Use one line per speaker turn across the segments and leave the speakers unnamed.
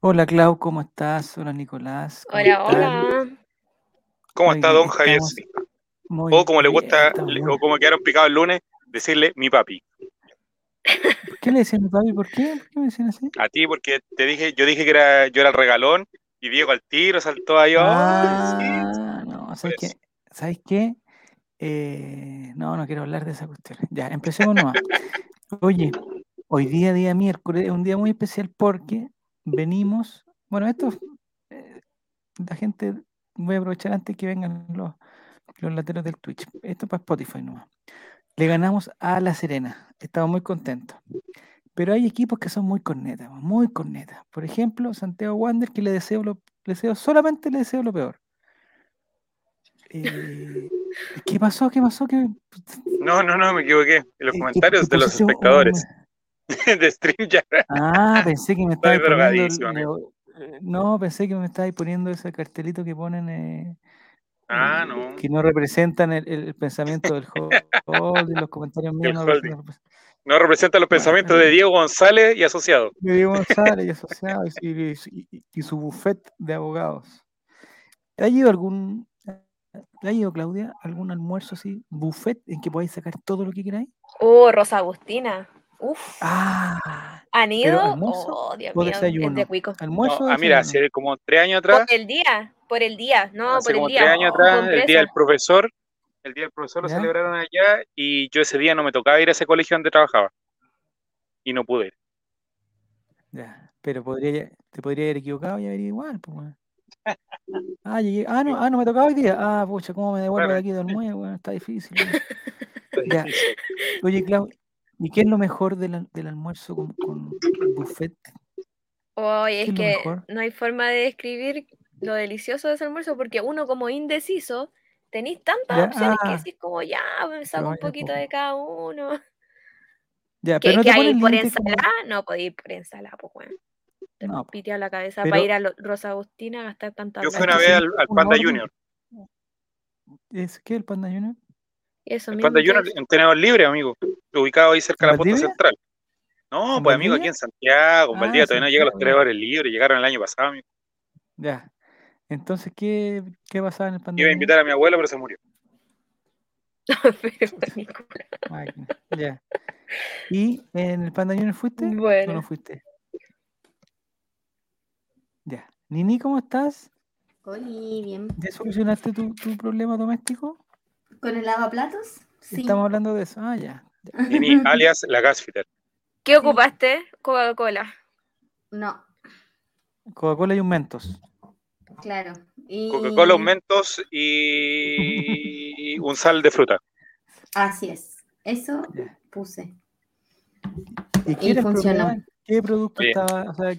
Hola Clau, ¿cómo estás? Hola Nicolás. ¿cómo
Hola,
están?
hola.
¿Cómo
Muy
está
bien,
don Javier?
estamos Muy
O como Oh, le
bien,
gusta,
estamos
le-
muy-
o como quedaron picados el lunes, decirle mi papi.
¿Por qué le decían mi papi? ¿Por qué? ¿Por qué me decían así?
A ti, porque te dije, yo dije que era, yo era el regalón, y Diego al tiro saltó ahí. ¡ay, sí!
Ah, no, ¿sabes
Pues.
qué? ¿Sabes qué? Eh, no, no quiero hablar de esa cuestión. Ya, empecemos nomás. Oye, hoy día, día miércoles, es un día muy especial porque venimos, bueno, esto, eh, la gente, voy a aprovechar antes que vengan los, los lateros del Twitch. Esto para Spotify nomás. Le ganamos a La Serena, estamos muy contentos. Pero hay equipos que son muy cornetas, muy cornetas. Por ejemplo, Santiago Wander, que le deseo, lo, le deseo solamente le deseo lo peor. Eh, ¿Qué pasó? ¿Qué pasó? ¿Qué,
No, no, no, me equivoqué. En
qué-
los
qué-
comentarios
qué
de los
pusiste un-
espectadores
un-
de StreamYard.
Ah, pensé que me
Estoy
estabas poniendo. el-
drogadísimo, amigo.
lo- No, pensé que me estabas poniendo ese cartelito que ponen. eh,
Ah,
eh,
no.
Que no representan el, el- el pensamiento del holding, los comentarios míos
El
no
holding.
representan.
No representa los pensamientos de Diego González y asociado.
de Diego González y asociados y, y- y- y su buffet de abogados. ¿Te ha ido algún, te ha ido Claudia, algún almuerzo así, buffet en que podáis sacar todo lo que queráis?
Uh, Rosa Agustina. Uf.
Ah,
¿Han
pero
ido?
almuerzo
Oh, Dios
o
mío, es
desayuno.
de cuico.
Almuerzo.
No,
o
ah, mira,
desayuno?
hace como tres años
Por
atrás,
el día, por el día, no,
hace
por el
como tres
día.
años
oh,
atrás,
con
el día del
presa.
profesor, el día del profesor lo
¿Ya?
celebraron allá, y yo ese día no me tocaba ir a ese colegio donde trabajaba. Y no pude ir.
Ya, pero podría, te podría haber equivocado y haber ido igual. Pues, weón. ah, llegué- ah, no, ah, no me tocaba hoy día. Ah, pucha, ¿cómo me devuelvo de
Claro,
aquí del
sí.
muelle? weón? está difícil. weón. Ya. Oye, Clau, ¿y qué es lo mejor del, al- del almuerzo con, con buffet?
Oye,
¿Qué es
es
lo
que
mejor?
no hay forma de describir lo delicioso de ese almuerzo porque uno como indeciso tenéis tantas
Ya,
opciones que
ah,
decís como ya, me saco un
Vaya,
poquito
po.
de cada uno.
Ya, pero
Que,
no te
que hay
ponen
por
límite como.
ensalada, no podéis ir por ensalada, pues bueno. Te
No, pues. po.
piteas la cabeza para
pero
ir a lo- Rosa Agustina a gastar tanta
Yo fui
hay que
una
plata.
vez
seguir
al, al
una
Panda
orden.
Junior.
¿Es qué el Panda Junior?
Eso
El
mismo
Panda
te iba a
Junior,
decir.
entrenador libre, amigo. Ubicado ahí cerca
¿En
de la posta
Valdivia?
central. No,
¿En
pues amigo, aquí
Valdivia?
en Santiago, en
Ah,
Valdivia todavía no llegan los
Santiago, ya.
entrenadores libres, llegaron el año pasado, amigo.
Ya. Entonces, ¿qué, qué pasaba en el Panda
Iba a
Junior?
invitar a mi abuelo, pero se murió.
Pero,
Chuta,
Nicolás.
máquina, Ya. ¿Y en el Panda Junior fuiste o no
Bueno.
fuiste? Ya. Nini, ¿cómo estás?
Oli, bien.
¿Ya solucionaste tu, tu problema doméstico?
¿Con el lavaplatos? Sí.
Estamos hablando de eso. Ah, ya. ya.
Nini, alias la gasfitter.
¿Qué
Sí.
ocupaste? Coca-Cola.
No,
Coca-Cola y un Mentos.
claro. Y...
Coca-Cola, aumentos y un sal de fruta.
Así es. Eso
Ya.
puse.
¿Y qué
Y
era el
funcionó.
problema? ¿Qué producto
Oye.
estaba, o sea,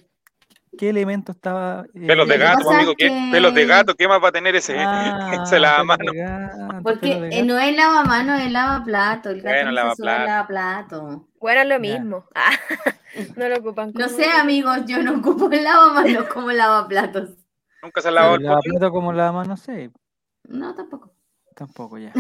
qué elemento estaba? eh,
Pelos de
Lo que
gato, pues,
pasa
amigo,
es
¿qué? Pelos de
que-
gato, ¿qué más va a tener ese? se
Ah,
la
pelo
mano.
de gato, pelo
Porque
de
eh,
gato.
no es lavamano, es lavaplato. El gato
Bueno,
no se sube al
lavaplato.
lavaplato.
Bueno, es lo
Ya.
mismo. Ah, no lo ocupan
No
como.
sé, amigos, yo no ocupo el lavamanos como lavaplatos.
Nunca se ha
Pero
lavado
el
el poto.
lavaplato como la mano, no sé,
No, tampoco.
tampoco ya.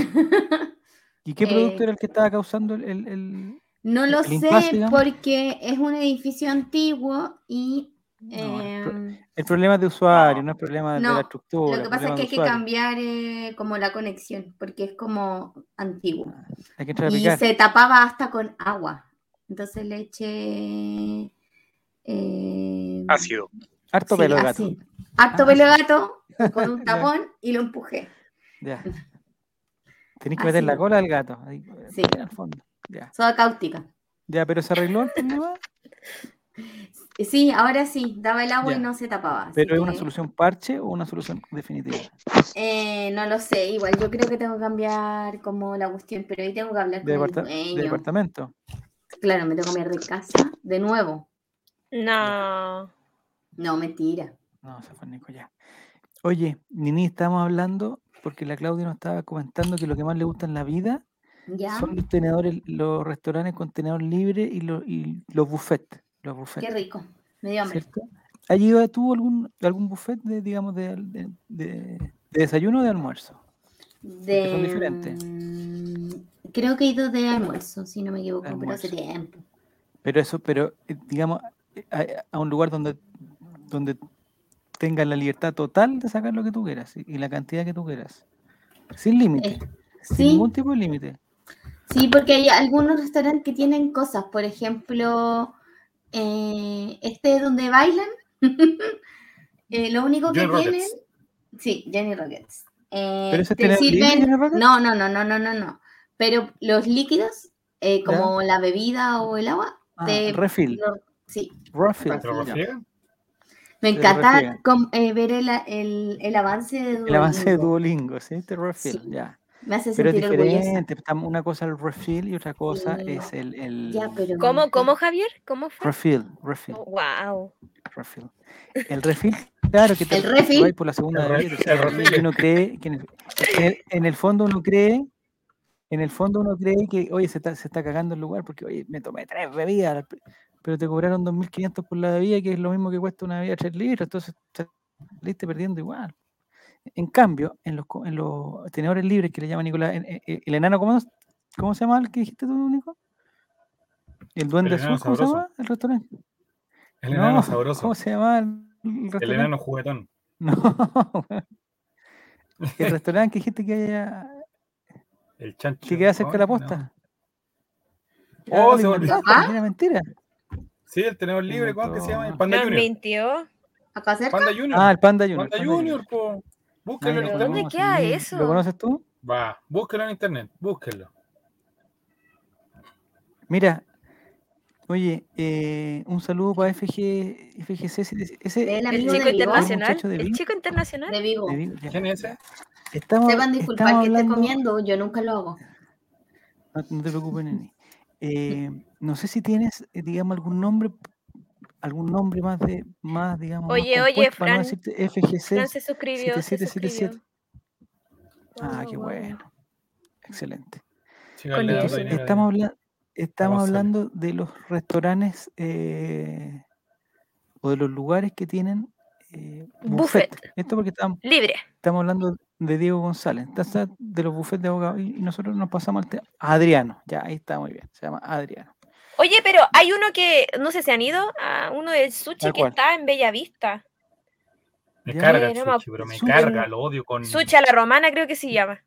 ¿Y qué producto
Eh,
era el que estaba causando el, el- el-
no
el-
lo
el impasse,
sé
digamos?
porque es un edificio antiguo y...
No, el, pro-
em,
el problema es de usuario,
No.
no el problema de la
No,
estructura,
lo
el
que pasa es
problema de
que hay que
usuario.
cambiar eh, como la conexión, porque es como antiguo.
Ah, Hay que entrar a
Y
picar.
se tapaba hasta con agua. Entonces le eché... eh,
Ácido.
Harto
Sí,
pelo de gato.
así. Harto
Ah,
pelo de
sí.
gato con un
Ya.
tapón y lo empujé.
Ya. Tenéis que meter la
Así.
cola al gato, ahí,
Sí.
bien al fondo. Ya.
Soda cáustica.
Ya, pero se arregló el problema,
Sí, ahora sí, daba el agua y
Ya.
no se tapaba. así
pero es una
que,
solución parche o una solución definitiva.
eh, no lo sé, igual yo creo que tengo que cambiar como la cuestión, pero ahí tengo que hablar
De,
con el
departa- de
dueño.
departamento.
Claro, me tengo que cambiar de casa de nuevo.
No.
No, mentira.
No, se fue Nico ya. Oye, Nini, estamos hablando porque la Claudia nos estaba comentando que lo que más le gusta en la vida
Ya,
son los tenedores, los restaurantes con tenedor libre y, los y los buffets, los
qué
buffets,
rico. Me dio hambre.
¿cierto? ¿Has ido tú a algún, algún buffet de, digamos, de, al- de- de- de desayuno o de almuerzo? Porque son
De...
diferentes.
mm, Creo que he ido de almuerzo, si no me equivoco, pero hace
Almuerzo.
tiempo.
Pero eso, pero, eh, digamos, eh, a, a un lugar donde donde tengas la libertad total de sacar lo que tú quieras y, y la cantidad que tú quieras. Sin límite, sin
Eh, sí.
ningún tipo de límite.
Sí, porque hay algunos restaurantes que tienen cosas, por ejemplo, eh, este donde bailan, eh, lo único que
Johnny Rockets.
tienen, sí, Johnny Rockets. Eh,
¿Pero ese
te
tiene límite,
sirven,
Johnny Rockets?
no, no, no, no, no, no, no. Pero los líquidos, eh, como la bebida o el agua,
Ah,
te-
refill,
lo- sí,
refill.
¿Te lo
ya.
refriegan?
me
Te lo
encanta
refriegan.
com- eh, ver el, el- el avance de
El avance de
Duolingo.
Duolingo, ¿sí? Te refill,
Sí.
ya.
Me hace
Pero es
sentir orgullosa.
diferente. tam- Una cosa es el refill y otra cosa
Sí.
es el, el
Ya, pero me
¿Cómo,
encanta.
cómo Javier? ¿Cómo fue? Oh,
refill, refill,
wow.
refill. El refill, claro que te
El
te vas
refill.
por la segunda
El
vez.
refill,
o sea,
el refill.
que uno cree que en el, en el- en el fondo uno cree, en el fondo uno cree que, oye, se está, se está cagando el lugar porque, oye, me tomé tres bebidas, al pri- pero te cobraron 2.500 por la bebida, que es lo mismo que cuesta una bebida de 3 litros, entonces saliste perdiendo igual. En cambio, en los, co- en los tenedores libres que le llama Nicolás, en- en- en- el enano, ¿cómo, cómo se llama el que dijiste tú, único? ¿El duende
enano
azul? ¿Cómo se
sabroso.
llama el restaurante?
El
No,
enano sabroso.
¿Cómo se llama el, el
El
restaurante?
enano juguetón.
No. weón. El restaurante que dijiste que, haya,
El chancho.
que queda cerca de la
Ay, no.
posta.
Oh,
Ah,
se
lo
me olvidó.
inventaste,
¿Ah?
Era mentira.
Sí, el tenedor libre, ¿cómo que se llama? El Panda
Nos
Junior.
mintió.
Acá cerca.
Panda Junior.
Ah, el Panda Junior.
Panda
el
Junior, po. Búsquelo
Nadie
en
lo
Pero
internet.
¿dónde
conoce,
queda
ni-
eso?
¿Lo conoces tú?
Va, búsquelo en internet, búsquelo.
Mira, oye, eh, un saludo para FG, FGC. Ese, ese-
El
El
amigo
chico
de Vigo,
internacional.
muchacho de
El
Vigo.
chico internacional.
de Vigo.
te digo, ya.
¿Quién es ese?
Estamos,
Se van a disculpar
estamos
que esté
hablando-
comiendo, yo nunca lo hago.
No, Ah, no te preocupes, Neni. Eh, no sé si tienes, eh, digamos, algún nombre, algún nombre más de, más, digamos, más
Oye, oye,
compuesto para no
Fran-
decirte FGC.
Fran se suscribió. se
7777.
suscribió.
Ah, qué
Guau, guau.
bueno. Excelente.
Chica,
Con
le da
eso.
la
Entonces,
dinero
estamos,
ahí.
habla- estamos
González.
hablando de los restaurantes eh, o de los lugares que tienen eh, buffet.
Buffet.
Esto porque estam- estamos,
Libre.
hablando de Diego González, entonces, de los buffets de abogados, y y nosotros nos pasamos al tema. Adriano, ya ahí está muy bien, se llama Adriano.
Oye, pero hay uno que, no sé, se han ido a uno del
¿A
sushi que
cuál?
está en Bellavista.
Me
Ya,
carga el
no me
sushi, pero me
sushi.
carga, lo odio con.
Sushi a la romana creo que se llama.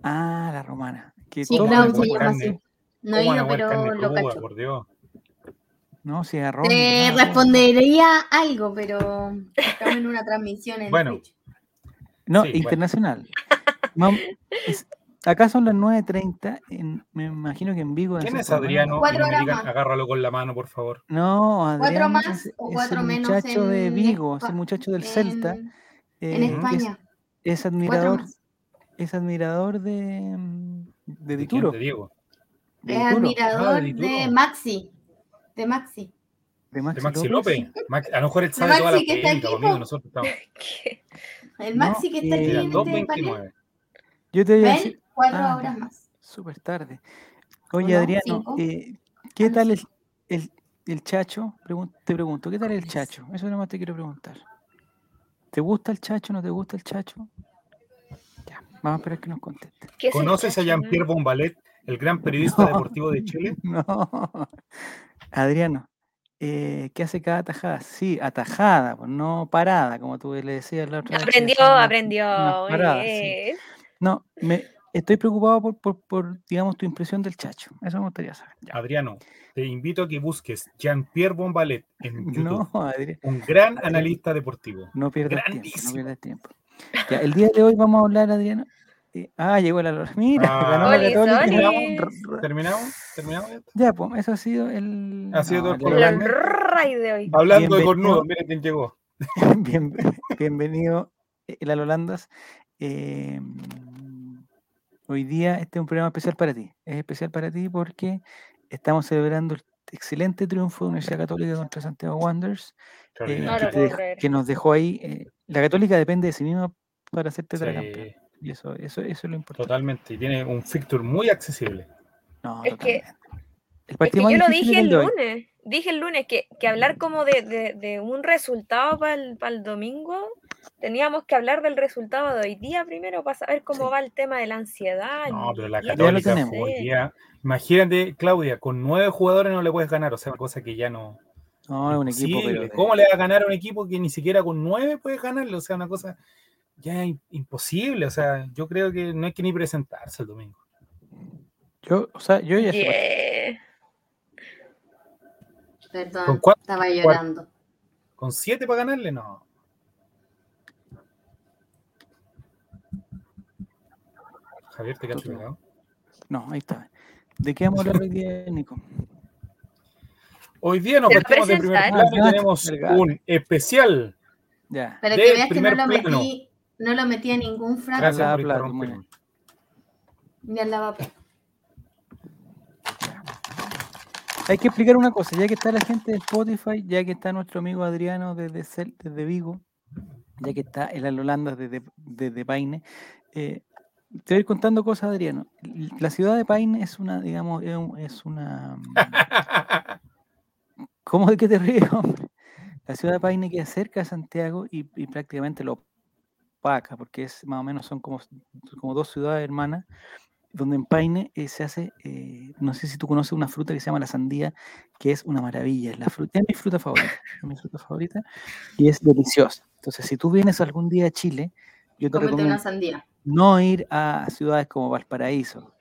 Ah, la romana. Que
Sí,
todo
Coman
Clau
es
se
igual
bueno.
llama así.
carne,
No he
coman
ido,
igual
pero
carne
lo
cruda,
cacho.
por Dios.
No, si arroz.
Te
nada,
respondería algo, pero estamos en una transmisión en
Bueno.
Twitch.
No,
Sí, bueno.
internacional. Mam- es- acá son las 9.30, en- me imagino que en Vigo. deben
¿Quién
ser por
es
lo menos-
Adriano? Y
Cuatro
no me
horas
digan,
más.
agárralo con la mano, por favor.
No,
Cuatro
Adrián
más
es,
o
es
cuatro
el
menos
muchacho de
en
Vigo, es
Espa-
el muchacho del
En,
Celta.
en
eh, que
España.
Es, es
Cuatro
admirador,
más.
es admirador de, mm, de
¿De quién?
Dituro.
De Diego.
de
Es
Dituro,
Ah,
admirador
de Dituro.
de Maxi. De Maxi.
de
De
Maxi
Maxi
López.
López. Max- a lo mejor él sabe
Maxi
toda la
que está
polémica,
aquí,
conmigo.
po.
Nosotros estamos.
El
No,
Maxi que está
eh,
aquí
Eran
en este panel.
2.29.
Yo te voy a decir,
Ven, cuatro
Ah,
horas
ya.
más.
súper tarde. Oye,
no?
Adriano,
Cinco.
eh,
Ah,
¿qué
no,
tal el, el, el chacho? Pregun- te pregunto, ¿qué tal el chacho? Eso nomás te quiero preguntar. ¿Te gusta el chacho? ¿No te gusta el chacho? Ya, vamos a esperar que nos conteste.
¿Qué es el
¿Conoces a
chacho, no?
Jean-Pierre Bombalet, el gran periodista
No.
deportivo de Chile?
No. Adriano, eh, ¿qué hace cada atajada? Sí, atajada, pues, no parada, como tú le decías la otra vez. que
Aprendió,
son unas-
aprendió.
unas
muy
paradas, sí.
bien.
No, me, estoy preocupado por, por, por, digamos, tu impresión del chacho. Eso me gustaría saber. ya.
Adriano, te invito a que busques Jean-Pierre Bombalet en YouTube.
No, Adriano.
Un gran analista deportivo.
No pierdas tiempo, no
Grandísimo.
pierdas tiempo. Ya, el día de hoy vamos a hablar, Adriana. eh, ah, llegó la Lora. Mira,
Ah.
ganó la
Olis,
Católica,
olis.
ganamos. R- r-
¿Terminamos? ¿Terminamos? ya?
Ya, pues, eso ha sido el. Ah,
Ha sido todo
el
por
día
El
Holanda.
ray de hoy.
Hablando de
Bienvenido.
cornudo, mira quién llegó.
Bien- bienvenido, eh, la Lolandas. Eh, hoy día este es un programa especial para ti. Es especial para ti porque estamos celebrando el excelente triunfo de la Universidad Católica contra Santiago Wanderers, eh,
No
que,
lo
te
puedo
dej-
creer.
que nos dejó ahí. eh, la Católica depende de sí misma para ser tetracampeón.
Sí,
Y eso, eso, eso es lo importante.
totalmente. Y tiene un fixture muy accesible.
No,
Es que-
totalmente. El
Es que
partido más
yo lo
difícil
dije
es
el
de hoy.
lunes. Dije el lunes que, que hablar como de, de- de un resultado para el, domingo, teníamos que hablar del resultado de hoy día primero para saber cómo
Sí.
va el tema de la ansiedad.
No,
y-
pero la
y esto,
católica
tenemos.
hoy día. Imagínate, Claudia, con nueve jugadores no le puedes ganar. O sea, una cosa que ya no,
No, es un equipo, pero.
Imposible.
de-
¿Cómo le va a ganar a un equipo que ni siquiera con nueve puede ganarle? O sea, una cosa ya im- imposible. O sea, yo creo que no hay que ni presentarse el domingo.
Yo, o sea, yo ya sé cuál-
Yeah.
Perdón,
¿Con cuánto?
estaba llorando.
¿Con siete para ganarle? No. Javier, te cacho
Tú-
pegado.
No, ahí está. ¿De qué vamos a hablar hoy día, Nico?
Hoy día nos
¿Te va a
metemos de primer
presentar?
plano
Ah,
y tenemos
el gato.
un especial.
Ya.
Para que
Del
veas que no
primer
lo
plano.
metí, no lo metí a ningún frac
Gracias
Habla,
por
habla,
interrumpirme.
ni al lavaplatos.
Hay que explicar una cosa, ya que está la gente de Spotify, ya que está nuestro amigo Adriano desde, Cel- desde Vigo, ya que está el Alolanda desde, desde Paine, eh, te voy a ir contando cosas, Adriano. L- La ciudad de Paine es una, digamos, es un- es una... ¿Cómo de qué te ríes, hombre? La ciudad de Paine queda cerca de Santiago y, y prácticamente lo opaca, porque es más o menos son como, como dos ciudades hermanas, donde en Paine eh, se hace, eh, no sé si tú conoces una fruta que se llama la sandía, que es una maravilla, es, la fruta, es mi fruta favorita, es mi fruta favorita y es deliciosa. Entonces, si tú vienes algún día a Chile, yo te
Cómete
recomiendo
una sandía.
no ir a ciudades como Valparaíso,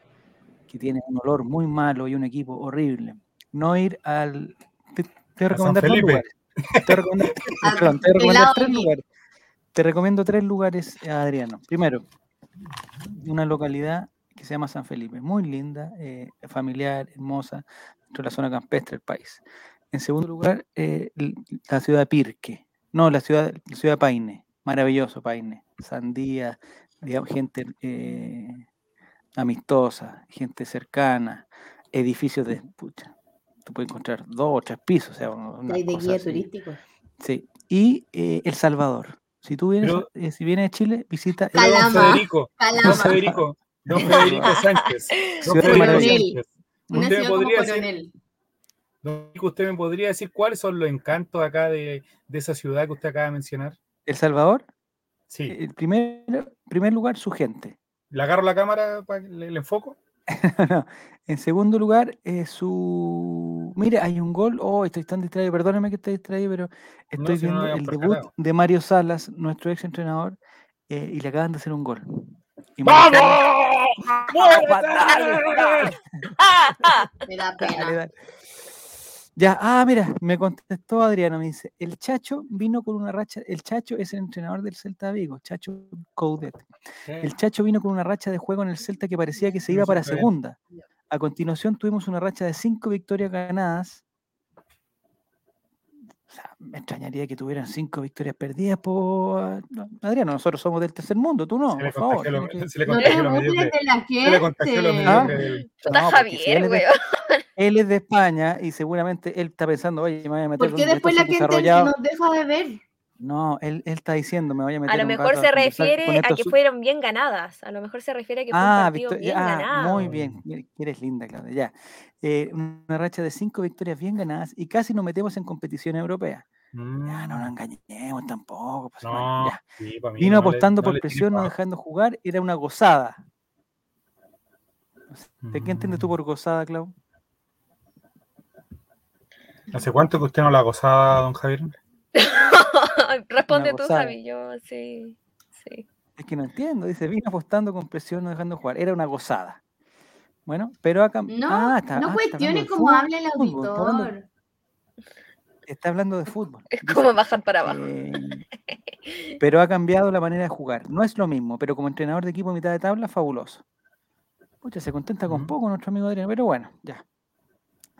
que tiene un olor muy malo y un equipo horrible. No ir al. Te, te voy a recomendar tres
Felipe.
lugares. Te voy a recomendar-
Al
perdón, te voy a recomendar
helado
tres
de mí.
lugares. Te recomiendo tres lugares, eh, Adriano. Primero, una localidad que se llama San Felipe, muy linda, eh, familiar, hermosa, dentro de la zona campestre del país. En segundo lugar, eh, l- la ciudad de Pirque, no, la ciudad, la ciudad de Paine, maravilloso Paine, sandía, digamos, gente eh, amistosa, gente cercana, edificios de pucha. Tú puedes encontrar dos o tres pisos, o sea, una- una
De
cosa
guía
así.
turístico.
Sí. Y eh, El Salvador. Si tú vienes,
Pero-
a- eh, si vienes a Chile, visita El
Pero don
Calama.
Federico, don
Calama,
Federico, don Federico Sánchez. Don
Ciudad
Federico
Maravilla.
Sánchez.
una
Usted me
ciudad como
podría decir-
coronel.
Don Federico, ¿usted me podría decir cuáles son los encantos acá de, de esa ciudad que usted acaba de mencionar?
El Salvador,
Sí,
el primer, primer lugar, su gente.
¿le agarro la cámara para que le, le enfoco?
No. En segundo lugar, eh, su. Mira, hay un gol. Oh, estoy tan distraído. Perdóname que esté distraído, pero estoy
si
viendo
no lo habíamos
el debut
percatado.
de Mario Salas, nuestro ex entrenador, eh, y le acaban de hacer un gol. Y Mario Salas-
¡Vamos!
¡Vamos, dale, dale!
Ah, ah.
Me da
Dale,
pena.
dale. Ya, ah, mira, me contestó Adriano, me dice, el Chacho vino con una racha, el Chacho es el entrenador del Celta de Vigo, Chacho Coudet. El Chacho vino con una racha de juego en el Celta que parecía que se
No
iba
se
para
puede.
segunda. A continuación tuvimos una racha de cinco victorias ganadas. O sea, me extrañaría que tuvieran cinco victorias perdidas por... No, Adriano, nosotros somos del tercer mundo, tú no,
Se le
por favor.
contagió lo-
tienes que-
se le
No
contagió
le
lo
burles
mediocre.
de la
Se le contagió lo
gente.
Ah.
mediocre del-
Puta
No, porque si él
Javier,
es de-
weón.
Él es de España y seguramente él está pensando, oye, me voy a meter
¿Por
con
qué
estos
después la gente
subdesarrollados".
nos deja de ver?
No, él, él está diciendo, me voy a meter
A lo
un
mejor
rato a
se
conversar con
refiere a
estos
que
sub-
fueron bien ganadas. A lo mejor se refiere a que fue un
Ah,
partido
victo-
bien
ah,
ganado.
muy bien, mira, que eres linda, Claudia, ya. Eh, una racha de cinco victorias bien ganadas y casi nos metemos en competición europea. Ya, no nos
Mm,
engañemos tampoco. pues, bueno,
No,
ya.
sí, para mí
Vino
no le-
apostando
no
por
le tiene
presión, no
pa-
dejando jugar, era una gozada. ¿De qué entiendes tú
Mm.
por gozada, Clau?
¿Hace cuánto que usted no la gozaba, don Javier?
Responde
Una
tú,
gozada.
Javi. Yo, sí. sí.
Es que no entiendo, dice, vino apostando con presión, no dejando jugar, era una gozada. Bueno, pero acá...
No,
ah, está-
no
ah, está hablando
cuestiones
de
como
fútbol,
habla el
fútbol, está hablando-
auditor.
Está hablando de fútbol.
Es
dice,
como bajar para abajo.
Eh, pero ha cambiado la manera de jugar. No es lo mismo, pero como entrenador de equipo a mitad de tabla, fabuloso. Pucha, se contenta con
Ujú.
poco nuestro amigo Adrián, pero bueno, ya.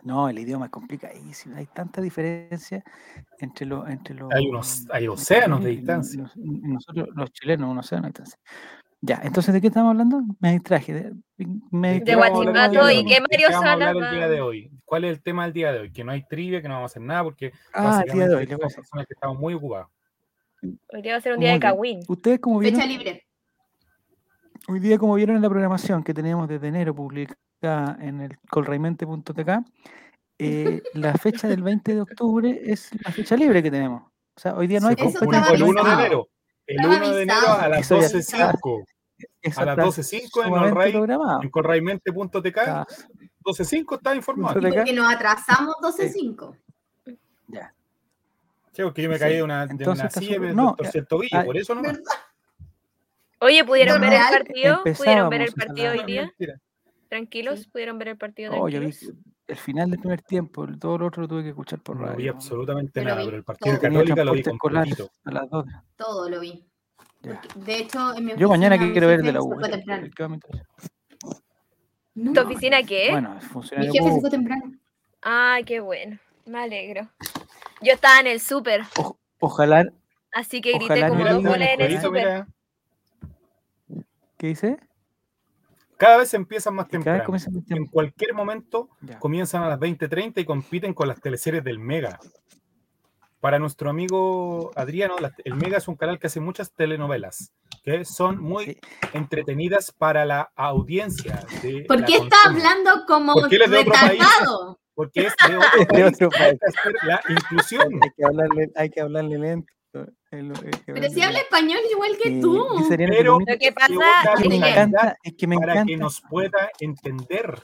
No, el idioma es complicadísimo. Hay tanta diferencia entre los. Entre los
Hay unos- hay
entre
océanos de
los-
distancia.
nos- Nosotros, los chilenos, un océano de distancia. Ya, entonces, ¿de qué estamos hablando? Me distraje. de- me
qué
distraje.
vamos a hablar el
Guachipato
día de
y
hoy?
que
¿De
Mario
vamos a hablar
Salas
el día
va-
de hoy? ¿Cuál es el tema del día de hoy? Que no hay trivia, que no vamos a hacer nada porque
Ah, el día de hoy. le voy a
somos
decir.
personas que estamos muy ocupadas.
Hoy día va a ser un día
Muy bien.
de Kawin.
Ustedes, como vieron,
Fecha libre.
Hoy día, como vieron en la programación que tenemos desde enero publicada en el colraimente.tk, eh, la fecha del 20 de octubre es la fecha libre que tenemos. O sea, hoy día no hay
Se
Eso
confunde
estaba
con el 1 de
avisado.
enero. El
Estaba
1 de enero
avisado.
a las
Eso ya está.
12.05.
Eso
a las
está
12:05 en el
sumamente
Rey,
programado.
En corraimente.tk,
Está-
12.05 está informado.
Punto
Porque nos atrasamos 12.5.
Ya.
Sí, porque yo me
Sí.
caí de una, de
Entonces
una
está
silla y me
súper- no,
torcí el tobillo,
ah,
por eso no.
Oye, ¿pudieron
No,
ver el
real,
partido? ¿Pudieron ver el
empezábamos a
partido hoy
hablar.
día?
Mentira.
¿Tranquilos? ¿Pudieron ver el partido
Oh, yo vi
tranquilos?
el final del primer tiempo, el- todo lo otro lo tuve que escuchar por
No
radio.
vi absolutamente
Pero
nada,
vi
pero el partido de
todo.
Tenía
Católica lo vi
transporte escolar
completito.
a las dos.
Todo lo vi.
Ya.
Porque, de hecho, en mi
Yo
oficina
mañana
mi
que quiero ver de
jefe
la
se
U.
fue
eso,
temprano.
¿qué va a meter?
No,
¿Tu oficina qué?
Bueno,
mi
funcionario
jefe se
público.
fue temprano.
Ah, qué bueno. Me alegro. Yo estaba en el súper,
O- ojalá,
así que grité
Ojalá
como
no
Mira,
dos
le
estaba en
goles
el
en el
jueguito,
súper.
mira.
¿qué dice?
Cada vez empiezan más
Que Cada vez
temprano.
comienza más
En
tiempo.
cualquier momento
Ya.
comienzan a las 20.30 y compiten con las teleseries del Mega. Para nuestro amigo Adriano, la- el Mega es un canal que hace muchas telenovelas que son muy
Sí.
entretenidas para la audiencia. de
¿Por
la
qué está
consulta,
hablando como
¿Por qué él es de otro país?
retardado?
Porque es de otro
De
país,
otro
hay
país.
que hacer la inclusión.
Hay que hablarle, hay que hablarle lento. Es lo- hay que
Pero
hablarle
si habla
lento.
español igual que
Eh,
tú.
dice Ariana
Pero-
Villamil,
Lo que
Que busca
pasa
la
es
me
que
calidad
encanta, es que me
para
encanta,
que nos pueda entender.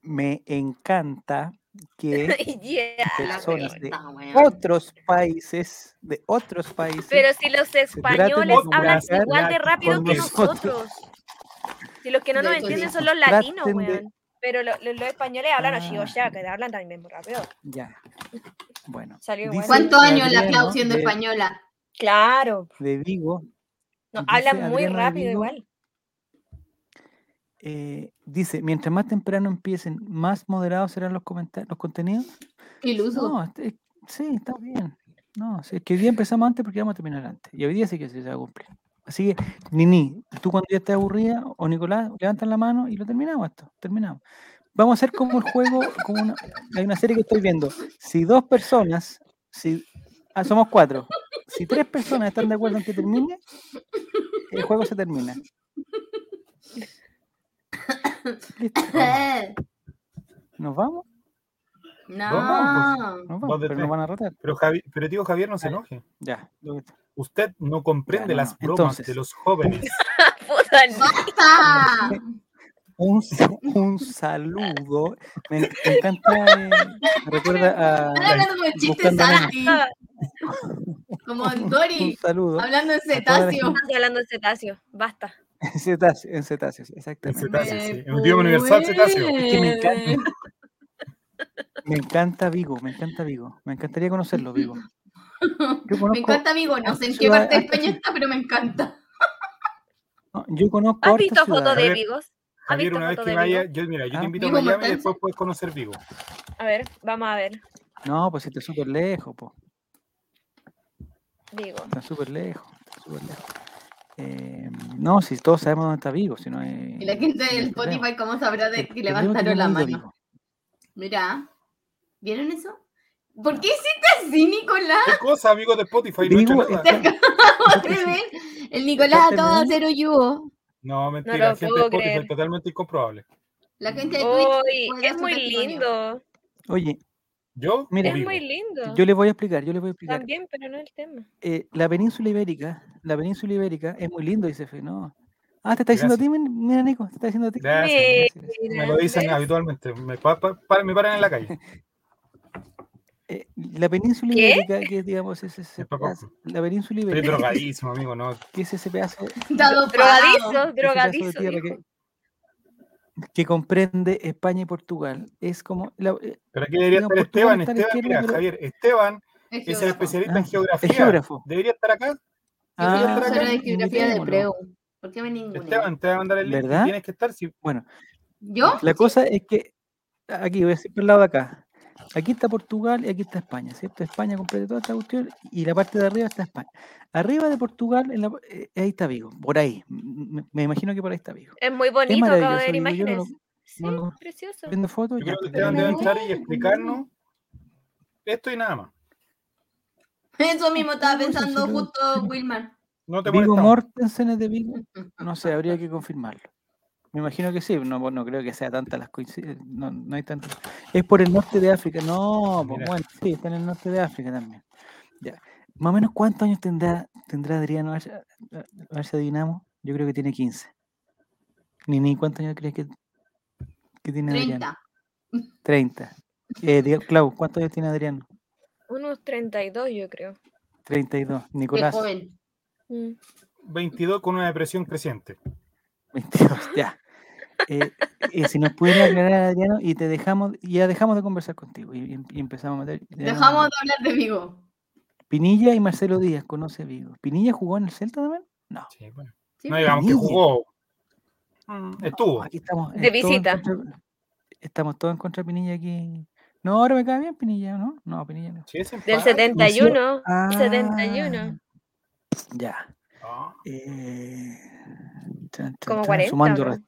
me encanta que
Yeah.
La
personas de
reta, weón.
otros países, de otros países,
Pero si los españoles
como
hablan
las
igual de
ganas
rápido
con
que
nosotros.
nosotros. Si los que no
De
nos
hecho,
entienden
sí.
son los
Traten
latinos,
de-
weón. Pero lo- lo- los españoles hablan
Ah.
así, o sea, que hablan también muy rápido.
ya. Bueno,
Salió
dice
bueno.
¿Cuántos años la
Adriano
Clau siendo
de-
española?
Claro.
de Vigo,
No,
Dice
hablan muy
Adriana
rápido
Vigo,
igual.
eh, dice, mientras más temprano empiecen, más moderados serán los comentarios, los contenidos.
Qué Iluso.
No, este- sí, está bien. No, sí, es que hoy día empezamos antes porque vamos a terminar antes. Y hoy día sí que sí se va a cumplir. Así que, Nini, tú cuando ya estés aburrida, o Nicolás, levantan la mano y lo terminamos esto. Terminamos. Vamos a hacer como el juego, como una, hay una serie que estoy viendo. Si dos personas, si ah, somos cuatro, si tres personas están de acuerdo en que termine, el juego se termina. Listo, vamos.
Eh,
¿Nos vamos?
No.
Vamos,
Nos
Dos
vamos, pero
de tres.
nos van a rotar.
Pero, Javi- pero tío Javier,
Ah.
no se enoje.
Ya. lo que-
Usted no comprende
Ya, no,
las
no.
bromas
Entonces.
de los jóvenes.
Puta, no.
¡Basta!
Un, sa- un saludo. Me, en- me encanta. eh, me recuerda a.
Están hablando como chistes
Buscando a
Santi. Como en
Un
Dory.
saludo.
Hablando en
A toda la
cetáceo.
gente.
Están hablando de cetáceo. Basta.
En cetáceos, en cetáceos, exactamente.
cetáceo. Cetáceos, sí. En un idioma universal, cetáceo.
Es que me encanta. Me encanta Vigo, me encanta Vigo. Me encantaría conocerlo, Vigo. Yo
Me
conozco,
encanta Vigo, no sé en qué
Ciudad-
parte de España está, pero me encanta.
no, yo conozco
¿Has
hartas
visto fotos
ciudades.
de
Javier-
Vigos? ¿Has
Javier,
visto
una vez
fotos
que
de
vaya,
Vigo?
yo, mira, yo
Ah.
te invito a
Vigo
Miami y
Mortensen.
después puedes conocer Vigo.
A ver, vamos a ver.
No, pues está súper lejos, po.
Vigo.
Está súper lejos. Está súper lejos. Eh, no, si todos sabemos dónde está Vigo, si no hay-
Y la gente
no hay
del
problema.
Spotify, ¿cómo sabrá de
El
que
problema es que yo
levantaron
no
la
he ido a
mano?
Vigo.
Mirá, ¿vieron eso? ¿Por qué hiciste así, Nicolás?
¿Qué cosa, amigos de Spotify? No he hecho
Vigo
nada.
está-
Acabo de ver. El Nicolás a todo
Exactamente.
cero yugo.
No, mentira,
lo
gente de
puedo
Spotify,
creer.
totalmente incomprobable.
La gente de
Este
Twitch.
Uy,
podrá
es
su
muy
testimonio.
lindo.
Oye,
Yo,
Mira.
Mira,
Es muy lindo.
yo les voy a explicar, yo les voy a explicar.
También, pero no el tema.
eh, la península ibérica, la península ibérica es muy lindo, dice Fe, ¿no? Ah, te está diciendo a ti, men- mira Nico, te está diciendo a ti.
Gracias,
Gracias,
Mira,
gracias.
me lo dicen
¿ves?
habitualmente. Me, pa- pa- pa- me paran en la calle.
Eh, la península
¿Qué?
ibérica, que es, digamos, es ese
Es poco.
pedazo- la península
Estoy
ibérica,
drogadísimo, amigo, ¿no?
que es ese pedazo, ese
Está dopado.
Drogadizo,
pedazo de
drogadizo.
tierra
dijo.
que, que comprende España y Portugal. Es como, la- eh,
Pero aquí debería
No,
estar
Portugal
Esteban.
está a la
Esteban,
izquierda,
mira,
pero-
Javier, Esteban
Es
es el
geógrafo.
especialista
Ah,
en geografía.
es geógrafo.
Debería estar acá.
Yo soy
Ah,
profesora de geografía de
invitémoslo.
Preu. ¿Por qué me ninguna?
Esteban, te va a mandar el link.
¿Verdad?
Tienes que estar. Si
Bueno,
¿Yo?
La cosa es que, aquí voy a decir por el lado de acá. Aquí está Portugal y aquí está España, ¿cierto? España completa toda esta cuestión y la parte de arriba está España. Arriba de Portugal, en la pa- eh, ahí está Vigo, por ahí. m- m- Me imagino que por ahí está Vigo.
Es muy bonito, acabo de
maravilloso,
ver
digo, yo no
imágenes.
lo-
Sí,
no lo-
precioso.
Viendo fotos,
Yo
ya,
creo que
pero
Esteban
no
debe
tengo-
entrar y explicarnos esto y nada más.
Eso mismo estaba
No, sí, sí,
pensando
no.
justo Wilmar.
No te
Vigo
molestamos.
Mortensen es de Vigo, no sé, habría que confirmarlo. Me imagino que sí, no, no creo que sea tanta las coincidencias, no, no hay tanto. Es por el norte de África, no, pues
Mira.
bueno, sí, está en el norte de África también. Ya. Más o menos cuántos años tendrá, tendrá Adriano Arce Arce Dinamo? Yo creo que tiene 15. Ni ni cuántos años crees que, que tiene Adriano?
30.
30. Eh, diga- Clau, ¿cuántos años tiene Adriano?
Unos 32, yo creo.
32.
Qué
Nicolás,
joven.
Mm.
22 con una depresión creciente.
22, ya. Eh, eh, si nos pudieras aclarar, Adriano, y te dejamos, y ya dejamos de conversar contigo y, em, y- y empezamos a meter. ya no-
Dejamos de hablar de Vigo.
Pinilla y Marcelo Díaz, conoce Vigo. ¿Pinilla jugó en el Celta también? No.
Sí, bueno.
Sí,
No digamos que
Niño.
jugó. Mm, Estuvo.
Aquí estamos.
De
eh, todos en
visita.
contra- estamos todos en contra de Pinilla aquí. No, ahora me cae bien Pinilla, ¿no? No, Pinilla no.
Sí, ese
Del
empate.
71.
Ah,
71.
Ya.
Ah,
Eh, chan, chan,
Como
chan,
40.
Sumando,
¿o no?
rest-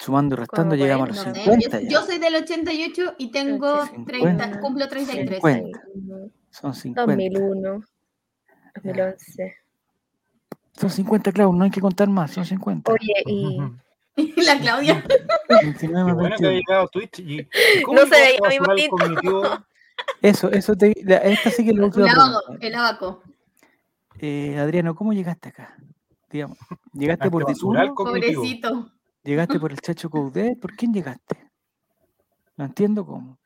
sumando y restando,
Como
llegamos a los
40,
Eh,
50.
yo-
ya.
Yo soy del 88 y tengo 30,
50.
cumplo 33.
50.
Mm,
Son 50.
2001. 2011.
Son 50, claro, no hay que contar más, son 50.
Oye, y
La Claudia.
29
Qué
más
bueno que ha
21.
llegado Twitch. Y, ¿y
No se veía
llegó a
mi
sumar el
monito.
cognitivo? Ah,
Eso, eso te. la- esta sí que es la
El
última
abaco.
pregunta.
El abaco.
Eh, Adriano, ¿cómo llegaste acá? Digamos, ¿Llegaste
Ante
Este por
basural
Titulo?
cognitivo.
Pobrecito.
¿Llegaste por el Chacho Coudet? ¿Por quién llegaste? No entiendo cómo.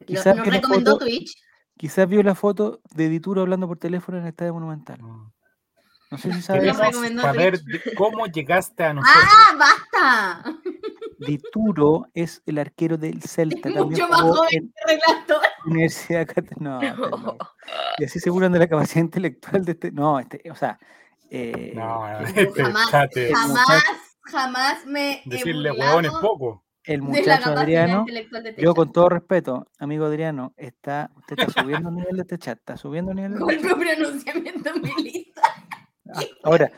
Lo-
Quizás
nos
vio la
recomendó
foto-
Twitch.
Quizás vio la foto de Dituro hablando por teléfono en el Estadio Monumental.
Mm.
No sé si
Nos
sabes.
Queremos
recomendó
saber
Twitch.
de cómo llegaste a nosotros.
¡Ah, basta!
Dituro es el arquero del Celta.
Es
También
mucho más
jugó
joven.
en
Relator.
Universidad Cat- No, está loco. Y así se burlan de la capacidad intelectual de este. No, este, o sea. eh,
No, no,
el-
este
jamás,
chat es-
Jamás, jamás me he
Decirle
burlado
huevón es poco.
el
de la
muchacho
capacidad
Adriano.
intelectual de
Yo,
Techo.
con todo respeto, amigo Adriano, está, usted está subiendo el nivel de este chat, está subiendo el nivel de
Con tu pronunciamiento militar.
Ah, Ahora,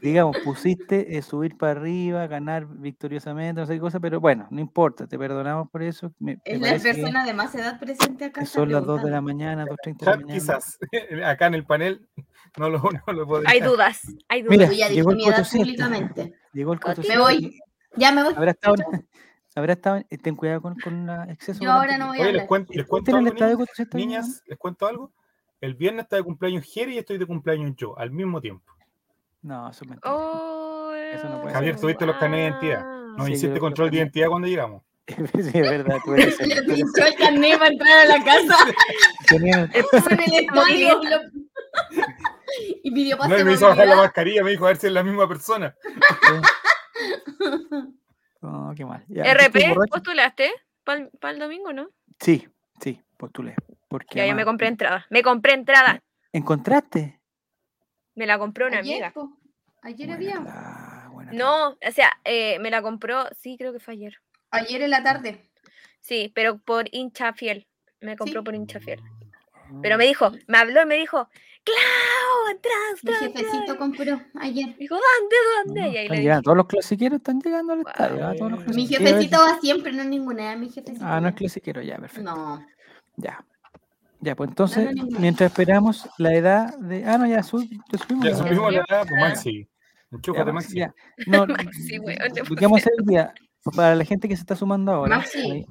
digamos, pusiste eh, subir para arriba, ganar victoriosamente, no sé qué cosa, pero bueno, no importa, te perdonamos por eso. me- me
Es la
parece que-
persona de más edad presente acá.
que
está
son las 2 de la
preguntando.
mañana, 2.30 de la
Chat
mañana.
quizás. Acá en el panel no lo, no lo podría.
hay dudas. Hay dudas.
Mira,
Yo ya dije
llegó el
mi edad
400.
públicamente.
Llegó el
Me
400.
voy. Ya me voy.
Habrá estado, habrá estado, eh, ten cuidado con, con la exceso.
Yo ahora no voy a
Oye, les
hablar.
cuento, les cuento
en el
algo,
estadio
niñas,
400. de Ñuñoa?
niñas, les cuento algo. El viernes está de cumpleaños Jerry y estoy de cumpleaños yo, al mismo tiempo.
No, eso es mentira.
Oh,
Eso no puede
Javier, ser. tuviste los carnets de identidad.
guau.
Nos
Ah, Sí,
hiciste
yo- yo
control de
también.
identidad cuando llegamos.
Sí, es verdad, tú eres el-
Le pinchó el carnet para entrar a la casa.
tenían-
Estuve en el estadio. lo- Y pidió
No, y
pase
me hizo bajar la
movilidad.
mascarilla, me dijo a ver si es la misma persona.
No, oh, qué mal. Ya, yo estoy
RP,
borracho.
¿postulaste? ¿Para el domingo, no?
Sí, sí, postulé. Porque
Ya, ya me
además-
compré entrada. Me compré entrada.
¿Encontraste?
Me la compró una
Ayer,
amiga.
po. Ayer
Buena
había.
cla- buena cla-
No, o sea, eh, me la compró, sí, creo que fue ayer.
Ayer en la tarde.
Sí, pero por hincha fiel. Me compró
Sí.
por hincha fiel.
Ah,
Pero me dijo, me habló y me dijo, ¡Clau! ¡Atrás!
Mi
atrás, atrás".
jefecito compró ayer.
Dijo, ¿dónde? ¿Dónde?
no,
y ahí
están
le
llegando,
dije,
Todos los clasiqueros están llegando al
Guau.
estadio. ah, todos los
Mi
Mi
clasiqueros-
jefecito va siempre, no ninguna. ¿eh? Mi jefecito.
Ah, no es
ya.
clasiquero, ya, perfecto.
No.
Ya. Ya, pues entonces,
ninguna.
mientras esperamos la edad de. Ah, no, ya, sub, ya subimos.
Ya
la-
supimos la edad, pues
Ah.
Maxi.
ya,
Enchúfate,
Maxi,
Maxi.
ya. No,
Maxi, weón, te
lo que vamos a hacer hoy día, para la gente que se está sumando ahora,
Maxi.
ahí,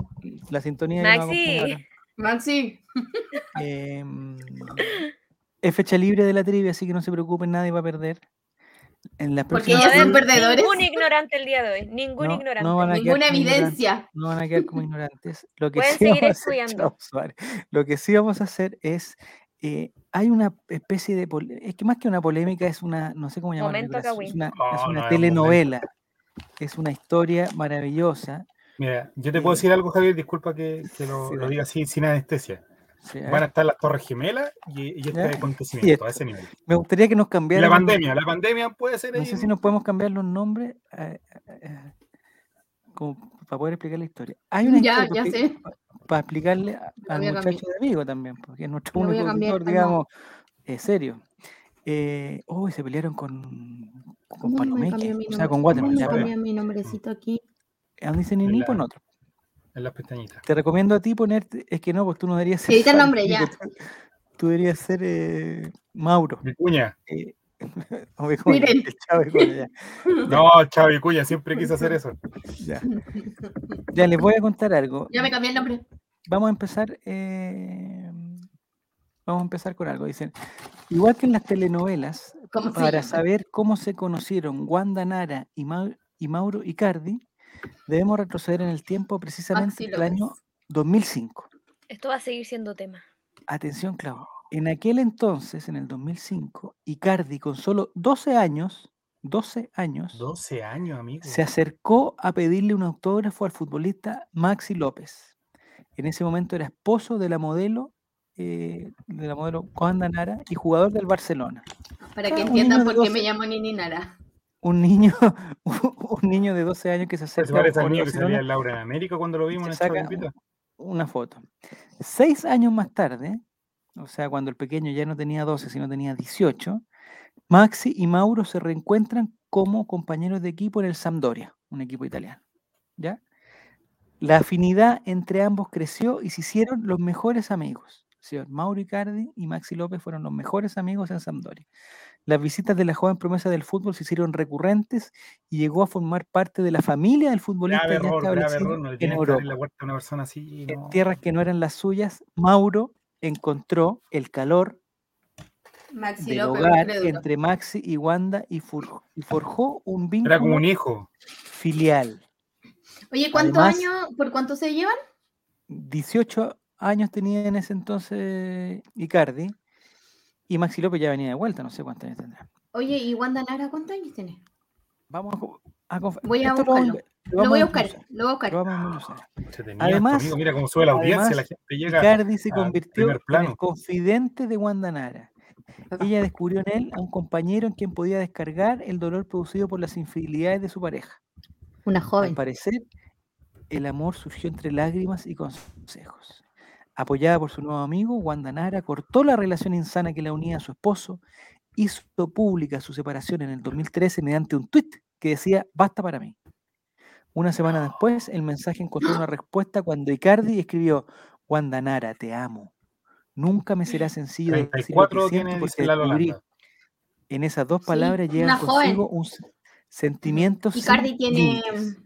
la sintonía que nos
Maxi.
acompaña ahora.
Maxi.
Eh, mm, es fecha libre de la trivia, así que no se preocupen, nadie va a perder. En las
Porque
próximas
ya son
trivias
perdedores.
Ningún ignorante el día de hoy. Ningún
No,
ignorante.
no van a- quedar
Ninguna
como ignorantes.
evidencia.
no van a quedar como ignorantes. Lo que,
Pueden
sí vamos
seguir
a hacer,
estudiando.
chao, Suárez, lo que sí vamos a hacer es, eh, hay una especie de, pole- es que más que una polémica, es una, no sé cómo llamarlo,
Momento
Nicolás, es
Kawin.
una, es
Ah, No,
una
no es un momento.
telenovela, es una historia maravillosa.
Mira, yo te puedo decir algo, Javier, disculpa que, que lo,
Sí,
lo
dale.
diga así sin anestesia.
Sí, a ver,
Van a estar las Torres Gemelas y, y este
Ya. Y
acontecimiento
esto.
a ese nivel.
Me gustaría que nos
Y
cambiaran. los-
la pandemia, la pandemia puede ser
No
ahí.
sé si nos podemos cambiar los nombres eh, eh, eh, como para poder explicar la historia. Hay una
Ya,
historia
ya
porque-
sé.
para explicarle a-
Lo
al
voy a
muchacho
cambiar.
de amigo también, porque es nuestro
Lo voy a
único
cambiar,
auditor,
calma.
digamos, eh, serio. Eh, uy, se pelearon con, con
¿Cómo me
Palomeque,
cambió mi
o sea,
nombre?
con
¿Cómo
Waterman.
me
ya, pero
cambió mi nombrecito aquí?
a donde dice ni ni,
La-
pon otro.
En las pestañitas.
Te recomiendo a ti ponerte, es que no, pues tú no deberías ser.
Edita el
Palo
nombre, ya.
Meque, Tú, tú deberías ser eh, Mauro.
Vicuña.
eh, o Begoña,
Miren.
el chavo Begoña, ya.
No, chao, Vicuña, siempre quise hacer eso.
Ya. Ya, les voy a contar algo.
Ya me cambié el nombre.
Vamos a empezar. eh, vamos a empezar con algo. Dicen, igual que en las telenovelas,
¿Cómo se
para
llama?
saber cómo se conocieron Wanda Nara y, Mau- y Mauro Icardi, debemos retroceder en el tiempo precisamente
Maxi
al año
López.
2005.
Esto va a seguir siendo tema.
atención, Clau. En aquel entonces, en el 2005, Icardi, con solo 12 años, 12 años,
12 años, amigo.
se acercó a pedirle un autógrafo al futbolista Maxi López. En ese momento era esposo de la modelo, eh, de la modelo Coanda Nara y jugador del Barcelona.
Para que
Ah, un
entiendan
niño de
por qué
12.
me llamo Nini Nara.
Un niño, un niño de 12 años que se
Se
acerca
parece al
al
niño que
Barcelona
salía en Laura en América cuando lo vimos
se
en esta
saca
Olimpíada.
una foto. Seis años más tarde, o sea, cuando el pequeño ya no tenía 12, sino tenía 18, Maxi y Mauro se reencuentran como compañeros de equipo en el Sampdoria, un equipo italiano. ¿Ya? La afinidad entre ambos creció y se hicieron los mejores amigos. Sí, Mauro Icardi y Maxi López fueron los mejores amigos en Sampdoria. Las visitas de la joven promesa del fútbol se hicieron recurrentes y llegó a formar parte de la familia del futbolista
Grave
ya
error, grave
establecido
error. No le
en
tienes que
Europa
abrir la puerta a una persona así.
en
no.
tierras que no eran las suyas, Mauro encontró el calor
Maxi
del
López,
hogar
crédulo.
entre Maxi y Wanda y, fur- y forjó un
Era como un
vínculo
hijo.
filial.
Oye, ¿cuántos
Además-
años, por cuánto se llevan?
18 años tenía en ese entonces Icardi y Maxi López ya venía de vuelta, no sé cuántos años tendrá.
Oye, ¿y Wanda Nara cuántos años tiene?
Vamos a, co- a conf-
Voy a
esto lo vamos-
buscarlo.
lo
Lo voy a
vamos
buscar,
desmenuzar,
lo voy a buscar.
lo vamos a desmenuzar.
Entretenido,
Además-
amigo. Mira cómo sube la audiencia,
además,
la gente llega.
Icardi se
a
convirtió
primer
en
plano.
el confidente de Wanda Nara. Ella descubrió en él a un compañero en quien podía descargar el dolor producido por las infidelidades de su pareja.
Una
Al
joven.
parecer, el amor surgió entre lágrimas y consejos. Apoyada por su nuevo amigo, Wanda Nara cortó la relación insana que la unía a su esposo, hizo pública su separación en el 2013 mediante un tuit que decía, basta para mí. Una semana después, el mensaje encontró una respuesta cuando Icardi escribió, Wanda Nara, te amo. Nunca me será sencillo decir lo que
34 tiene,
siento
dice
porque
la
descubrí
Holanda.
en esas dos
Sí,
palabras
una
llegan
joven.
consigo un se- sentimiento sin
Icardi tiene
límites.
mm,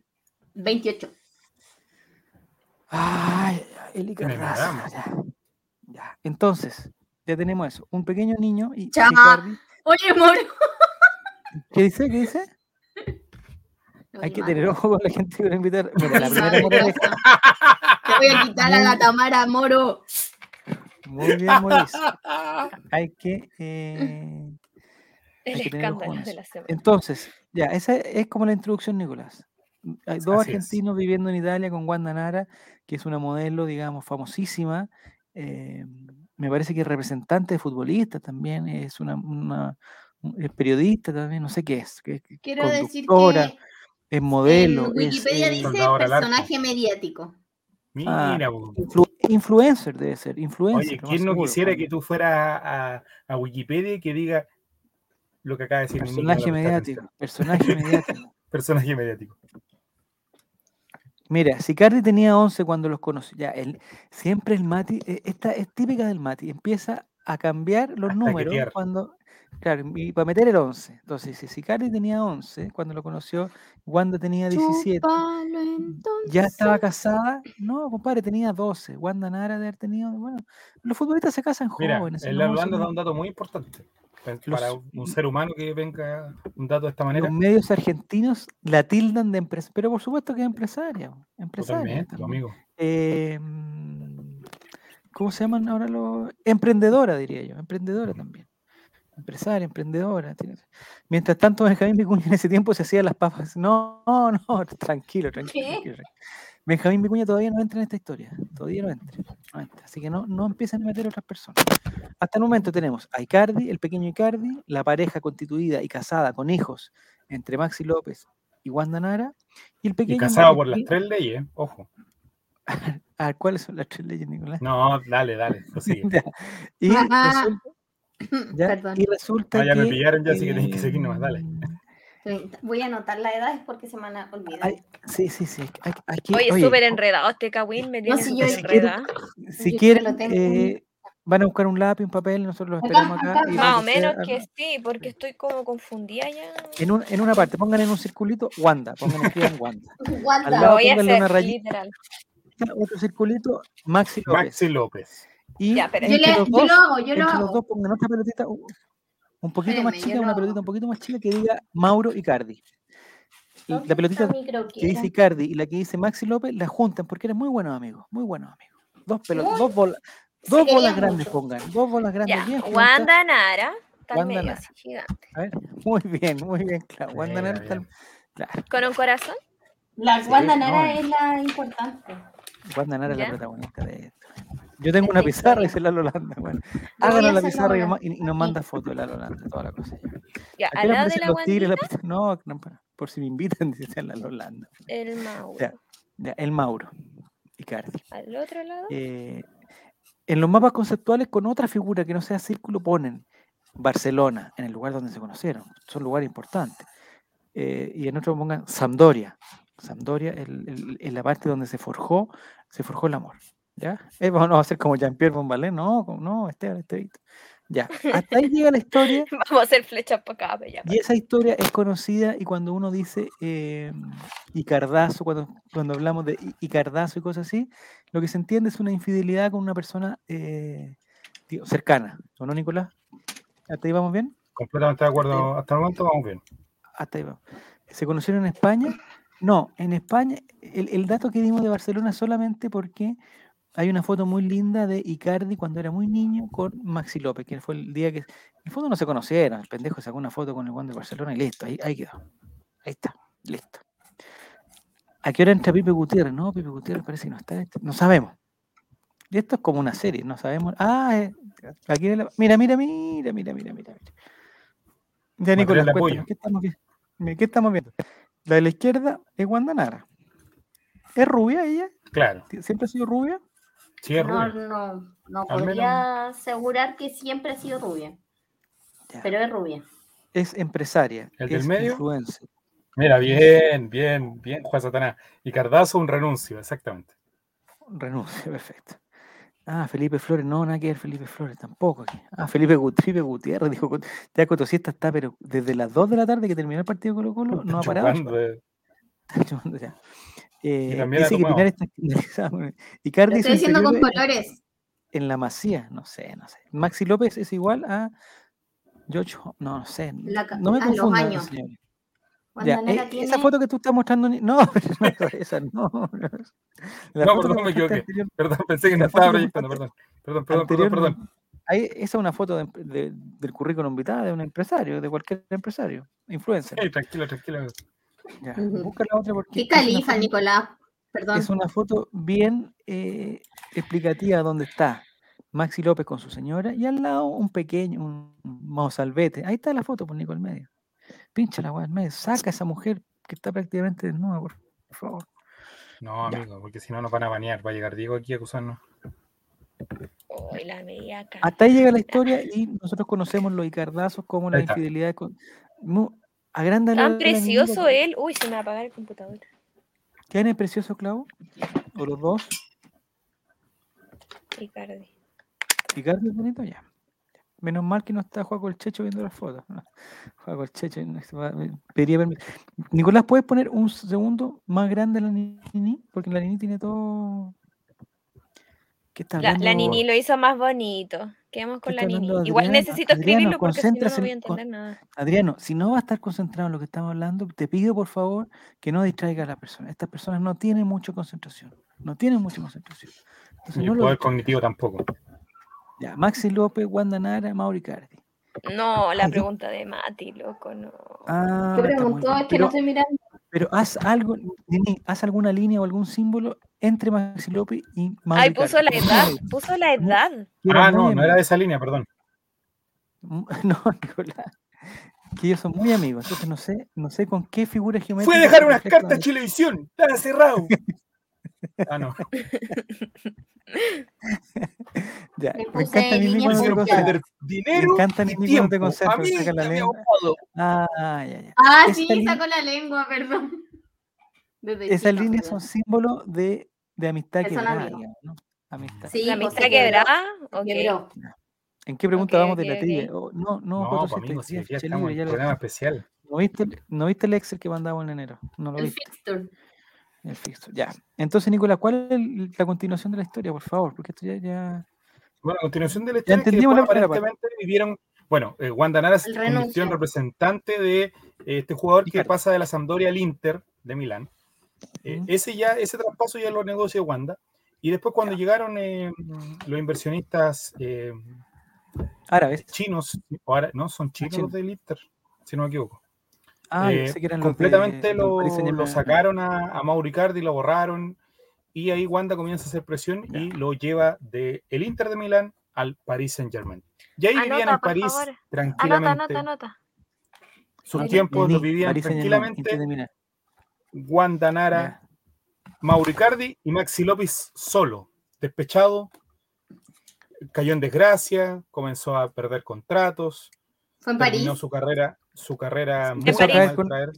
28.
Ay, el
Tiene mi
Icarrazo,
edad,
ya, ya. Entonces, ya tenemos eso. Un pequeño niño y
Chama.
Icardi.
Oye, Mauro.
¿Qué dice? ¿Qué dice?
Oye,
Hay que
Mauro,
tener ojo con la gente que va a invitar. Mira, la
sí
primera
sabe
moraleja.
cosas. Te voy a quitar a la Tamara Moro.
Muy bien, Mauricio. Hay que. eh,
El
Hay que tener ojo
escándalo
con
de
eso.
la semana.
Entonces, ya, esa es como la introducción, Nicolás. Mm, Hay dos
Así es.
argentinos viviendo en Italia con Wanda Nara, que es una modelo, digamos, famosísima. eh, me parece que es representante de futbolistas también, es una, una- un- es periodista también, no sé qué es. Que, que-
Quiero decir
conductora,
que
es modelo,
en
es
Wikipedia
eh,
dice
Soldado al arco.
personaje mediático.
Ah,
Mira, po.
influ- influencer, debe ser. Influencer,
Oye,
lo más
¿quién no
seguro.
quisiera que tú fueras a, a- a Wikipedia y que diga lo que acaba de decir mi niño?
Personaje mediático, personaje mediático.
Personaje mediático.
Mira, si Cardi tenía 11 cuando los conocí, ya, el- siempre el Mati, e- esta es típica del Mati, empieza a cambiar los
A
números
taquetear.
cuando, claro, y para meter el 11. Entonces, si Sicardi tenía 11 cuando lo conoció, Wanda tenía 17,
Chúpalo entonces.
ya estaba casada, no, compadre, tenía 12, Wanda Nara de haber tenido, bueno, los futbolistas se casan
Mira,
jóvenes. si
el
no, si
Holanda
no-
da un dato muy importante. Pa-
Los-
Para un ser humano que venga un dato de esta manera,
los medios argentinos la tildan de empresa, pero por supuesto que es empresaria, empresaria.
totalmente,
también.
amigo.
eh, mm, ¿cómo se llaman ahora los? Emprendedora, diría yo, emprendedora también. Empresaria, emprendedora. tiene- Mientras tanto, Benjamín Vicuña en ese tiempo se hacía las papas. No, no, no, tranquilo, tranquilo. tranquilo, tranquilo. Benjamín Vicuña todavía no entra en esta historia. Todavía no entra. no entra, Así que no, no empiecen a meter otras personas. Hasta el momento tenemos a Icardi, el pequeño Icardi, la pareja constituida y casada con hijos entre Maxi López y Wanda Nara, y el pequeño.
Y casado por las
Marroquí-
tres leyes, ojo.
Ah, ¿Cuáles son las tres leyes, Nicolás?
No, dale, dale, prosigue.
Ya. Y
Ajá.
resulta, ya,
Ah, Mm, Perdón.
y resulta
Ah, ya
que,
me pillaron ya, así que tenés que
eh,
seguir nomás, dale.
Treinta. Voy a anotar la edad, es porque se me van a olvidar.
Ay, sí, sí, sí. es que hay- hay que-
Oye,
oye,
súper enredado este Kawin, me tiene
si yo-
súper enredado.
Si
yo
quieren,
lo tengo.
eh, van a buscar un lápiz, un papel, nosotros los
Acá,
esperamos acá.
acá.
y lo
Más o
que sea,
menos que
ah,
sí, porque estoy como confundida ya.
En, un- en una parte, pongan en un circulito Wanda, pongan escriban Wanda.
Wanda,
al lado
Lo voy a
póngale una
hacer,
rayita.
literal.
Otro circulito, Maxi López.
Maxi López.
Y
Ya, pero-
yo, le-
entre los
yo
dos,
lo hago, yo lo
entre los
hago.
dos pongan otra pelotita u- un poquito más
Espérenme, yo
chica,
lo
una
hago.
pelotita un poquito más chica que diga Mauro Icardi. Y
¿Dónde
la pelotita
está mi
que
croquera?
dice Icardi y la que dice Maxi López la juntan porque eran muy buenos amigos, muy buenos amigos. Dos pelotas,
Muy.
dos bolas,
Se
Dos bolas
querían
grandes
mucho.
pongan, dos bolas grandes.
Ya,
bien juntas.
Wanda Nara. Está en
Wanda
medio,
Nara.
así, gigante.
A ver, Muy bien, muy bien, claro. Wanda
Bien,
Nara está-
bien.
claro,
Con un corazón.
La
Sí,
Wanda
no.
Nara es la importante.
Wanda Nara es la
Ya.
protagonista de esto. Yo tengo una
Perfecto.
pizarra, dice la Lolanda. Bueno,
Yo voy
háganos
a
la
hacer la
pizarra y,
Lolanda.
y- y nos manda fotos de la Lolanda, toda la cosa.
Ya,
¿A qué
al
le
lado de
parecen
la
los tigres
Wanda,
la pizarra? No, no, para, por si me invitan, dice la Lolanda.
el Mauro.
Ya. Ya, el Mauro y Cardi.
Al otro lado,
eh, en los mapas conceptuales con otra figura que no sea círculo ponen Barcelona, en el lugar donde se conocieron. Son lugares importantes. Eh, y en otro pongan Sampdoria. Sampdoria el- el- en la parte donde se forjó, se forjó el amor. ¿Ya? Eh, vamos a hacer como Jean-Pierre Bombalé, no, como- no, Esteban, Estevito. Ya, hasta ahí llega la historia
vamos a hacer flechas para acá, pero ya.
y esa historia es conocida y cuando uno dice eh, Icardazo, cuando, cuando hablamos de I- Icardazo y cosas así, lo que se entiende es una infidelidad con una persona eh, digo, cercana. ¿O no, Nicolás? ¿Hasta ahí vamos bien?
Completamente de acuerdo. Hasta el momento vamos bien.
Hasta ahí vamos. ¿Se conocieron en España? No, en España, el, el dato que dimos de Barcelona solamente porque hay una foto muy linda de Icardi cuando era muy niño con Maxi López, que fue el día que. En el fondo no se conocieron, el pendejo sacó una foto con el guante de Barcelona y listo, ahí, ahí quedó. Ahí está, listo. ¿A qué hora entra Pipe Gutiérrez? No, Pipe Gutiérrez parece que no está. este- No sabemos. Y esto es como una serie, no sabemos. Ah, eh, aquí en la- mira, mira, mira, mira, mira, mira, mira. Ya,
Material
Nicolás,
de
cuéntanos,
apoyo.
¿qué estamos, vi- ¿qué estamos viendo? La de la izquierda es Wanda Nara. ¿Es rubia ella?
Claro.
¿Sie- ¿Siempre ha sido rubia?
Sí, es
no,
rubio.
no, no
Al menos-
podría asegurar que siempre ha sido rubia,
Ya.
pero es rubia.
es empresaria,
¿El del
es
medio?
influencer.
Mira, bien, bien, bien, Juan Satanás. Y Cardazo, un renuncio, exactamente.
Renuncia, perfecto. Ah, Felipe Flores, no, nada que ver, Felipe Flores tampoco. aquí. Ah, Felipe Gut- Felipe Gutiérrez, dijo, Gut- ya Cotosiesta está, pero desde las 2 de la tarde que terminó el partido de Colo Colo, no ha parado.
Chupando eh. de-
Está chupando ya. Eh,
también ha
dice que
tomado.
Pinar está escandalizado. Icardi
Lo
hizo
estoy diciendo con
inferiores
colores.
en la masía, no sé, no sé. Maxi López es igual a George, Ho- no, no sé.
La ca-
no me
a los
confundan,
años.
señores.
Wanda
Ya,
Nara
eh,
tiene...
Esa foto que tú estás mostrando, ni- no, no, esa no. no. La
No,
foto
perdón,
que
me
mostraste
equivoqué.
anterior-
Perdón, pensé que no
La
estaba
foto que
proyectando,
mandaste
perdón. Perdón, perdón, perdón,
anterior,
perdón.
ahí- esa es una foto de empre- de- del currículum vitae de un empresario, de cualquier empresario, influencer.
Ey, tranquilo, tranquilo.
Ya,
Ujú.
Busca la otra porque
Qué
es una
califa,
foto-
Nicolás. Perdón.
es una foto bien eh, explicativa donde está Maxi López con su señora y al lado un pequeño, un un mozalbete. Ahí está la foto por Nico al medio. Pincha la weá al medio, saca a esa mujer que está prácticamente desnuda, por favor.
No,
Ya.
amigo, porque si no nos van a banear. Va a llegar Diego aquí a acusarnos.
Uy, la mediaca.
Hasta ahí llega la historia y nosotros conocemos los icardazos como la
Ahí está.
infidelidad. Con... Mu- agrándale a la
Tan
niñita
precioso eh.
que-
él. Uy, se me va a apagar el computador.
¿Quién es precioso, Clau? ¿O los dos?
Ricardi.
¿Y Carlos es bonito? Ya. Menos mal que no está Juaco el Checho viendo las fotos. ¿no? Juaco el Checho no se va- pediría permiso. Nicolás, ¿puedes poner un segundo más grande a la Nini? Porque la Nini tiene todo... ¿Qué está
La,
hablando?
la Nini lo hizo más bonito. Quedemos con la
Está
Nini.
hablando
Igual
Adriano.
necesito
Adriano,
escribirlo porque si no, no
concéntrase
voy a
en- con-
entender nada.
Adriano, si no va a estar concentrado en lo que estamos hablando, te pido por favor que no distraigas a la persona. Estas personas no tienen mucha concentración. No tienen mucha concentración. Entonces,
Y
no
el
lo
poder cognitivo tampoco.
Ya, Maxi López, Wanda Nara, Mauri Cardi.
No, la
Ay, yo-
pregunta de Mati, loco, no.
Ah,
¿Qué
está muy
preguntó?
bien.
Es que
pero,
no estoy mirando.
pero haz algo, Nini, haz alguna línea o algún símbolo entre Maxi López y Mauri
Ay, puso la edad, puso la
Mu-
edad.
Ah, no, no era de esa línea, perdón.
No, Nicolás. Que ellos son muy amigos, entonces no sé, no sé con qué figura geométrica.
Fue a dejar
se
unas
refleja
cartas a
la-
Chilevisión. Estaba cerrado. Ah, no.
Ya,
Le
me
puse
encanta Nini
líneas
Me
Bueno,
cuando te concentras.
hicieron
punteadas.
perder dinero
Me encanta,
y
Nico, cuando te
tiempo.
concentras,
A mí
saca la
me
lengua.
ahogo.
Ah, ya, ya.
Ah,
Esta
sí,
línea-
sacó la lengua, perdón. Desde
Esas
chica,
líneas son
perdón.
símbolo de, de amistad
Que son
quebrada,
amigos.
digamos, ¿no? Amistad.
Sí,
la
pues,
amistad
se quebró,
quebrada.
se
ok.
quebró.
¿En qué pregunta
Ok,
vamos de
ok,
la
ok.
trivia? Oh, no, no,
No, pues,
400,
amigo, si hoy día
ficha
estamos
libre,
en
ya
un
lo-
programa especial.
¿no, viste, el- no viste el Excel que mandamos en enero? No lo
El
viste,
fixture.
el fixture. Ya. Entonces, Nicolás, ¿cuál es el- la continuación de la historia, por favor? Porque esto ya... ya...
Bueno, a continuación de la historia, es que
entendimos la
después
primera parte.
aparentemente vivieron. Bueno, eh, Wanda Nara se
El
convirtió en
renuncio.
representante de eh, este jugador que
Icardi.
pasa de la Sampdoria al Inter de Milán. Eh,
Ujú.
ese, ya, ese traspaso ya lo negoció Wanda. Y después cuando llegaron eh, los inversionistas eh,
Árabes.
chinos, o ara- no, son chinos
Chino.
los del Inter, si no me equivoco.
Ah,
Eh,
pensé que eran los de-
completamente
del
lo,
Paris Saint-Germain.
lo sacaron a, a Mauricardi, lo borraron, y ahí Wanda comienza a hacer presión y lo lleva del el Inter de Milán al Paris Saint Germain. Y ahí
Anota,
vivían en
por
París
favor.
tranquilamente.
Anota, anota, anota.
Sus
Denis,
tiempos pues, lo
Denis,
vivían
Paris Saint-Germain, Inter
tranquilamente
de Milán.
Wanda Nara,
Ya.
Mauricardi y Maxi López solo, despechado, cayó en desgracia, comenzó a perder contratos,
Fue en París.
terminó su carrera, su carrera muy
Empezó a
París.
caer
mal
con.
traer.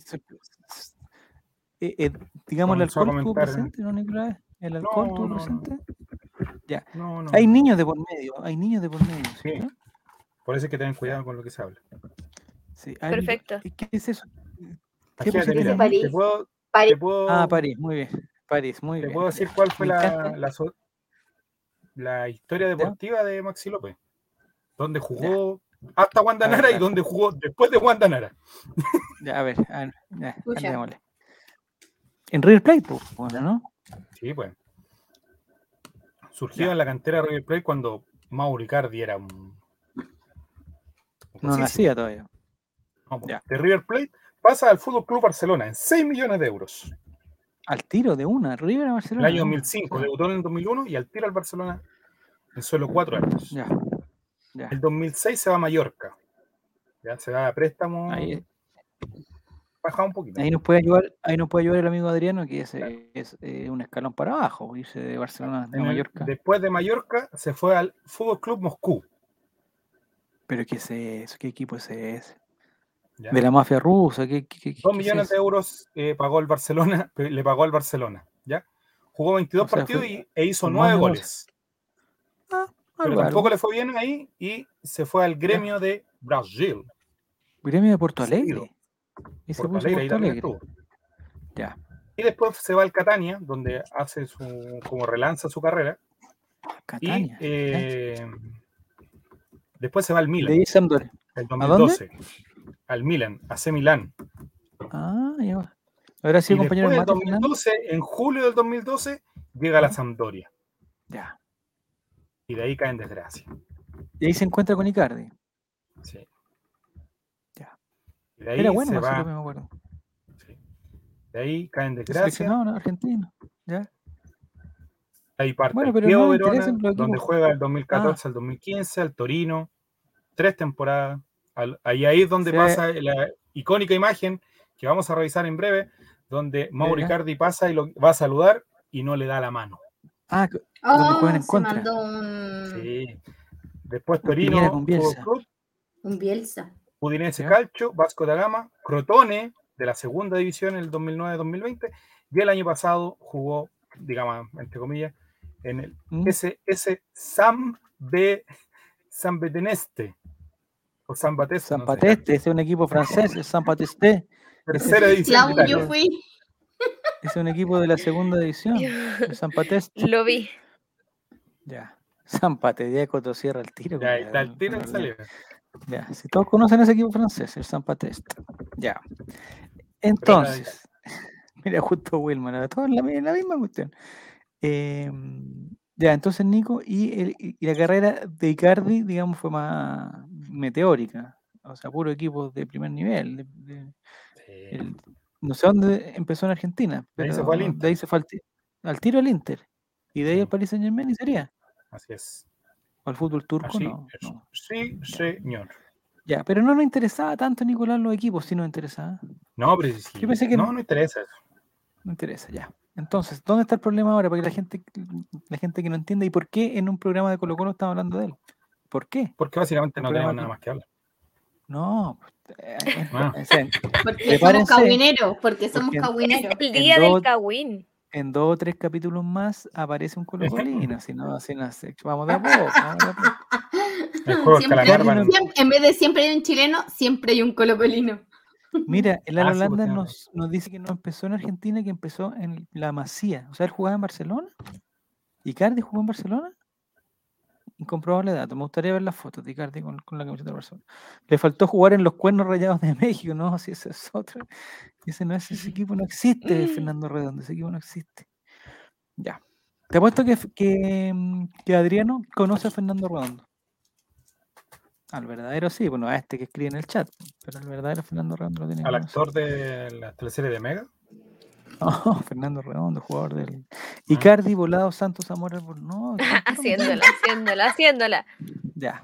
Eh, eh, digámosle,
Comenzó a
¿alcohol estuvo
comentar, ¿no?
presente, no, Nicolás? ¿El alcohol estuvo
no, no.
presente?
No, no.
Hay niños de por medio, hay niños de por medio.
Sí.
¿cierto?
Por eso hay que tener cuidado con lo que se habla.
Sí, hay-
Perfecto.
¿Qué es eso? ¿Qué
Imagínate,
pusiste?
mira,
París.
te puedo,
París.
te puedo-
Ah, París, muy bien. París, muy
te
bien.
puedo decir cuál fue
Me
la,
encanta.
la so- la historia deportiva de Maxi López, donde jugó hasta
A ver,
Guandanara y
dale.
donde jugó después de Guandanara.
Ya, a ver, a ver, ya,
Escucha.
andémosle. En River Plate, pues, bueno, ¿no?
Sí, pues. Surgió en la cantera de River Plate cuando Mauricardi era un.
No
Sí, sí,
nacía todavía.
no, pues,
ya.
De River Plate pasa al Fútbol Club Barcelona en 6 millones de euros.
Al tiro de una, River a
En el
Barcelona.
año
¿no?
2005, debutó en el 2001 y al tiro al Barcelona en solo 4 años.
Ya, ya.
El 2006 se va a Mallorca. Ya se va a préstamo.
Ahí,
Baja un poquito.
ahí nos puede ayudar, ahí nos puede ayudar el amigo Adriano, que ese es eh, un escalón para abajo, irse de Barcelona
En
a
el-
Mallorca.
después de Mallorca se fue al Fútbol Club Moscú.
Pero qué es eso, qué equipo es ese.
ya.
De la mafia rusa, qué, qué, qué- qué
Dos
es
millones de
eso?
euros eh, pagó el Barcelona, pe- le pagó al Barcelona, ¿ya? Jugó 22
O sea,
partidos
fue
y, e hizo
un
nueve
buen
goles.
Ah,
Pero
claro.
tampoco le fue bien ahí y se fue al gremio de Brasil.
Gremio de Porto
Seguido.
Alegre. Y se
Porto
puso
Alegre, ahí
Porto
también
Alegre.
estuvo.
Ya.
Y después se va al Catania, donde hace su, como relanza su carrera.
Ah, Catania.
y eh, después se va al
ya. de
Milan,
ahí Sampdoria.
el
dónde?
2012. Al Milan, hace Milán.
Ah, ya va. Ahora sí,
y
compañero
después
del
del
Mate Fernández.
2012, en julio del 2012, llega la Sampdoria.
Ya.
Y de ahí cae en desgracia.
Y ahí se encuentra con Icardi.
Sí.
Ya.
Y de ahí
Era bueno,
se
Marcelo,
va,
me acuerdo.
de ahí caen desgracia.
Seleccionado, ¿no? Argentino. Ya.
Ahí parte
Bueno,
al
pero
Chievo
no me
Verona,
interesan los Ah.
donde
equipos.
juega el 2014 al 2015, al Torino, tres temporadas. Al- ahí, ahí es donde
Sí.
pasa la icónica imagen que vamos a revisar en breve, donde Mauricardi pasa y lo va a saludar y no le da la mano.
Ah, c- Donde
Oh,
juegan en
se
contra.
mandó
Mm.
un,
Sí. Después
Ah, Piñera
Torino,
con
Fútbol
Bielsa.
Club,
un Bielsa.
Udinese
Ya.
Calcio, Vasco da Gama, Crotone de la segunda división en el 2009-2020 y el año pasado jugó, digamos, entre comillas, en el
mm,
SS Sam de San Beteneste o San Bateste,
San
no sé,
Pateste, ese es un equipo francés, es San Pateste,
tercera división. de
Clau, yo
Italia.
fui.
ese es un equipo de la segunda división, es San Pateste.
Lo vi.
Ya, San Pateste, ya Coto cierra el tiro.
Ya, ahí
compadre,
está el tiro
bueno,
en
ya.
salida.
Ya, si todos conocen ese equipo francés, el San Pateste. Ya. Entonces, mira, justo Wilman, era todo en la, mi- en la misma cuestión. Eh, ya, entonces Nico, y, el- y- y la carrera de Icardi, digamos, fue más meteórica. O sea, puro equipo de primer nivel. de- de-
Sí.
el- no sé dónde empezó en Argentina,
De ahí
pero
se fue al Inter.
de ahí se fue al, ti- al tiro al Inter. Y de ahí
Sí.
al Paris Saint Germain y sería.
Así es.
O al fútbol turco,
Así
no,
es.
no.
Sí, señor.
Ya, pero no nos interesaba tanto, Nicolás, los equipos, sí nos interesaba.
No, pero sí,
Yo pensé que
no,
no.
no interesa eso.
No interesa, ya. Entonces, ¿dónde está el problema ahora? Para que la gente, la gente que no entienda, ¿y por qué en un programa de Colo Colo estamos hablando de él? ¿Por qué?
Porque básicamente
El
no
problema
tenemos
es
nada
que-
más que hablar.
No. pues, eh, eh,
Ah.
o sea, en-
Porque somos
Prepárense.
cagüineros. Porque somos
Porque-
cagüineros.
El
En
día del
dos-
Cagüín.
en dos o tres capítulos más aparece un Colo Colino, si no, si no, se- vamos de a poco. vamos de a poco.
El juego del
Siempre-
calamar van-
Siempre- en vez de siempre hay un chileno, siempre hay un colocolino.
Mira, el Al
Ah, sí, pues,
Holanda
tiene
nos, nos dice que no empezó en Argentina, que empezó en la Masía. O sea, él jugaba en Barcelona. ¿Icardi jugó en Barcelona? Incomprobable dato. Me gustaría ver las fotos de Icardi con, con la camiseta de Barcelona. Le faltó jugar en los cuernos rayados de México, ¿no? Si ese es otro. Ese, no es, ese equipo no existe, Fernando Redondo. Ese equipo no existe. Ya. Te apuesto que, que, mm, que Adriano conoce a Fernando Redondo. Al verdadero sí, bueno, a este que escribe en el chat, pero al verdadero Fernando Redondo lo tiene que
al
conocer.
actor de la teleserie de Mega.
No, Fernando Redondo, jugador del.
Ah.
Icardi, Volado, Santos, Zamora, Albornoz. no.
Ah,
Haciéndola, haciéndola, haciéndola.
Ya.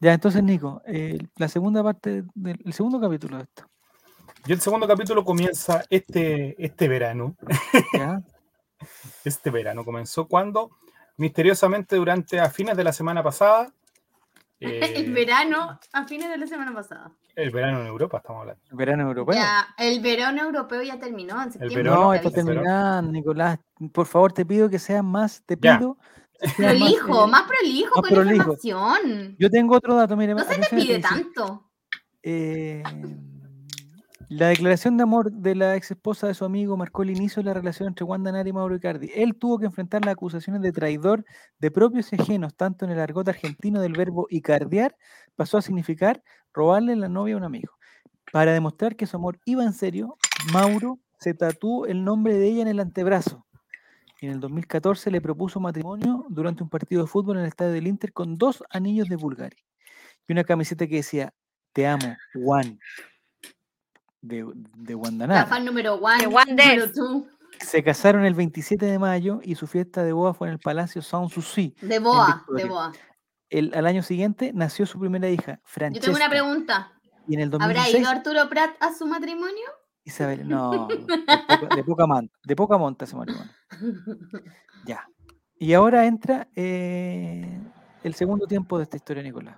Ya, entonces, Nico, eh, la segunda parte, del el segundo capítulo de esto.
Y el segundo capítulo comienza este, este verano.
¿ya?
Este verano comenzó cuando, misteriosamente, durante a fines de la semana pasada. eh,
El verano, a fines de la semana pasada.
el verano en Europa, estamos hablando.
El verano europeo.
Ya, el verano europeo ya terminó en septiembre.
verano-
No,
no,
está
está bien.
terminando, Nicolás. Por favor, te pido que seas más, te
Ya.
pido. que seas más,
Prolijo,
eh,
más prolijo
más
con
prolijo.
información.
Yo tengo otro dato, mire.
No se te
atención a lo que
pide
dice.
tanto.
Eh, la declaración de amor de la ex esposa de su amigo marcó el inicio de la relación entre Wanda Nara y Mauro Icardi. Él tuvo que enfrentar las acusaciones de traidor de propios y ajenos, tanto en el argot argentino del verbo icardear, pasó a significar robarle la novia a un amigo. Para demostrar que su amor iba en serio, Mauro se tatuó el nombre de ella en el antebrazo. Y en el 2014 le propuso matrimonio durante un partido de fútbol en el estadio del Inter con dos anillos de Bulgari y una camiseta que decía te amo, Juan. De, de
La
Guandaná.
fan número one,
The one
número
dance.
two,
Se casaron el 27 de mayo y su fiesta de boda fue en el Palacio Sans Souci.
de Boa, de
Victoria.
Boa.
El, al año siguiente nació su primera hija,
Yo
Francesca.
tengo una pregunta.
Y en el
¿Habrá
2016,
ido Arturo Prat a su matrimonio?
Isabel, no, de poca, de poca man- de poca monta ese matrimonio. Ya. Y ahora entra eh, el segundo tiempo de esta historia, Nicolás.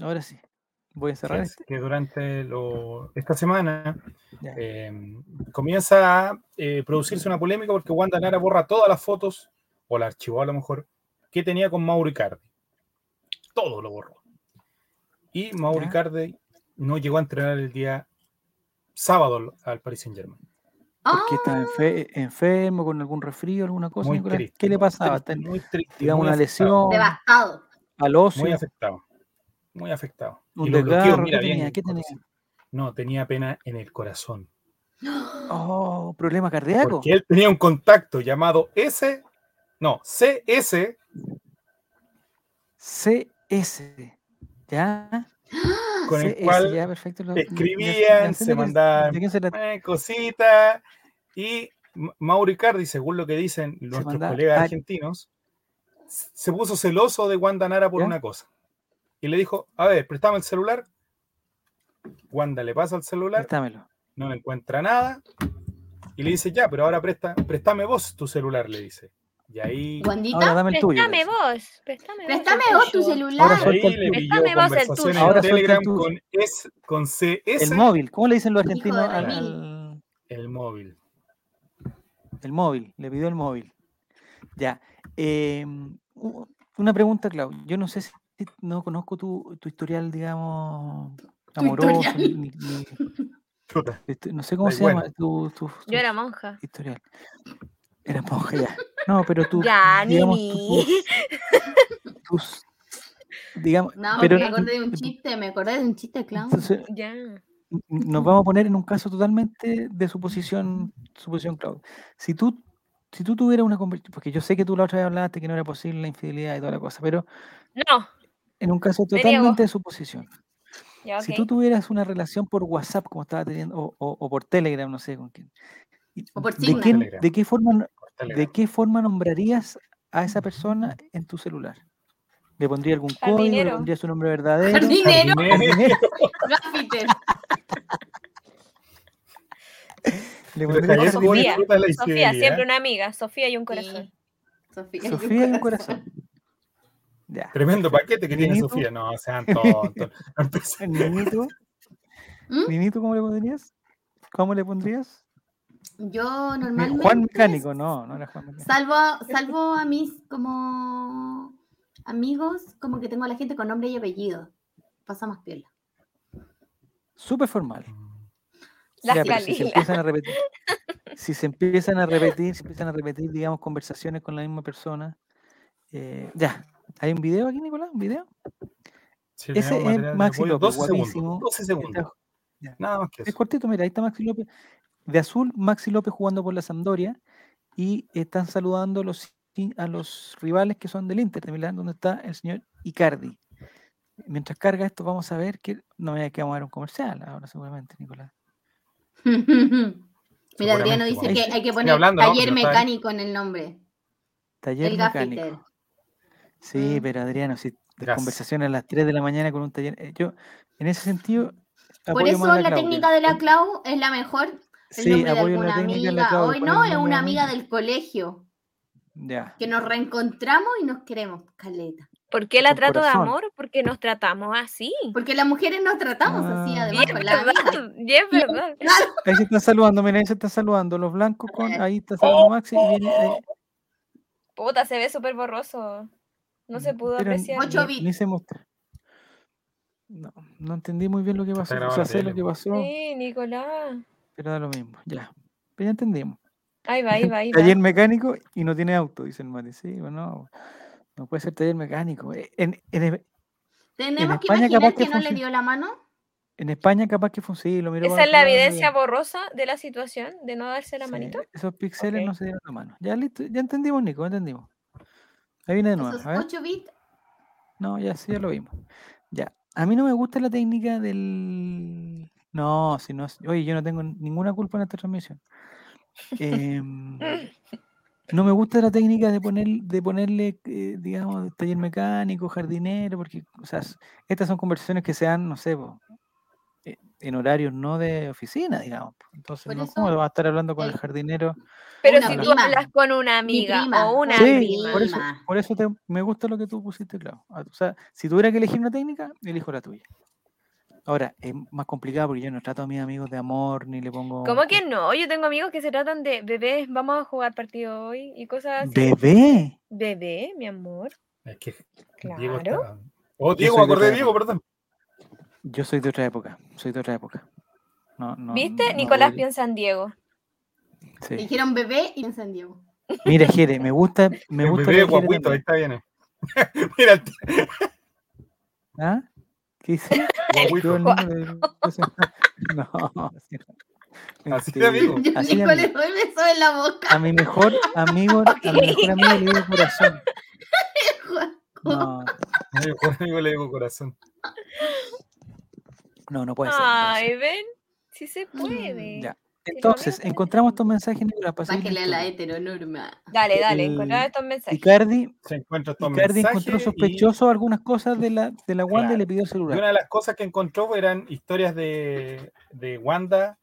Ahora sí. Voy a cerrar
Así
este.
que durante lo- esta semana
Ya.
eh, comienza a eh, producirse una polémica porque Wanda Nara borra todas las fotos, o la archivó a lo mejor, que tenía con Mauro Icardi. Todo lo borró. Y Mauro
Ya.
Icardi no llegó a entrenar el día sábado al- al Paris Saint Germain.
¡Oh!
Porque
Ah.
estaba enfe- enfermo, con algún resfrío, alguna cosa,
Muy
Pues, Nicolás.
triste.
¿Qué le
muy
pasaba?
triste,
Ten-
muy triste,
digamos,
muy
una
afectado,
lesión
Devastado.
al
Muy
ocio.
afectado. Muy afectado.
Un
Y los bloqueos,
desgarro,
mira,
¿qué
bien
tenía? ¿Qué tenía?
conocido. No, tenía pena en el corazón.
Oh, problema cardíaco.
Porque él tenía un contacto llamado S, no, CS,
CS. ¿Ya?
con el
CS,
cual
eh, ya, perfecto, lo- ya- ya- ya
escribían, se
entiendo que-
mandaban
¿De quién se trata?
eh, cositas. Y M- Mauro Icardi, según lo que dicen nuestros
mandaba
colegas
a-
argentinos, s- se puso celoso de Wanda Nara por
¿Ya?
una cosa. Y le dijo, a ver, préstame el celular. Wanda le pasa el celular,
Préstamelo.
no le encuentra nada. Y le dice, ya, pero ahora presta, préstame vos tu celular, le dice. Y ahí...
Ahora
Guandita,
dame el tuyo.
Préstame
le dice.
vos, préstame vos.
préstame
el
vos tu
tuyo.
Ahora
celular.
suelta
ahí
el
le
tuyo.
pilló
Préstame vos el
conversaciones
tuyo.
en
Ahora suelta el
Telegram
tuyo.
con, S, con CS,
El móvil. ¿Cómo le dicen los argentinos
de
al,
mil.
al-
el móvil.
El móvil, le pidió el móvil. Ya. eh, u- una pregunta, Clau. Yo no sé si no conozco tu, tu historial, digamos, amoroso.
historial.
ni- ni- ni-
Chuta,
de tu- no sé cómo
Da
se
igual.
llama tu, tu- tu
Yo era monja.
historial. Era monja, ya. No, pero tú.
Ya,
digamos, tu-
Nini.
tus- tus- digamos,
No, porque
pero
me acordé de un chiste, me acordé de un chiste, Clau.
entonces,
Ya.
n- nos vamos a poner en un caso totalmente de suposición, suposición Clau. Si tú, si tú tuvieras una conversación, porque yo sé que tú la otra vez hablaste que no era posible la infidelidad y toda la cosa, pero
No.
en un caso
Me niego.
totalmente de suposición,
Ya, ok.
si tú tuvieras una relación por WhatsApp como estaba teniendo, o, o- o por Telegram, no sé con quién, y
O por
¿de,
Signal.
quién-
Telegram.
de qué forma, no-
por
¿de
Telegram.
qué forma nombrarías a esa persona en tu celular? ¿Le pondría algún código? ¿Le
Jardinero.
pondría su nombre verdadero?
Jardinero.
Jardinero.
Grafite.
Le
Pero
pondría
Javier,
Sofía.
¿cómo
jardinero.
disfrutas la
Sofía,
infidelidad?
siempre una amiga. Sofía y un corazón.
Sí. Sofía, y un
Sofía y un corazón. Ya.
Tremendo paquete que tiene
Niñito.
Sofía. No, sean tontos. No empecé.
Ninito,
¿Mm?
Ninito, ¿cómo le pondrías? ¿Cómo le pondrías?
Yo
Mi-
normalmente.
Juan Mecánico, no, no era Juan Mecánico.
Salvo, salvo a mis como amigos, como que tengo a la gente con nombre y apellido. Pasa más piola.
Súper formal.
mm,
La
Ya, pero si se
Jalila.
empiezan a repetir, si se empiezan a repetir, si empiezan a repetir, digamos, conversaciones con la misma persona. eh, ya, ¿hay un video aquí, Nicolás? ¿Un video?
Sí,
Ese
tenemos material
es
de
Maxi
apoyo.
López,
12 segundos,
guapísimo.
12 segundos.
Está-
Nada más que
Es
eso.
cortito, mira, ahí está Maxi López. De azul, Maxi López jugando por la Sampdoria y están saludando los qui- a los rivales que son del Inter de Milán, donde está el señor Icardi. Mientras carga esto, vamos a ver que no me que vamos a ver un comercial ahora, seguramente, Nicolás.
Mira, Adriano
Seguramente,
dice
bueno.
que hay que poner
hablando, ¿no?
taller
Pero está ahí.
mecánico en el nombre.
Taller
El
mecánico.
gafiter.
Sí,
Mm.
pero Adriano, si
Gracias.
conversaciones a las 3 de la mañana con un taller. eh, Yo, en ese sentido.
Por eso la técnica de la Clau es la mejor. El
Sí,
nombre de
apoyo la
alguna
técnica de la
amiga.
Clau,
Hoy
¿cuál
no,
el
es
nombre
una
de la
amiga del colegio.
Ya.
Que nos reencontramos y nos queremos, Caleta.
¿Por qué la
Con
trato de
corazón.
amor? Porque nos tratamos así.
Porque las mujeres nos tratamos así,
Ah.
además,
Bien,
con la
¿verdad?
amiga.
Bien, ¿verdad?
Ahí se están saludando, mira, ahí se están saludando los blancos con.
ver.
Ahí está saludando Maxi y viene. eh, ahí-
Puta, se ve súper borroso. No se pudo
Pero
apreciar.
Ocho
ni,
bits.
ni se mostró. No, no entendí muy bien lo que pasó. O
grabando
sea, sé
tele,
lo que pasó,
Sí, Nicolás.
pero da lo mismo. Ya. Pero ya entendimos.
Ahí va, ahí va, ahí va.
Taller mecánico y no tiene auto, dice el Mati. Sí, bueno, no puede ser taller mecánico. Eh, En, en-
Tenemos que
España
imaginar
capaz que
que no le
funciona.
dio la mano.
en España capaz que fue un sí, lo miró
Esa
para
es la
otro lado,
evidencia
ya.
borrosa de la situación, de no darse la
Sí,
manito.
Esos píxeles
Ok.
no se dieron la mano. Ya listo, ya entendimos, Nico, ya entendimos. Ahí viene de nuevo.
Esos
a ver.
8 bits.
No, ya sí, ya lo vimos. Ya. A mí no me gusta la técnica del. No, si no. es- Oye, yo no tengo ninguna culpa en esta transmisión. Em, no me gusta la técnica de, poner, de ponerle, eh, digamos, taller mecánico, jardinero, porque, o sea, s- estas son conversaciones que se dan, no sé, po, eh, en horarios no de oficina, digamos. po. Entonces,
Por
no, ¿cómo
eso
vas a estar hablando con el
el-
jardinero?
Pero
Una
si tú
prima.
hablas con una
Mi
amiga
prima,
o una
una
Sí,
prima.
por eso,
prima.
por eso te- me gusta lo que tú pusiste, claro. Ah, O sea, si tuviera que elegir una técnica, elijo la tuya. Ahora, es más complicado porque yo no trato a mis amigos de amor, ni le pongo...
¿Cómo que no? Yo tengo amigos que se tratan de bebés, vamos a jugar partido hoy y cosas así.
¿Bebé?
Bebé, mi amor.
Es que Diego
Claro.
está... Oh,
Yo soy
Diego,
de
acordé de
otra
Diego,
época.
perdón.
Yo soy de otra época, soy de otra época. No, no,
¿Viste?
no
Nicolás
podría-
piensa en Diego.
sí.
Dijeron bebé y encendió.
Mira, Jere, me gusta, me
El
gusta... lo
bebé
de Jere
guaguito, ahí
también.
está bien. Mira, el t-
¿Ah? ¿Qué dice? Yo el niño
guaguito.
de- No, así no.
Así
Mentira.
de amigo.
Yo
Oh, Así de
Nico le
amigo.
doy beso en la boca.
A mi mejor amigo, a mi mejor amigo le digo corazón. No,
Yo con Diego le digo corazón.
no, no puede ser. no puede ser. Mm,
Ay, ven, si se puede.
Ya.
lo
Entonces,
mismo.
encontramos estos mensajes Nicolás, para seguir
Bájale a
la
la
historia.
heteronorma.
Dale, dale,
El-
encontrar estos mensajes.
Icardi,
Se encuentra todo
Icardi encontró
mensaje
sospechoso algunas cosas de la, de la Wanda y
Claro.
le pidió el
Y, y
celular.
una de las cosas que encontró eran historias de, de Wanda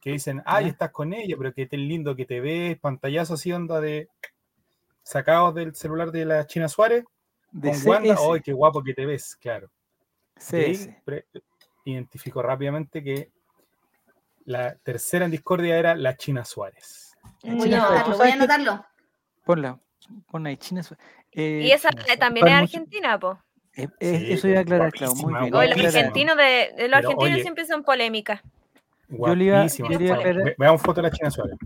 que dicen, ay,
Ya.
estás con ella, pero qué tan lindo que te ves, pantallazo así onda de sacados del celular de la China Suárez
De
con Wanda,
CS,
ay, qué guapo que te ves, claro. Y ahí
CS.
pre- identificó rápidamente que la tercera en discordia era la China Suárez.
Mm,
La
Voy
China
a
Suárez.
anotarlo, voy
¿Tú
a
sabes que-
anotarlo.
Ponla, ponla ahí, China. Suárez. Eh,
Y esa
no sé.
también es
Para mucho-
argentina, po.
eh, eh,
Sí,
eso iba a aclarar, claro, muy
guapísima,
bien.
O los
Guapísima.
aclararon.
argentinos de, de los
Pero,
argentinos
oye.
siempre son polémicas.
Yo le iba-
Guapísima.
yo le iba a
Bueno,
aclarar-
ve- Veamos foto de la China Suárez.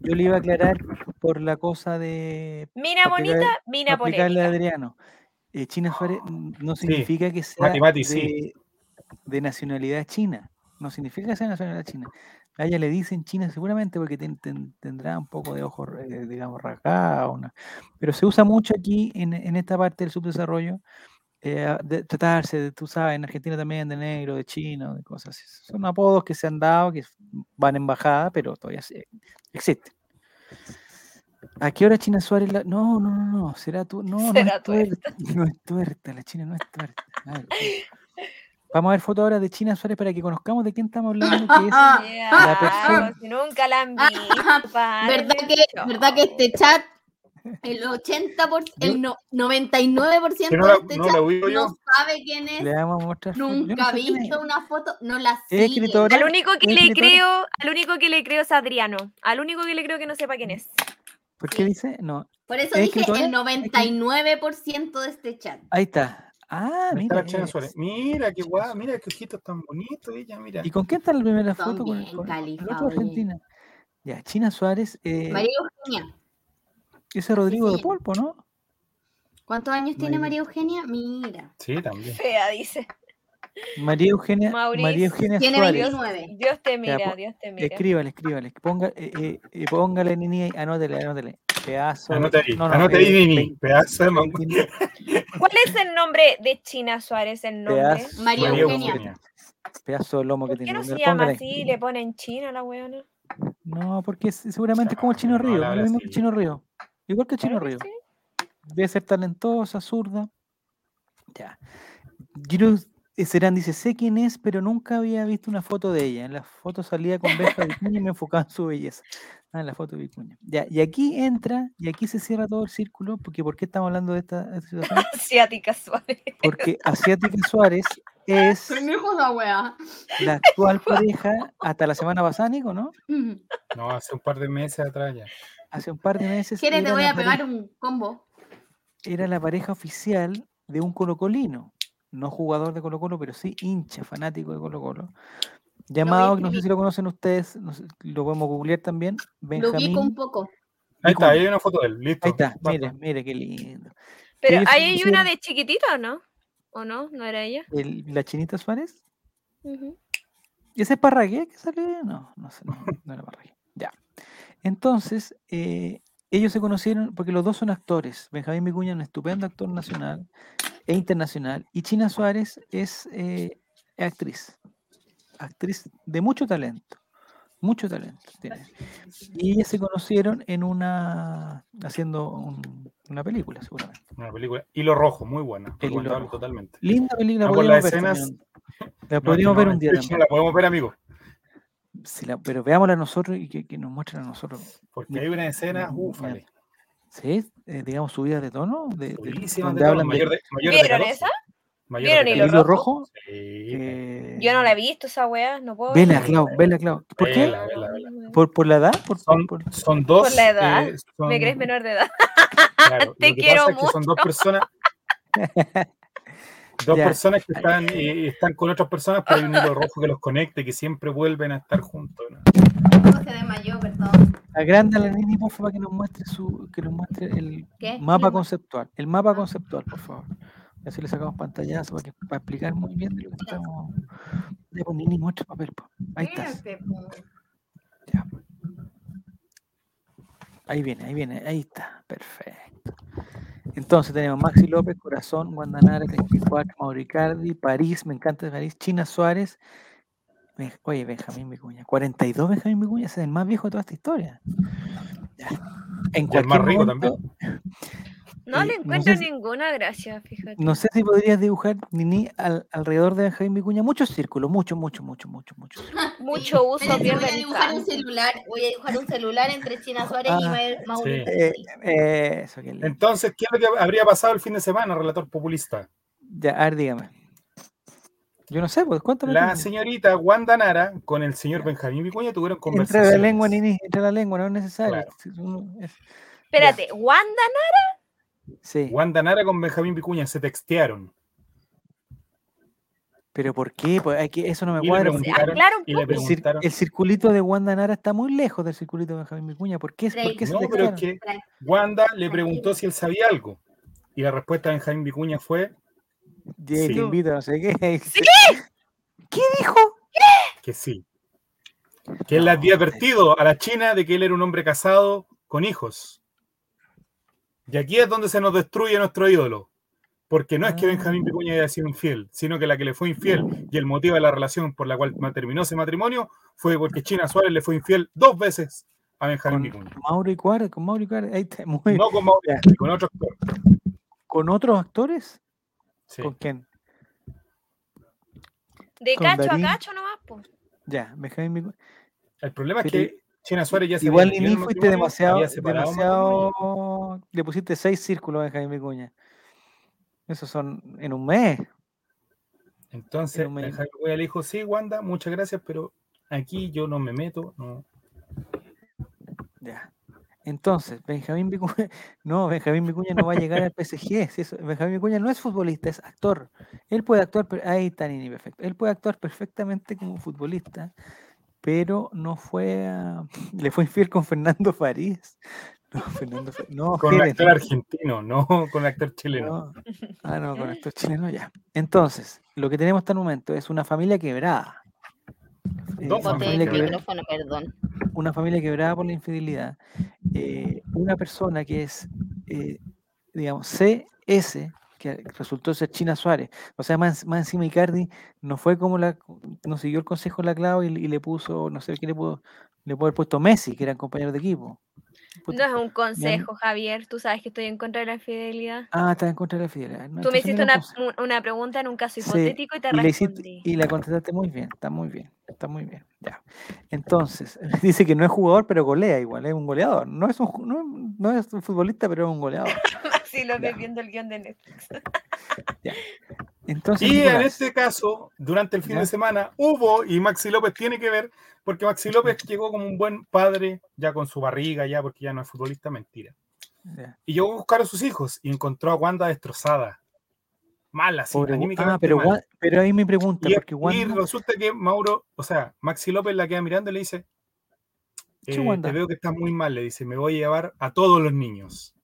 Yo le iba a aclarar por la cosa de
Mina
Aplicar-
bonita, mina
aplicarle a
polémica.
Adriano. Eh, China Suárez n- no
Sí.
significa que sea
Mati, Mati,
de,
sí.
de nacionalidad china. No significa que sea nacionalidad china. A ella le dicen china seguramente porque ten- ten- tendrá un poco de ojo, eh, digamos, rasgado. una- Pero se usa mucho aquí en, en esta parte del subdesarrollo. eh, a- de tratarse, de- tú sabes, en Argentina también de negro, de chino, de cosas así. Son apodos que se han dado, que van en bajada, pero todavía se- existen. ¿A qué hora China Suárez? la- No, no, no, no. Será tú. No, no
Será
es tuerta. No es tuerta, la China no es tuerta. A ver, sí. Vamos a ver fotos ahora de China Suárez para que conozcamos de quién estamos hablando. Que es
Ah,
Ya,
La persona-
pues, si nunca la han visto. padre
¿Verdad
del
que,
show.
¿Verdad que este chat, el 80%, por, el no- 99%
Que no la-
de este
no
chat
la ubico yo.
no sabe quién
le
es,
vamos a mostrar. fotos. Yo no
nunca ha
sé quién es.
visto una foto, no la
Es
sigue.
escritora.
Al único que
¿Es
le
escritora?
creo, al único que le creo es Adriano. Al único que le creo que no sepa quién es.
¿Por qué dice? No.
Por eso
¿Es
dije
escritora?
el 99% de este chat.
Ahí está. Ah,
Ahí
mira.
está la China
es.
Suárez. Mira qué
China
guapa,
Suárez.
mira qué ojitos tan bonitos ella, mira.
¿Y con quién está la primera
Son
foto? Con, el-
bien
con, con el
califa,
otro
oye.
Argentina. Ya, China Suárez. eh,
María Eugenia.
ese Rodrigo de
sí.
Polpo, ¿no?
¿Cuántos años tiene
María.
María Eugenia? Mira.
Sí, también.
Fea, dice.
María Eugenia, María
Mauricio.
Eugenia
Tiene
Suárez.
29.
Dios te
Ya, pues,
mira,
po-
Dios te mira.
Escríbale, escríbale. Ponga, eh, eh, eh, póngale, niña, y anótele, anótele. Pedazo.
Anota ahí,
no, no,
anota ahí,
eh,
Nini.
vein-
Pedazo de mango.
¿Cuál es el nombre de China Suárez? El nombre.
pedazo-
María
María
Eugenia.
Eugenia.
Pedazo de lomo que
¿Por qué
tiene.
no se
Le
llama
pongan ahí.
así? Le ponen China a la weona.
No, porque es- seguramente es como el Chino
No,
Río,
la
lo mismo que
Brasil.
Chino Río. Igual que el Chino
Claro que
Río.
sí.
Debe ser talentosa, zurda. Ya. Giro eh, Serán dice, sé quién es, pero nunca había visto una foto de ella. En la foto salía con Benja Vicuña y me enfocaba en su belleza. Ah, en la foto de Vicuña. Ya, y aquí entra, y aquí se cierra todo el círculo, porque ¿por qué estamos hablando de esta, de esta situación?
Asiática Suárez.
Porque Asiática Suárez es
Pendejo la wea.
la actual pareja hasta la semana pasada, Nico, ¿no?
No, hace un par de meses atrás ya.
Hace un par de meses.
¿Quieres? Te
era
voy
la
a pegar un combo.
era la pareja oficial de un colocolino, no jugador de Colo Colo, pero sí hincha, fanático de Colo Colo, llamado, que no sé si
escribir.
lo conocen ustedes, no sé, lo podemos googlear también,
Lo
Benjamín.
ubico un poco.
Ahí está,
Vicuña.
ahí hay una foto de él. Listo.
Ahí está,
Basta.
mire, mire qué lindo.
Pero
ellos
ahí hay
hicieron-
una de chiquitita, ¿o no? ¿O no? ¿No era ella?
El- la Chinita Suárez,
Ujú.
¿ese es Parragué que sale? No, no sé, no, no era Parragué. Ya. Entonces, eh, ellos se conocieron porque los dos son actores. Benjamín Vicuña, un estupendo actor nacional e internacional, y China Suárez es eh, actriz. Actriz de mucho talento. Mucho talento tiene. Y ellas se conocieron en una. haciendo un- una película, seguramente.
Una película. Hilo rojo, muy buena.
El hilo
recomendable
rojo.
totalmente.
Linda película.
No, por
podríamos
las
ver
escenas-
también. La
No,
podríamos
no,
ver
no,
un día.
No
también.
la podemos ver, amigo.
Si la- pero veámosla nosotros y que, que nos muestren a nosotros.
Porque hay una escena,
Mm,
ufale.
¿Sí? Eh, digamos, subida de tono. De, de-
Durísima
donde
de todo,
hablan de-
mayor de- mayor de
¿Vieron
14,
esa?
mayor
¿Vieron
de
del
Hilo
hilo
14.
Rojo?
rojo.
Sí, pues.
eh,
Yo no la he visto esa weá, no puedo.
Vela,
verla.
Clau, vela, Clau. ¿Por qué?
Vela, vela, vela.
¿Por, por la edad? ¿Por,
Son,
por- por-
son dos. eh,
Por la edad.
son-
¿Me crees menor de edad?
claro, lo
Te
que
quiero
pasa es que son dos personas. Dos
Ya.
personas que están, eh, están con otras personas, pero hay un hilo rojo que los conecta y que siempre vuelven a estar juntos. ¿no?
Nico se desmayó, perdón.
Agranda la Nini, por favor, que nos muestre su, que nos muestre el
¿Qué?
mapa
Lo-
conceptual. El
Ah.
mapa conceptual, por favor. Y Así le sacamos pantallazo para, que- para explicar muy bien de lo que estamos. De pues, Nini, muestra papel. po. Ahí estás.
Espérate, po.
ya. Ahí viene, ahí viene, ahí está. Perfecto. Entonces tenemos Maxi López, Corazón, Guandanara, 34, Mauricardi, París, me encanta París, China Suárez. Ben- Oye, Benjamín Vicuña, 42 Benjamín Vicuña, ese es el más viejo de toda esta historia. Ya. En
Y el
cualquier
más rico
momento,
también.
No
Eh,
le
no
encuentro
sé si-
ninguna gracia, fíjate.
No sé si podrías dibujar, Nini, al- alrededor de Benjamín Vicuña, muchos círculos, mucho, mucho, mucho, mucho, mucho.
Mucho uso
Espérense,
pierde
voy a
el
dibujar un
campo.
celular. Voy a dibujar un celular entre China Suárez y
Ah,
Ma- Mauro.
sí.
Eh,
Em,
eh, eso que le...
Entonces, ¿qué es lo que habría pasado el fin de semana, relator populista?
Ya, a ver, dígame. Yo no sé, pues cuéntame.
La
tú.
señorita Wanda Nara con el señor Benjamín Vicuña tuvieron
Entre
conversaciones.
la lengua, Nini, entre la lengua, no es necesario.
Claro.
Si uno es-
Espérate, Wanda,
Sí,
Wanda Nara con Benjamín Vicuña se textearon.
pero ¿por qué? Pues hay que, eso no me
Y le
cuadra. porque
pregunté,
no- aclara un
Y le
El, cir-
preguntaron.
el circulito de Wanda Nara está muy lejos del circulito de Benjamín Vicuña. ¿Por qué, ¿por qué se
No,
te
pero es que Wanda le preguntó si él sabía algo. Y la respuesta de Benjamín Vicuña fue
Te
Sí.
invito, no sé qué. ¿Sí? ¿Qué dijo?
que sí. Que él le había advertido a la China de que él era un hombre casado con hijos. Y aquí es donde se nos destruye nuestro ídolo. Porque no es
Ah.
que Benjamín Vicuña haya sido infiel, sino que la que le fue infiel y el motivo de la relación por la cual ma- terminó ese matrimonio fue porque China Suárez le fue infiel dos veces a Benjamín
Con
Vicuña.
Mauro Icuar, con Mauro Icuar, ahí está, muy-
No con Mauricio,
Ya.
con otros. actor.
¿Con otros actores?
Sí.
¿Con quién?
de
Con
cacho
Darín.
a cacho nomás, pues.
Ya, Benjamín Vicuña.
El problema es
Pero-
que China Suárez ya se
Igual
había
Nini
metido en
fuiste
matrimonio,
demasiado,
había separado matrimonio.
demasiado. Le pusiste seis círculos a Benjamín Vicuña. Esos son en un mes.
Entonces,
Pero me-
Benjamín Vicuña le dijo, sí, Wanda, muchas gracias, pero aquí yo no me meto. No.
Ya. Entonces, Benjamín Vicuña, no, Benjamín Vicuña no va a llegar al PSG. si eso- Benjamín Vicuña no es futbolista, es actor. Él puede actuar, per- ahí está Nini, perfecto. Él puede actuar perfectamente como futbolista, pero no fue a- le fue infiel con Fernando París. No, Fernando Fa- no,
Con un
Jerez,
actor argentino, no con un actor
Oh,
chileno.
no. Ah, no, con actor chileno ya. Entonces, lo que tenemos hasta el momento es una familia quebrada. Eh,
Dos
Boté
una
familias
familia
el
quebradas.
quebra-
micrófono, perdón.
una familia quebrada por la infidelidad. eh, una persona que es, eh, digamos, CS, que resultó ser China Suárez. O sea, más, más encima Icardi no fue como la, no siguió el consejo de la Clau y, y le puso, no sé qué le pudo, le pudo haber puesto Messi, que eran compañeros de equipo.
No es un consejo, Javier. Tú sabes que estoy en contra de la infidelidad.
Ah, estás en contra de la fidelidad. No,
Tú me
entonces
hiciste
no era
una,
un consejo.
un- una pregunta en un
Sí,
caso hipotético y te
y la,
respondí.
hiciste, y la contestaste muy bien, está muy bien, está muy bien. Ya. Entonces, dice que no es jugador, pero golea igual, es un goleador. No es un, ju- no, no es un futbolista, pero es un goleador.
Sí, lo
Ya.
ves viendo el guión de Netflix.
Entonces,
Y en
Nicolás,
este caso, durante el fin
¿Ya?
de semana hubo, y Maxi López tiene que ver, porque Maxi López llegó como un buen padre, ya con su barriga, ya porque ya no es futbolista, mentira.
ya,
Y llegó a buscar a sus hijos y encontró a Wanda destrozada. Mala, sí,
pobre Wa-
anímicamente
ah, pero,
mala.
Wa- pero ahí mi pregunta,
Y,
porque
y
Wanda,
resulta que Mauro, o sea, Maxi López la queda mirando y le dice:
¿Qué
eh,
Wanda?
Te veo que estás muy mal, le dice, me voy a llevar a todos los niños.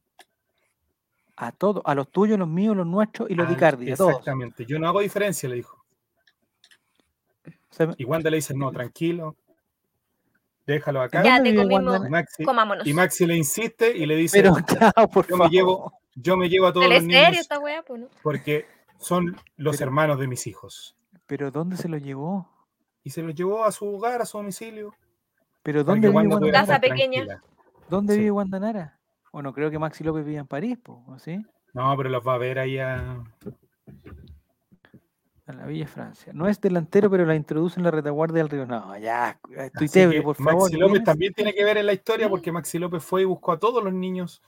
a todos, a los tuyos, los míos, los nuestros y los de
Al-
Icardi, a todos.
Ah, Exactamente, yo no hago diferencia, le dijo.
O sea,
Y Wanda le dice, no, tranquilo, déjalo acá.
Ya,
¿dónde
te
vive Wanda?
Y
comimos.
Maxi,
Comámonos.
y Maxi le insiste y le dice,
Pero claro, por
yo me
favor.
llevo- yo me llevo a todos
¿Pero
los
¿Es serio
niños
esta weá? Pues no.
porque son los
Pero-
hermanos de mis hijos.
Pero ¿dónde se lo llevó?
Y se los llevó a su hogar, a su domicilio.
Pero
para
¿dónde
que
vive
Wanda pudiera
Wanda
Casa
estar
pequeña.
tranquila.
¿Dónde
sí.
vive Wanda Nara? O no creo que Maxi López viva en París, po, ¿o sí?
No, pero los va a ver ahí a...
A la Villa Francia. No es delantero, pero la introduce en la retaguardia del río. No, ya, eh,
Así
tuitee,
que
por
Maxi
favor.
López
¿tienes?
también tiene que ver en la historia porque Maxi López fue y buscó a todos los niños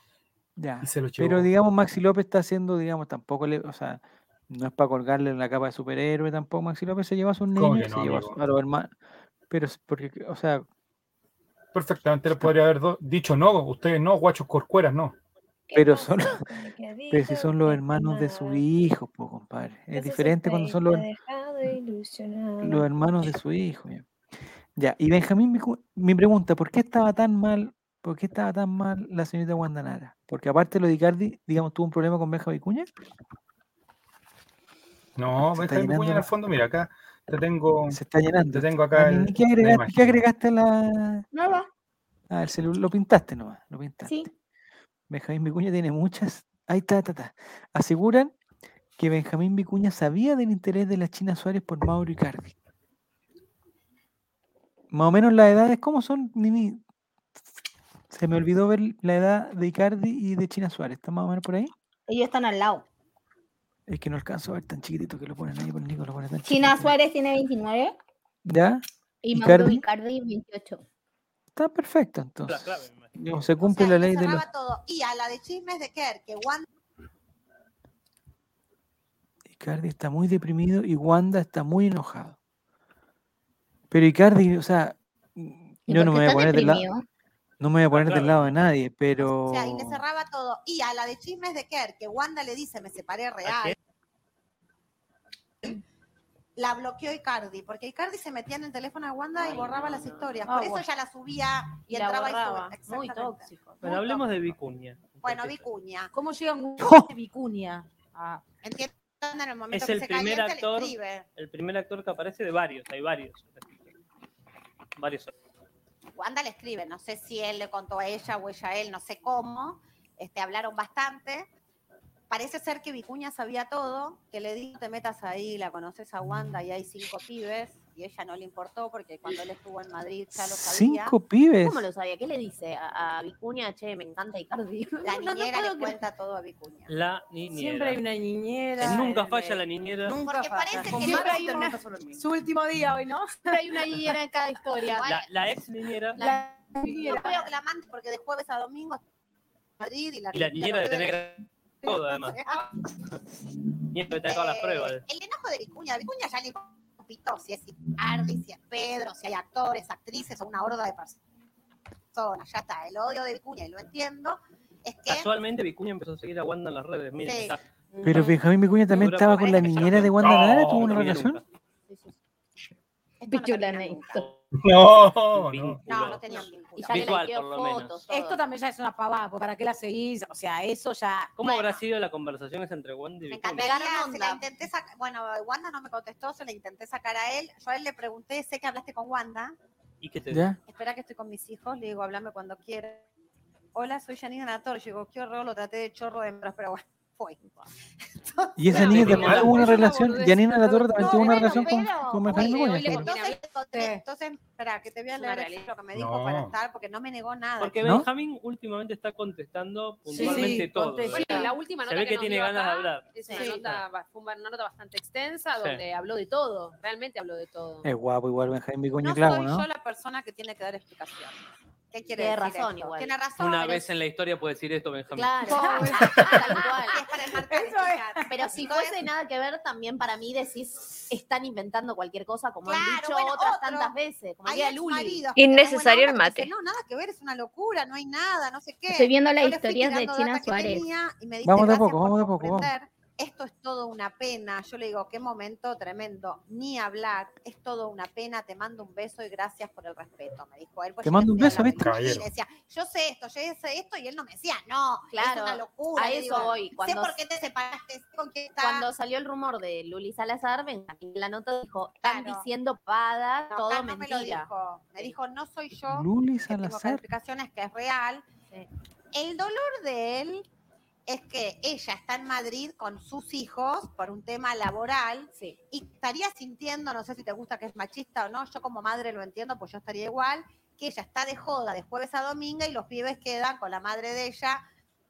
Ya.
y se los llevó.
Pero digamos, Maxi López está haciendo, digamos, tampoco le, o sea, no es para colgarle la capa de superhéroe tampoco. Maxi López se lleva a sus
¿Cómo
niños,
que
se
no,
lleva a
amigo?
su- a los hermanos. Pero es porque, o sea,
Perfectamente le
Ah.
podría haber do- dicho, no, ustedes no, guachos corcueras, no.
¿Qué
Pero
pasó
son-
con lo que
pero si
dijo
son los
mi
hermanos de
mamá?
su hijo, po, compadre. Es
Ese
diferente cuando son los,
sorpresa ha dejado ilusionado.
los hermanos de su hijo. ya. Ya, y Benjamín, mi, cu- mi pregunta, ¿por qué estaba tan mal, por qué estaba tan mal la señorita Guandanara? Porque aparte lo de Icardi, digamos, tuvo un problema con Benja Vicuña.
No,
Se está
Benjamín
llenando
Vicuña en
la-
el fondo, mira, acá te tengo...
Se está llenando.
Te
esto.
tengo acá
Ah, ni-
el-
ni ¿Qué
la
agregaste, qué
imagen.
agregaste a la,
Nada,
al celular? Lo pintaste nomás, lo pintaste.
sí.
Benjamín Vicuña tiene muchas. Ahí está, está, está. Aseguran que Benjamín Vicuña sabía del interés de la China Suárez por Mauro Icardi. Más o menos las edades, ¿cómo son? Ni- ni- Se me olvidó ver la edad de Icardi y de China Suárez. ¿Está más o menos por ahí?
Ellos están al lado.
Es que no alcanzo a ver tan chiquitito que lo ponen ahí, por Nico lo ponen tan
China
chiquitito.
Suárez tiene 29
¿Ya?
y Mauro
Icardi.
Icardi 28.
Está perfecto entonces. No, se cumple
O sea,
la ley
que
de los...
cerraba todo. Y a la de chismes de Kerr, que Wanda
Icardi está muy deprimido y Wanda está muy enojado. Pero Icardi, o sea, mm,
¿Y por
yo
qué
no me voy a
está
poner del lado,
deprimido?
no me voy a poner del lado de nadie, pero
o sea, y le cerraba todo. Y a la de chismes de Kerr, que Wanda le dice, me separé real. La bloqueó Icardi, porque Icardi se metía en el teléfono de Wanda y borraba las historias.
Ah,
Por eso
bueno.
ya la subía y
Y la
entraba y
borraba.
subía.
Muy
Exactamente.
tóxico.
Muy
Pero hablemos de Vicuña.
tóxico. Bueno, Vicuña.
¿Cómo llegan de Vicuña? Ah,
Entiendo en el momento
Es
que
el
se
primer
calienta, le
actor.
escribe.
El primer actor que aparece de varios, hay varios. este Varios.
Wanda le escribe, no sé si él le contó a ella o ella a él, no sé cómo, este, hablaron bastante. Parece ser que Vicuña sabía todo, que le dijo, te metas ahí, la conoces a Wanda y hay cinco pibes, y ella no le importó porque cuando él estuvo en Madrid ya lo sabía.
cinco pibes.
¿Cómo lo sabía? ¿Qué le dice a, a Vicuña? Che, me encanta Icardi.
La
No, no
niñera
puedo
le
creer.
cuenta todo a Vicuña.
La niñera.
Siempre hay una niñera.
Nunca
el-
falla la niñera.
Porque parece que
Siempre
Marta
hay una- Su último día hoy, ¿no?
hay una niñera en cada historia.
La, la ex niñera
La
no
niñera.
creo que la mande porque de jueves a domingo está en Madrid y la,
y la niñera de tener gran- todo, además. Niñera de tener todas las
Eh,
pruebas.
El enojo de Vicuña. Vicuña ya le importa un pito si es Icardi, si es Pedro, si hay actores, actrices o una horda de personas. Ya está. El odio de Vicuña, y lo entiendo, es que
Casualmente Vicuña empezó a seguir a Wanda en las redes. Mira,
Sí.
está-
Pero Benjamín Vicuña también
Seguro
estaba
que
con la
parece que
niñera de Wanda
No,
Nara, tuvo
no
una
termina
relación.
nunca.
esto no
Pichula
termina
Ney.
nunca.
No, no.
Vínculo.
No, no tenían vínculo.
ya- Visual, por lo
todo.
Esto también ya es una pavada, porque ¿para qué la seguís? O sea, eso ya.
¿Cómo habrá sido las conversaciones entre Wanda y
Me
Vicuña?
encantaría,
Pegaron
se la
onda.
intenté sacar, bueno, Wanda no me contestó, se la intenté sacar a él. Yo a él le pregunté, sé que hablaste con Wanda,
¿Y qué te
¿Ya?
espera que estoy con mis hijos, le digo, háblame cuando quieras. hola, soy Janina Nator. Llegó, qué horror, lo traté de chorro de hembras, pero bueno, fue.
Y esa
Ya,
niña
pero
también tuvo
mal,
una
pues, es una
relación,
boludez.
Yanina La Torre también
No,
tuvo una
bueno,
relación con,
pero,
con Benjamín
oye,
Goya,
oye,
¿no?
Entonces, entonces, espera, que te voy a
Es una
leer
realidad.
lo que me dijo
No.
para estar, porque no me negó nada.
Porque
¿No?
Benjamín últimamente está contestando puntualmente
sí,
todo. ¿eh?
contesta.
¿verdad?
Bueno, la última
Se
nota
ve que
nos
tiene
dio
ganas de
acá
hablar.
Es una,
Sí.
nota, ba- fue una nota bastante extensa
Sí.
donde habló de todo, realmente habló de todo.
Es guapo igual Benjamín Vicuña
no
Clavo,
soy
¿no?
yo la persona que tiene que dar explicaciones. ¿Qué quiere
Tiene
decir
razón
esto?
igual.
Tiene razón.
Una
pero
vez en la historia puede decir esto, Benjamín.
Claro,
Pobre.
tal cual.
es para dejarte
Eso es.
explicar.
Pero si
Entonces,
fuese nada que ver, también para mí decís, están inventando cualquier cosa, como
Claro,
han dicho
bueno,
otras
otro.
tantas veces, como
Hay
el Luli.
exmaridos que tienen
Innecesario
buena
el
onda que dicen, no, nada que ver, es una locura, no hay nada, no sé qué.
Estoy viendo las
Yo le fui
historias de
tirando
China
data que
Suárez.
tenía y me dice,
Vamos de
"Gracias
poco,
por
vamos de poco, vamos".
comprender. Esto es todo una pena. Yo le digo, qué momento tremendo. Ni hablar, es todo una pena. Te mando un beso y gracias por el respeto. Me dijo él. pues
Te
yo
mando
le
un beso,
decía lo
¿viste?
mismo. Y
Caballero.
le decía, yo sé esto, yo sé esto, y él no me decía, no,
Claro,
es una locura.
A
Le digo,
eso voy.
Sé
Cuando,
por qué te separaste, sé con quién estás.
cuando salió el rumor de Luli Salazar, Benjamín en la nota dijo, están
Claro.
diciendo pavadas,
No,
todo
acá no me lo
mentira.
dijo. Me dijo, no soy yo.
Luli
que tengo
Salazar.
calificaciones que es real. El dolor de él es que ella está en Madrid con sus hijos por un tema laboral
Sí.
y estaría sintiendo, no sé si te gusta que es machista o no, yo como madre lo entiendo, pues yo estaría igual, que ella está de joda de jueves a domingo y los pibes quedan con la madre de ella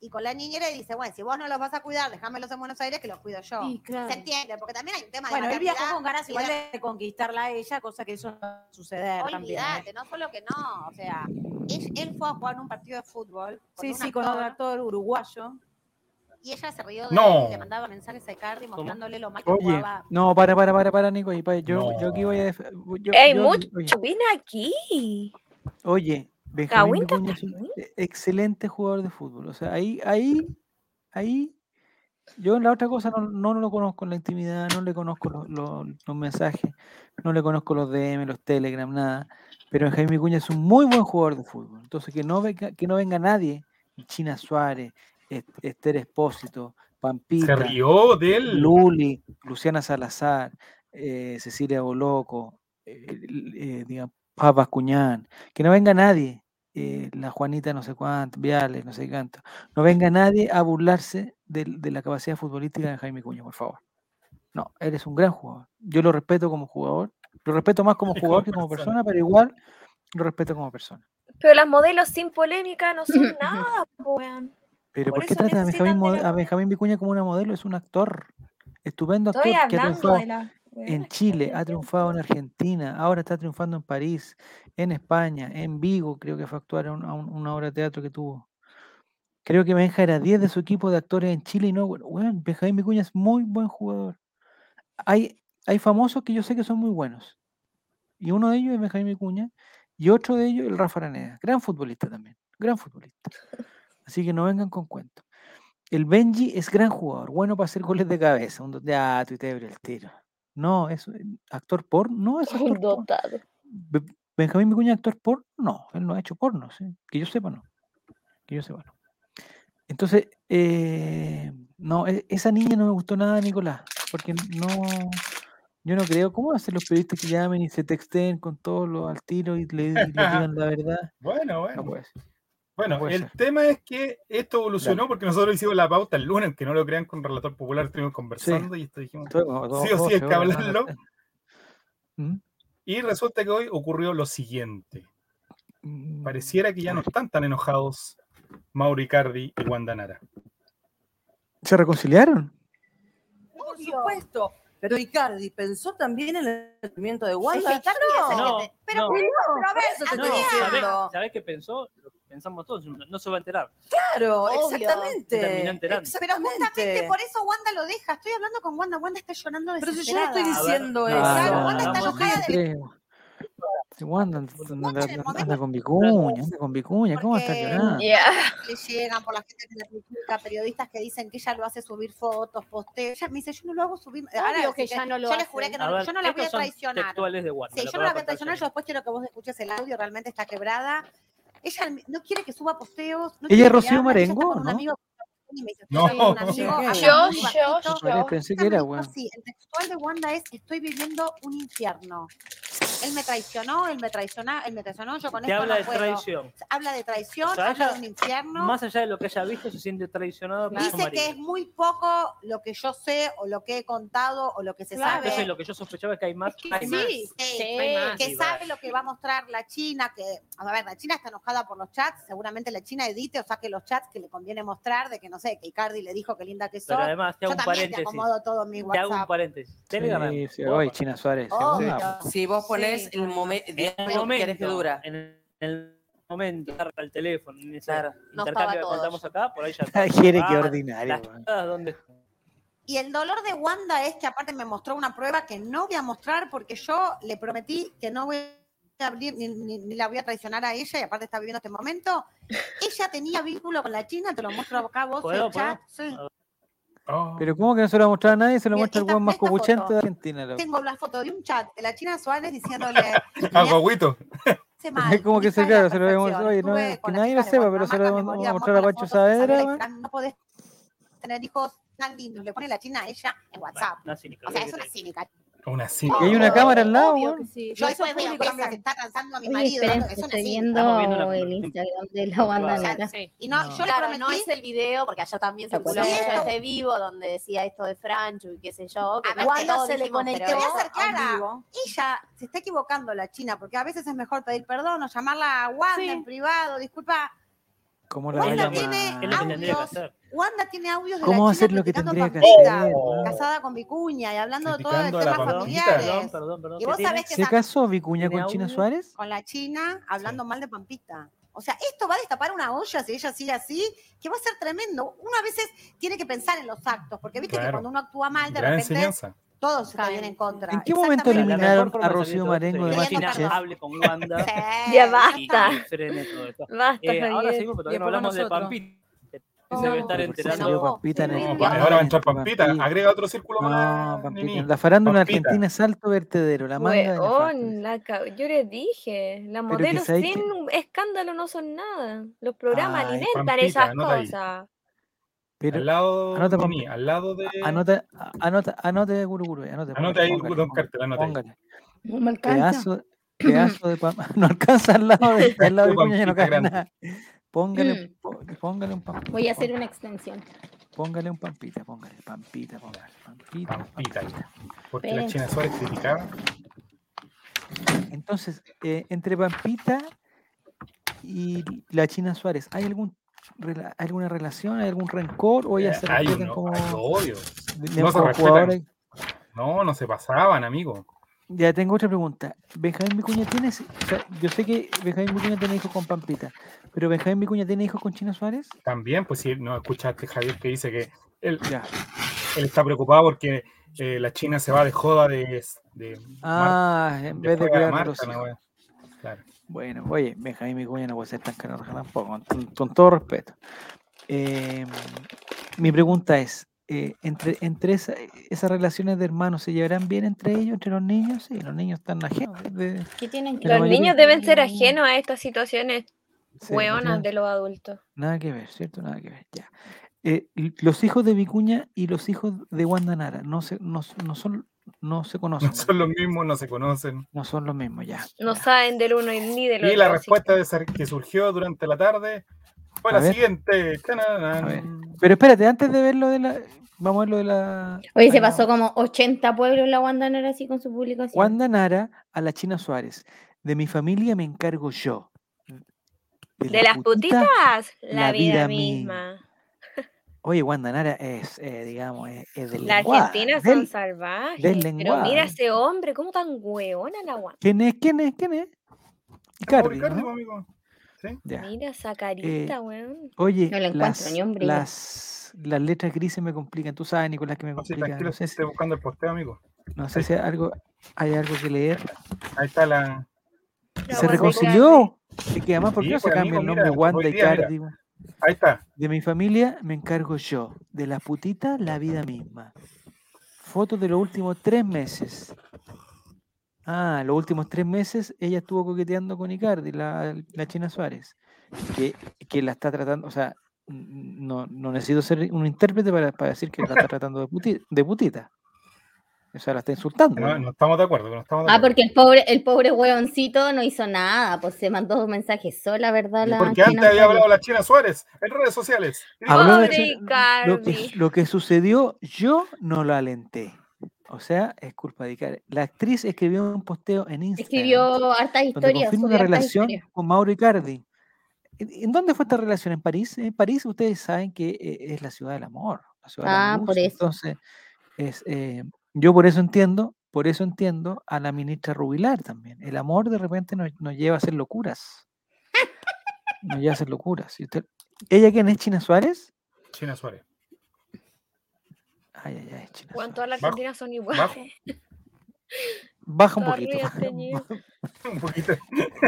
y con la niñera y dice, bueno, si vos no los vas a cuidar, dejámelos en Buenos Aires que los cuido yo. ¿Se entiende? Porque también hay un tema
Bueno,
de
él viajó
maternidad
con ganas
y
igual
de-
de conquistarla a ella, cosa que eso no va a suceder también. ¿eh?
Olvídate, no solo que no, o sea, él, él fue a jugar un partido de fútbol con
Sí,
un
sí, con un
actor,
actor uruguayo.
y ella se rió de
No.
él, y le mandaba mensajes a Cardi mostrándole lo mal que
Oye,
jugaba.
no, para, para, para, para, Nico. y para- yo,
No.
yo aquí voy a. def- yo-
Ey,
yo-
mucho
oye,
vino aquí.
Oye, Benjamín
Cahuinca
Vicuña es un e-, excelente jugador de fútbol. O sea, ahí, ahí, ahí. Yo en la otra cosa no, no lo conozco en la intimidad, no le conozco los, los- los mensajes, no le conozco los DM, los Telegram, nada. Pero Benjamín Vicuña es un muy buen jugador de fútbol. Entonces, que no venga, que no venga nadie, China Suárez, Est- Esther Espósito,
Se
Pampita,
rió de él.
Luli, Luciana Salazar, eh, Cecilia Boloco, eh, l- eh, digamos, Paz Cuñán, que no venga nadie, eh, la Juanita no sé cuánto, Viales, no sé cuánto, no venga nadie a burlarse del- de, la capacidad futbolística de Jaime Cuña, por favor. No, él es un gran jugador. Yo lo respeto como jugador, lo respeto más como
Como
jugador que como
persona.
persona, pero igual lo respeto como persona.
Pero las modelos sin polémica no son nada, po, weón.
Pero ¿por,
Por
qué
eso
trata a
necesitan
Benjamín,
de
Mo-
la-
a Benjamín Vicuña como una modelo? Es un actor, estupendo actor
Estoy
que ha
hablando
triunfado
de las
en
weonas que
Chile, ha
hacen
triunfado en Argentina, ahora está triunfando en París, en España, en Vigo, creo que fue a actuar a, un- a un- una obra de teatro que tuvo. Creo que Benja era 10 de su equipo de actores en Chile y no, bueno, weón, Benjamín Vicuña es muy buen jugador. Hay, hay famosos que yo sé que son muy buenos. Y uno de ellos es Benjamín Vicuña y otro de ellos el Rafa Araneda, gran futbolista también, gran futbolista. Así que no vengan con cuentos. El Benji es gran jugador, bueno para hacer goles de cabeza. Un, do- ya, tuiteo el tiro. No, es eh, actor porno. No es actor porno.
Dotado.
Be- Benjamín Vicuña, actor porno. No, él no ha hecho porno. sí, Que yo sepa, no. Que yo sepa, no. Entonces, eh, no, e- esa niña no me gustó nada, Nicolás. Porque no. Yo no creo. ¿Cómo hacen los periodistas que llamen y se texten con todos los al tiro y le, y le digan la verdad?
Bueno, bueno.
No puede ser.
Bueno,
puede
el
ser.
tema es que esto evolucionó
Dale.
porque nosotros hicimos la pauta el lunes, que no lo crean con Relator Popular, estuvimos conversando y esto dijimos.
Todo- todo-
sí o
todo
sí
se
hay que
va a armar
hablarlo.
acá. ¿Mm?
Y resulta que hoy ocurrió lo siguiente.
Mm,
Pareciera que ya no están tan enojados Mauricardi y Guandanara.
¿Se reconciliaron?
Por supuesto. Pero Icardi pensó también en el sentimiento de Wanda.
Dije, Icardi es el
No,
que te- pero
no.
por
pero a ver, eso te
No,
estoy
¿sabés,
diciendo.
sabés qué pensó? Lo que pensamos todos, no, no se va a enterar.
Claro,
Obvio.
Se terminó
exactamente.
enterando.
Pero justamente
Exactamente.
por eso Wanda lo deja. Estoy hablando con Wanda. Wanda está llorando
Pero si yo no estoy
desesperada.
diciendo
A ver,
eso.
Claro,
Ah, no,
Pues, Wanda
no,
está
no,
enojada
no
de-
creo. Si Wanda and- and-
Wanda en el
and- anda,
momento-
con Vicuña, anda con Vicuña, ¿cómo va a estar
Porque-
llorando?
Ya.
le llegan por la gente que la critica, periodistas que dicen que ella lo hace subir fotos, posteos. Ella me dice, yo no lo hago subir.
Obvio que
sí
ya no lo
Yo le
hace.
juré que
A
no,
ver,
yo no la voy a
estos son
traicionar.
textuales de Wanda,
Sí,
lo
yo
que
no
va
la
a
voy a
contar
traicionar, yo
Janina.
después quiero que vos escuches el audio, realmente está quebrada. Ella no quiere que suba posteos.
¿Ella
No quiere
es
que
Rocío
le hablen, ella
Marengo,
está con un
no?
amigo y me dice,
No.
"Estoy con un amigo,
Yo,
hablamos muy
yo,
bajito".
Yo todavía pensé
Ella
que
me
era,
dijo
weón.
así, el textual de Wanda es, estoy viviendo un infierno. Él me traicionó, él me traicionó, él me traicionó, yo con
Te
esto
habla
no
de
puedo.
traición.
Habla de traición,
O sea,
habla
ella-
de un infierno.
Más allá de lo que haya visto, se siente traicionado por su
Dice que
marido.
es muy poco lo que yo sé o lo que he contado o lo que se
Ah,
sabe.
Entonces lo que yo sospechaba es que hay más. hay más.
Sí, sí,
hay más,
que
Ibar.
sabe lo que va a mostrar la China, que, a ver, la China está enojada por los chats, seguramente la China edite o saque los chats que le conviene mostrar, de que no sé, que Icardi le dijo que linda que sos.
Pero además te
yo
hago un
también te
paréntesis.
acomodo todo en mi
Te hago un
WhatsApp.
paréntesis. Telegram.
Sí, sí, oye, China Suárez.
Oh,
segunda,
Dios.
Si vos ponés
Sí.
el momento
En el
que
momento.
dura.
En el, en el momento, agarra el teléfono, en ese
Claro.
Nos paga
intercambio que
todos.
contamos acá, por ahí ya está.
Ay, Jere, qué
Ah,
ordinario.
Las
weón.
chatadas, ¿dónde están?
Y el dolor de Wanda es que aparte me mostró una prueba que no voy a mostrar porque yo le prometí que no voy a abrir ni, ni- ni la voy a traicionar a ella y aparte está viviendo este momento. Ella tenía vínculo con la China, te lo muestro acá vos en
¿Puedo,
el chat. Sí.
Oh,
Pero ¿cómo que no se lo ha mostrado a nadie? Se lo
Mira,
muestra el
esta-
weón más
esta foto.
copuchento de Argentina. loco.
Tengo la foto de un chat de la China Suárez diciéndole
ah, guagüito.
se mal.
Es como que se-
ubicás la
claro, se lo debemos-
perfección.
oye, no,
Estuve
que
con la
nadie
chica
lo
de
sepa, pero se lo
Guatemala,
debemos-
me morí
vamos
de
a
amor
mostrar a
con
Pancho
la foto de Isabel
Saavedra,
Frank. No podés tener hijos tan lindos, le pone la China a ella en
Bueno,
WhatsApp.
una cínica,
O sea,
¿qué
es una
querés?
cínica.
Una sí.
Oh,
Y hay una cámara al lado,
Obvio
weón.
que sí.
Yo
Yo
después veo
público
que esa que
también.
está transando a mi
Oye,
marido.
esperen,
¿no? Es una
estoy
cínica.
viendo
Estamos viendo la-
el Instagram de la banda
Claro.
negra.
Sí.
Y no,
No.
yo le
Claro, no
prometí
es el video, porque allá también se
Está
puso
bien.
mucho ese vivo donde decía esto de Franchu y qué sé yo. Que
A ver,
cuando
todos
se le
dijimos,
conectó
pero voy a ser
a un
clara.
vivo.
ella se está equivocando la China, porque a veces es mejor pedir perdón o llamarla a Wanda
Sí.
en privado, disculpa.
¿Cómo la
Wanda
va a
tiene
Es lo que tendría que
audios.
llamar?
hacer.
Wanda tiene audios de
¿Cómo va
la
a
China
ser lo que
criticando
tendría
a
que
Pampita,
hacer?
Oh.
casada con Vicuña y hablando de todo de
Criticando a la
temas
Pampita.
Perdón,
familiares.
perdón, perdón.
Y
¿qué
vos
tiene?
sabés que
¿Se
esa-
casó Vicuña
¿Tiene
con China
audio?
Suárez?
con la China hablando
Sí.
mal de Pampita. O sea, esto va a destapar una olla si ella sigue así, que va a ser tremendo. Uno a veces tiene que pensar en los actos, porque viste que
Claro.
cuando uno actúa mal, de
Gran
repente
enseñanza.
todo se te
Caen.
viene en contra.
¿En qué momento
La
Exactamente.
eliminaron
mejor forma
a
de
Rocío
salir de todo
Marengo
esto
de
es que
Masterchef?
China hable con Wanda
Sí.
Ya va.
y
Basta.
que frene todo esto.
Basta,
Eh, ahora
Javier.
seguimos, pero todavía no
Y después
hablamos de
nosotros.
Pampita. que Se debe
No,
estar
Salió
enterando.
Pampita en el-
No,
Dios.
pa- ahora va a entrar Pampita. Agrega otro círculo con
No,
la
Pampita.
nini.
La farándula
Pampita.
argentina es alto vertedero, la manga de la
Weón,
factory.
oh, la ca- yo les dije, las
que
modelos
sabéis
sin
que-
un escándalo no son nada. Los programas
Ay,
alimentan
Pampita,
esas
anota ahí.
cosas.
Pero
al lado,
anota,
nini,
Pampita.
al lado de.
anota, a- anota, anota, Guru Guru, anota.
Anota ahí,
póngale,
Don
póngale,
Carter, anota ahí.
póngale.
No me alcanza.
Pedazo, pedazo de Pampita. No alcanza al lado de, al lado de
Pampita
Vicuña, ya no cae
grande.
nada. Póngale, po- póngale un Pampita.
Voy a hacer
póngale.
una extensión.
Póngale un pampita, póngale, pampita, póngale, pampita,
Pampita.
pampita.
Porque la China Suárez criticaba.
Entonces, eh, entre Pampita y la China Suárez, ¿hay algún rela- alguna relación? ¿Hay algún rencor? ¿O ellas se
Eh, Hay
respetan
uno,
como,
hay odio.
de-
no se
como
respetan.
jugadores?
No, no se pasaban, amigo.
Ya tengo otra pregunta. Benjamín Vicuña tiene, o sea, yo sé que Benjamín Vicuña tiene hijos con Pampita, pero Benjamín Vicuña tiene hijos con China Suárez?
También, pues si no escuchaste, Javier, que dice que él,
Ya.
él está preocupado porque eh, la China se va de joda de. de
Ah, en vez de
juega la
cuidar a los
marca,
hijos.
la wea. Claro.
Bueno, oye, Benjamín Vicuña no puede ser tan canarroja tampoco, con, con- con todo respeto. Eh, mi pregunta es, eh, entre, entre esa- esas relaciones de hermanos, ¿se llevarán bien entre ellos, entre los niños? Sí, los niños están ajenos. de- de-
¿Qué tienen que
Pero
Los
mayoría-
niños deben ser ajenos a estas situaciones
sí, pues, no
hueonas
tienen
de los adultos.
Nada que ver, ¿cierto? Nada que ver, ya. Eh, l- los hijos de Vicuña y los hijos de Wanda Nara no se, no, s- no son, no se conocen,
No son los mismos, no se conocen.
no son los mismos, ya.
No
ya.
saben del uno y ni del otro.
Y la
así que-
respuesta de Sar- que surgió durante la tarde fue
A
la
ver.
siguiente.
A ver.
Tananán.
Pero espérate, antes de ver lo de la... Vamos a ver lo de la...
Oye,
ahí
se
vamos.
pasó como 80 pueblos la Wanda no era así con su publicación.
Wanda Nara a la China Suárez. De mi familia me encargo yo.
De las
putitas?
putitas, la,
la
vida,
vida
misma.
Oye, Wanda Nara es, eh, digamos, es, es del
La
lenguaje,
Argentina son
del-
salvajes.
del
Pero
lenguaje.
mira ese hombre, cómo tan hueona la Wanda.
¿Quién es? ¿Quién es? ¿Quién es? Icardi,
Pobre Cardi,
¿no?
amigo.
Ya. Eh,
Mira esa carita, weón.
Oye,
No la encuentro,
las,
ni un brillo.
las, las letras grises me complican. Tú sabes, Nicolás, que me
No, sí,
complican.
tranquilo,
No sé si,
estoy buscando el posteo, amigo.
no sé si hay algo, hay algo que leer.
Ahí está la.
¿Se
Wanda
reconcilió? Es que además, ¿por qué
Sí,
no se
pues,
cambia
amigo,
el nombre
mira,
Wanda
hoy
y
día, mira.
Cardi?
Ahí está.
De mi familia me encargo yo. De la putita, la vida misma. Fotos de los últimos tres meses. Ah, los últimos tres meses ella estuvo coqueteando con Icardi, la, la China Suárez. Que, que la está tratando, o sea, n- no, no necesito ser un intérprete para, para decir que la está tratando de, puti- de putita. O sea, la está insultando.
No, no estamos de acuerdo, no estamos de
Ah,
acuerdo.
porque el pobre, el pobre hueoncito no hizo nada, pues se mandó un mensaje sola, ¿verdad? La
Porque antes
China
había
Suárez?
hablado la China Suárez en redes sociales. "Ah,
Habló de
Pobre
China- Lo que,
Icardi.
lo que sucedió, yo no lo alenté. O sea, es culpa de Icardi. La actriz escribió un posteo en Instagram.
Escribió hartas
donde
historias.
confirma
subió
una
hartas
relación
historias.
con Mauro Icardi. ¿En en dónde fue esta relación? ¿En París? En París ustedes saben que eh, es la ciudad del amor. la ciudad de la
Ah, por
luz.
eso.
Entonces, es, eh, yo por eso entiendo, por eso entiendo a la ministra Rubilar también. El amor de repente nos, nos lleva a hacer locuras. Nos lleva a hacer locuras. ¿Y usted- ¿Ella quién es? ¿China Suárez?
China Suárez.
Ay, ay, ay, China Suárez.
Bueno, todas las
Bajo,
argentinas son
bajo.
iguales.
Baja un
Todas
poquito.
rubias,
baja-
teñidas.
Un poquito.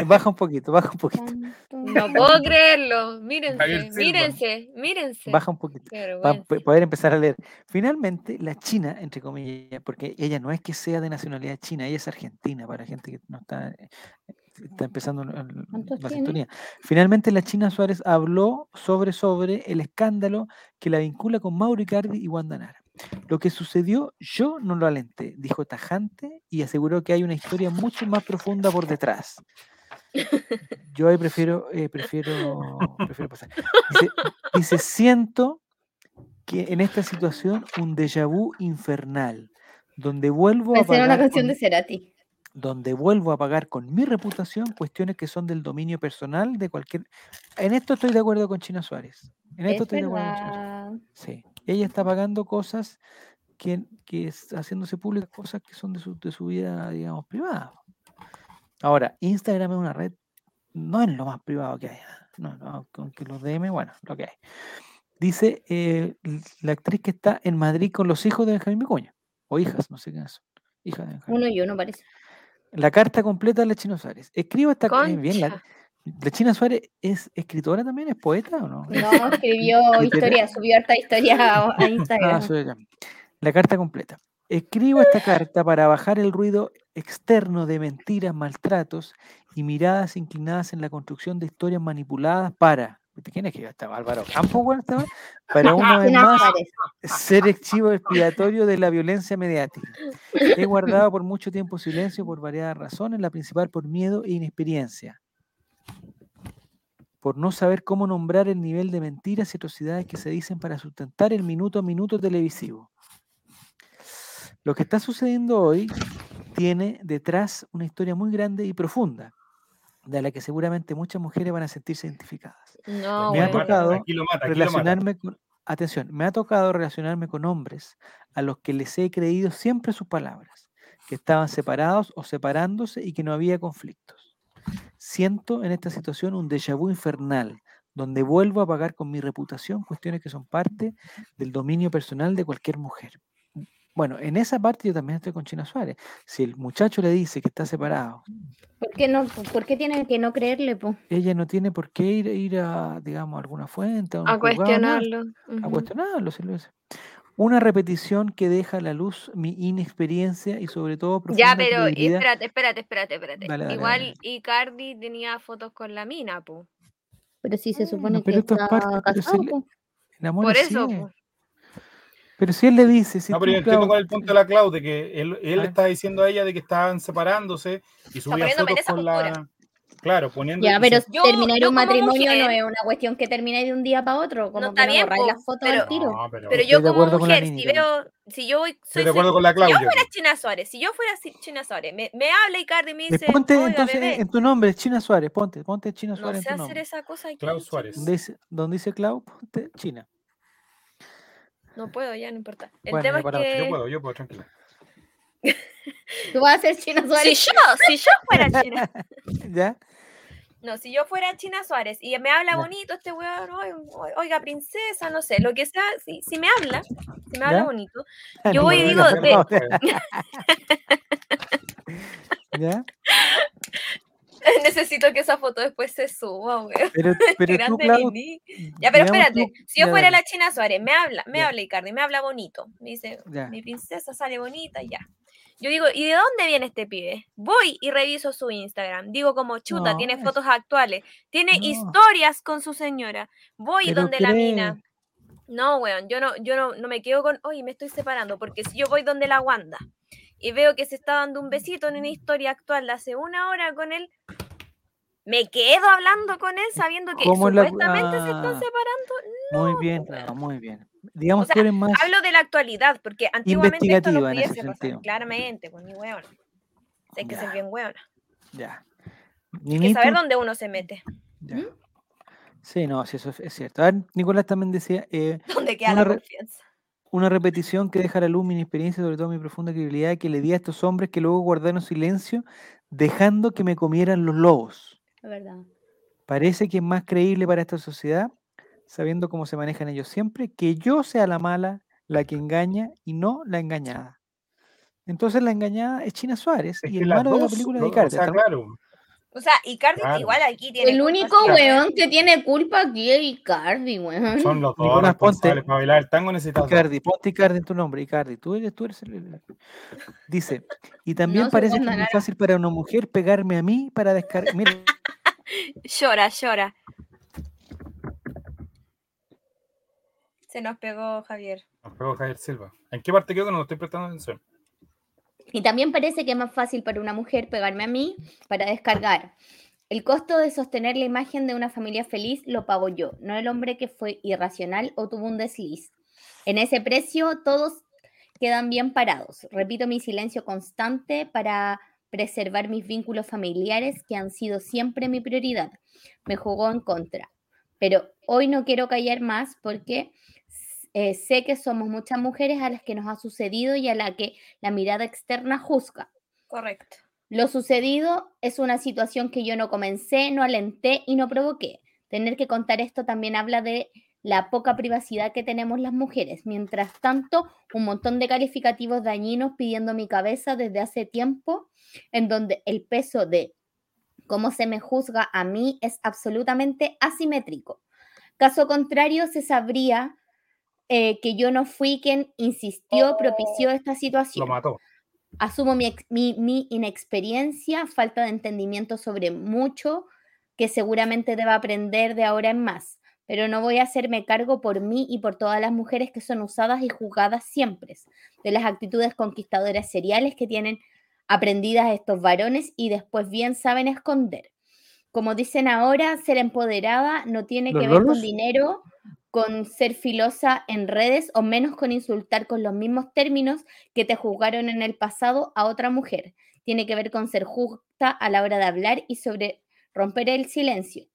Baja un poquito, baja un poquito.
No puedo creerlo.
Javier
Mírense,
Silva.
mírense, mírense.
Baja un poquito.
Qué
para
vergüenza.
poder empezar a leer. Finalmente, la China, entre comillas, porque ella no es que sea de nacionalidad china, ella es argentina, para la gente que no está, eh, está empezando el- el-
¿Cuántos
la
tiene?
sintonía. Finalmente, la China Suárez habló sobre, sobre el escándalo que la vincula con Mauro Icardi y Wanda Nara. Lo que sucedió, yo no lo alenté, dijo tajante y aseguró que hay una historia mucho más profunda por detrás. Yo ahí prefiero, eh, prefiero, prefiero pasar. Dice, dice, siento que en esta situación un déjà vu infernal, donde vuelvo a
Pensé en una
pagar
canción
con-
de Cerati.
donde vuelvo a pagar con mi reputación cuestiones que son del dominio personal de cualquier. En esto estoy de acuerdo con China Suárez. En esto
Es
estoy de acuerdo con China Suárez.
verdad.
Sí. Ella está pagando cosas que, que es haciéndose públicas cosas que son de su, de su vida, digamos, privada. Ahora, Instagram es una red, no es lo más privado que hay. ¿eh? No, no, con que los DM, bueno, lo que hay. Dice eh, l- la actriz que está en Madrid con los hijos de Benjamín Vicuña, o hijas, no sé qué son. Hijas de Benjamín.
Uno y uno parece.
La carta completa de la China Suárez. Escribo esta. eh, bien, la,
Concha.
la China Suárez es escritora también, es poeta o no?
No, escribió
Literal.
historias, subió harta historia a, a
Ah,
Instagram.
soy yo. La carta completa. Escribo esta carta para bajar el ruido externo de mentiras, maltratos y miradas inclinadas en la construcción de historias manipuladas para. ¿Viste ¿Quién escribió esta? Álvaro Campos, weón, esta weá? Para una vez
Una
más
Suárez.
ser el chivo expiatorio de la violencia mediática. He guardado por mucho tiempo silencio por variadas razones, la principal por miedo e inexperiencia. Por no saber cómo nombrar el nivel de mentiras y atrocidades que se dicen para sustentar el minuto a minuto televisivo. Lo que está sucediendo hoy tiene detrás una historia muy grande y profunda, de la que seguramente muchas mujeres van a sentirse identificadas
No,
Me ha
Ah, bueno.
tocado-
Aquí lo mata, aquí lo mata.
relacionarme con, atención, me ha tocado relacionarme con hombres a los que les he creído siempre sus palabras, que estaban separados o separándose y que no había conflictos. Siento en esta situación un déjà vu infernal, donde vuelvo a pagar con mi reputación cuestiones que son parte del dominio personal de cualquier mujer. Bueno, en esa parte yo también estoy con China Suárez. Si el muchacho le dice que está separado,
¿Por qué, no, ¿Por qué tienen que no creerle, po?
ella no tiene por qué ir, ir a, digamos, a alguna fuente, a, un
A
juzgado, nada
cuestionarlo.
a
Ujú.
cuestionarlo, si lo es. Una repetición que deja a la luz mi inexperiencia y sobre todo
Ya,
profunda
pero eh,
credibilidad.
espérate, espérate, espérate, espérate.
Dale, dale,
Igual
dale.
Icardi tenía fotos con la mina, po.
Pero sí
Mm,
se supone
pero
que
esto es
está
parte- pero
casado,
si le-
po.
El amor
Por
es
eso,
ciego.
po.
Pero si él le dice, si
No, pero
tú,
yo entiendo
Clau,
con el punto de la Clau, de que él, él
Ah.
le estaba diciendo a ella de que estaban separándose y subía
poniéndome en
fotos
esa
con la. Claro, poniendo.
Ya,
y
pero
se-
Yo-
terminar
yo
un
como
matrimonio no
mujer-
es una cuestión que termine de un día para otro. Como
está
que no
bien,
borráis
po,
las fotos
pero-
al tiro.
No,
Pero
pero. Estoy
yo
de
como
acuerdo con la
mujer, si
Nini
veo, si yo voy, soy,
de
soy-
acuerdo con la
si yo
Clau. yo.
fuera China Suárez, si yo fuera si- China Suárez, me, me habla Icardi y me
le
dice,
ponte
oiga,
entonces
bebé,
en tu nombre, China Suárez, ponte, ponte China
no
Suárez en
sé
tu
hacer
nombre.
esa cosa aquí.
Clau
chico.
Suárez.
Donde dice, donde dice Clau, ponte China.
No puedo, ya no importa. El
Bueno,
tema
ya
es
para otro,
Yo
que
puedo, yo puedo, tranquila.
Tú vas a ser China
si
Suárez.
yo, si yo fuera China,
¿Ya?
no, si yo fuera China Suárez y me habla
Ya.
bonito este weón, "Oi- oiga, princesa, no sé, lo que sea, si, si me habla, si me
¿Ya?
habla bonito,
No,
yo voy y
no,
digo,
no,
de,
no.
Bueno,
¿Ya?
necesito que esa foto después se suba, weón.
Pero, pero tú,
Grande
Clau,
Nini. Ya,
digamos
pero espérate,
tú-
si yo
ya,
fuera
dale.
la China Suárez, me habla, me
Ya.
habla Icardi, me habla bonito, me dice,
Ya.
mi princesa sale bonita, y ya. Yo digo, ¿y de dónde viene este pibe? Voy y reviso su Instagram. Digo como chuta,
No,
tiene
es-
fotos actuales, tiene
no.
historias con su señora. Voy
Pero
donde la
cree-
mina. No, weón, yo no, yo no, no me quedo con, oye, me estoy separando, porque si yo voy donde la Wanda y veo que se está dando un besito en una historia actual de hace una hora con él, me quedo hablando con él sabiendo que
¿Cómo es la-
supuestamente se
Ah.
están separando.
Muy bien, claro, muy bien. Digamos
O sea,
que eres más.
Hablo de la actualidad, porque antiguamente esto
investigativa
no
en
pudiese
ese
pasar,
sentido.
claramente, pues ni weón. Hay que
Ya.
ser bien weón.
Ya.
Hay que
Ninito.
saber dónde uno se mete.
Ya. Sí, no, sí, eso es- es cierto. A ver, Nicolás también decía. eh,
¿Dónde queda
una
la
re-
confianza?
Una repetición que deja a la luz mi experiencia, sobre todo mi profunda credibilidad que le di a estos hombres que luego guardaron silencio, dejando que me comieran los lobos.
Es verdad.
Parece que es más creíble para esta sociedad, sabiendo cómo se manejan ellos siempre, que yo sea la mala, la que engaña y no la engañada. Entonces la engañada es China Suárez y
que
el
las
malo de la
dos,
película
¿no?
de
O
Icardi.
sea,
¿estamos?
claro.
O sea, Icardi
Claro.
igual aquí tiene.
El
culpa,
único
sí.
weón que tiene culpa aquí es Icardi, weón.
Son los dos
Nicolás, ponte.
responsables para bailar el tango necesitados.
Icardi, ponte Icardi en tu nombre, Icardi, tú eres, tú eres el- el- Dice, y también
No se
parece que
pongan
es muy
a-
fácil para una mujer pegarme a mí para descargar. Mira,
Llora, llora. Se nos pegó Javier.
Nos pegó Javier Silva. ¿En qué parte quedó que no lo estoy prestando atención?
Y también parece que es más fácil para una mujer pegarme a mí para descargar. El costo de sostener la imagen de una familia feliz lo pago yo, no el hombre que fue irracional o tuvo un desliz. En ese precio todos quedan bien parados. Repito mi silencio constante para preservar mis vínculos familiares que han sido siempre mi prioridad. Me jugó en contra. Pero hoy no quiero callar más porque eh, sé que somos muchas mujeres a las que nos ha sucedido y a la que la mirada externa juzga.
Correcto.
Lo sucedido es una situación que yo no comencé, no alenté y no provoqué. Tener que contar esto también habla de la poca privacidad que tenemos las mujeres. Mientras tanto, un montón de calificativos dañinos pidiendo mi cabeza desde hace tiempo, en donde el peso de cómo se me juzga a mí es absolutamente asimétrico. Caso contrario, se sabría eh, que yo no fui quien insistió, propició esta situación.
Lo mató.
Asumo mi, ex- mi- mi inexperiencia, falta de entendimiento sobre mucho que seguramente deba aprender de ahora en más, pero no voy a hacerme cargo por mí y por todas las mujeres que son usadas y juzgadas siempre, de las actitudes conquistadoras seriales que tienen aprendidas estos varones y después bien saben esconder. Como dicen ahora, ser empoderada no tiene
¿Los
que ver
lolos?
con dinero, con ser filosa en redes o menos con insultar con los mismos términos que te juzgaron en el pasado a otra mujer. Tiene que ver con ser justa a la hora de hablar y sobre romper el silencio.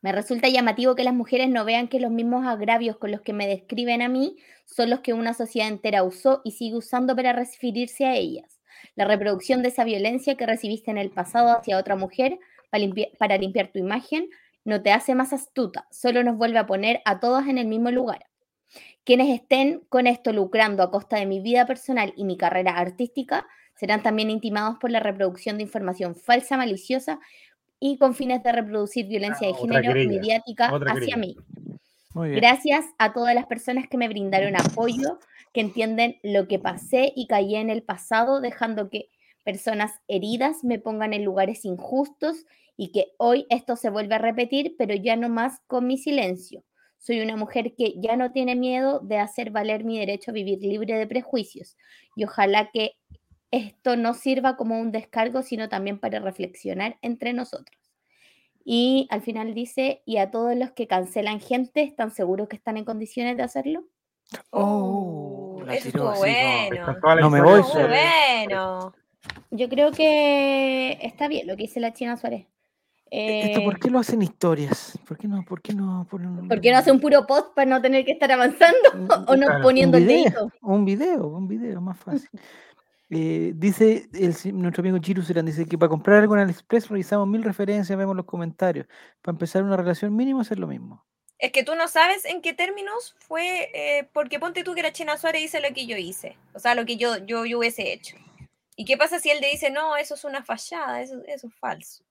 Me resulta llamativo que las mujeres no vean que los mismos agravios con los que me describen a mí son los que una sociedad entera usó y sigue usando para referirse a ellas. La reproducción de esa violencia que recibiste en el pasado hacia otra mujer pa limpia- para limpiar tu imagen no te hace más astuta, solo nos vuelve a poner a todas en el mismo lugar. Quienes estén con esto lucrando a costa de mi vida personal y mi carrera artística serán también intimados por la reproducción de información falsa, maliciosa y con fines de reproducir violencia de
Ah, otra
género
querella,
mediática
otra
hacia
querella.
mí.
Muy bien.
Gracias a todas las personas que me brindaron apoyo, que entienden lo que pasé y caí en el pasado, dejando que personas heridas me pongan en lugares injustos y que hoy esto se vuelve a repetir, pero ya no más con mi silencio. Soy una mujer que ya no tiene miedo de hacer valer mi derecho a vivir libre de prejuicios y ojalá que esto no sirva como un descargo, sino también para reflexionar entre nosotros. Y al final dice, y a todos los que cancelan gente, ¿están seguros que están en condiciones de hacerlo?
Oh, la tiró
Eso estuvo
así como-
bueno.
Con toda la
No me
historia
voy,
de-
Estuvo bueno.
Yo creo que está bien lo que dice la China Suárez.
E-,
¿e-, ¿Esto por
Eh,
qué lo hacen historias? ¿Por qué no? ¿Por qué no? ponen
¿Por qué no hace un puro post para no tener que estar avanzando o no
Claro, un
poniendo
un
el
video,
dedito?
un video, un video, más fácil. Eh, dice el si- nuestro amigo Chiru Serán, dice que para comprar algo en AliExpress revisamos mil referencias, vemos los comentarios. Para empezar una relación mínimo es lo mismo.
Es que tú no sabes en qué términos fue, eh, porque ponte tú que la China Suárez hice lo que yo hice, o sea, lo que yo, yo, yo hubiese hecho. ¿Y qué pasa si él le dice, no, eso es una fallada, eso, eso es falso?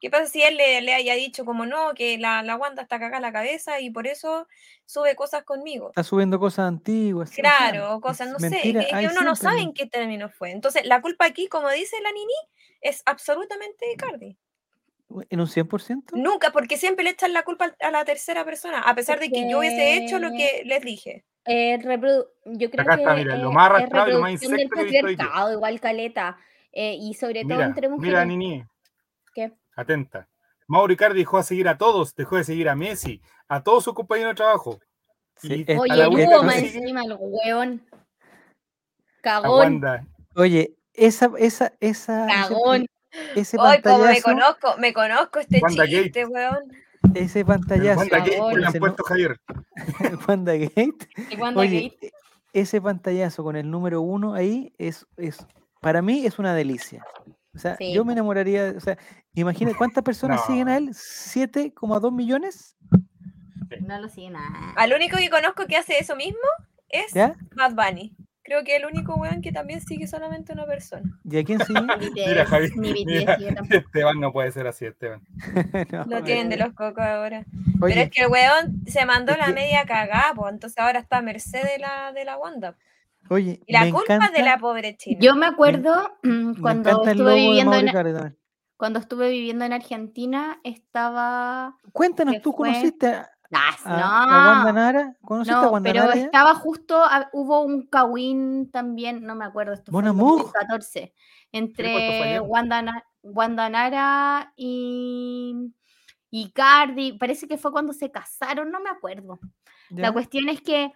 ¿Qué pasa si él le, le haya dicho como no, que la, la Wanda está cagada en la cabeza y por eso sube cosas conmigo?
Está subiendo cosas antiguas. sí,
Claro, o cosas,
es
no
mentira,
sé, que- que,
hay
uno
siempre,
no sabe
¿no?
en qué
Mm,
término fue. Entonces, la culpa aquí, como dice la Nini, es absolutamente de Cardi.
¿En un 100%?
Nunca, porque siempre le echan la culpa al- a la tercera persona, a pesar de que yo hubiese hecho lo que les dije.
Eh, reprodu- yo creo
Acá está,
que
mira, lo
eh,
más
es
arrastrado y lo más
reproducción del
insecto que he visto hoy día.
patriarcado, igual caleta. Eh, y sobre todo
Mira,
entre mujeres.
mira, Nini,
¿Qué?
atenta. Mauricardi dejó de seguir a todos, dejó de seguir a Messi, a todos sus compañeros de trabajo. Y
es-
a
Oye,
la
el
Wanda
Hugo más
sigue
encima, el hueón.
a
Cagón.
Wanda.
Oye, esa, esa, esa. no sé por
Cagón.
qué, Ese
Hoy, como me
este pantallazo,
conozco, me conozco este
Wanda Gate.
chiste, weón.
ese
El
pantallazo.
Wanda Gate
Cagón.
que le han
ese
puesto Javier.
nu- Wanda Gate.
El Wanda
Oye,
Gate.
e- ese pantallazo con el número uno ahí es, es para mí es una delicia. O sea,
Sí,
yo me enamoraría, o sea, imagina cuántas personas
No.
siguen a él, 7,2 millones,
No lo sigue nada.
Al único que conozco que hace eso mismo es
¿ya?
Bad Bunny. Creo que el único weón que también sigue solamente una persona.
¿Y a quién sigue?
Ni BTS,
Mira, Javier.
ni BTS,
mira,
yo tampoco.
Esteban no puede ser así, Esteban.
No,
Lo
no.
tienen de los cocos ahora. Pero
Oye,
es que el weón se mandó
es
la
que-
media cagada, po, entonces ahora está a merced de la, de la Wanda.
oye,
Y la
me
culpa es
encanta,
de la pobre china.
Yo me acuerdo
me
cuando
encanta el
estuve
logo de
viviendo en,
Mauro Cardi también.
cuando estuve viviendo en Argentina, estaba.
Cuéntanos,
que
¿tú
fue-
conociste a,
¡Ah,
a- a Wanda
no!
Nara? ¿Conociste a
No,
Wanda
pero
Nara? ya?
estaba justo, a- hubo un Kawin también, no me acuerdo, esto fue
Bon
en
Amour.
2014,
pues, esto fue
entre
ayer.
Wanda, Na- Wanda Nara y, y Cardi, parece que fue cuando se casaron, no me acuerdo. La
¿Ya?
cuestión es que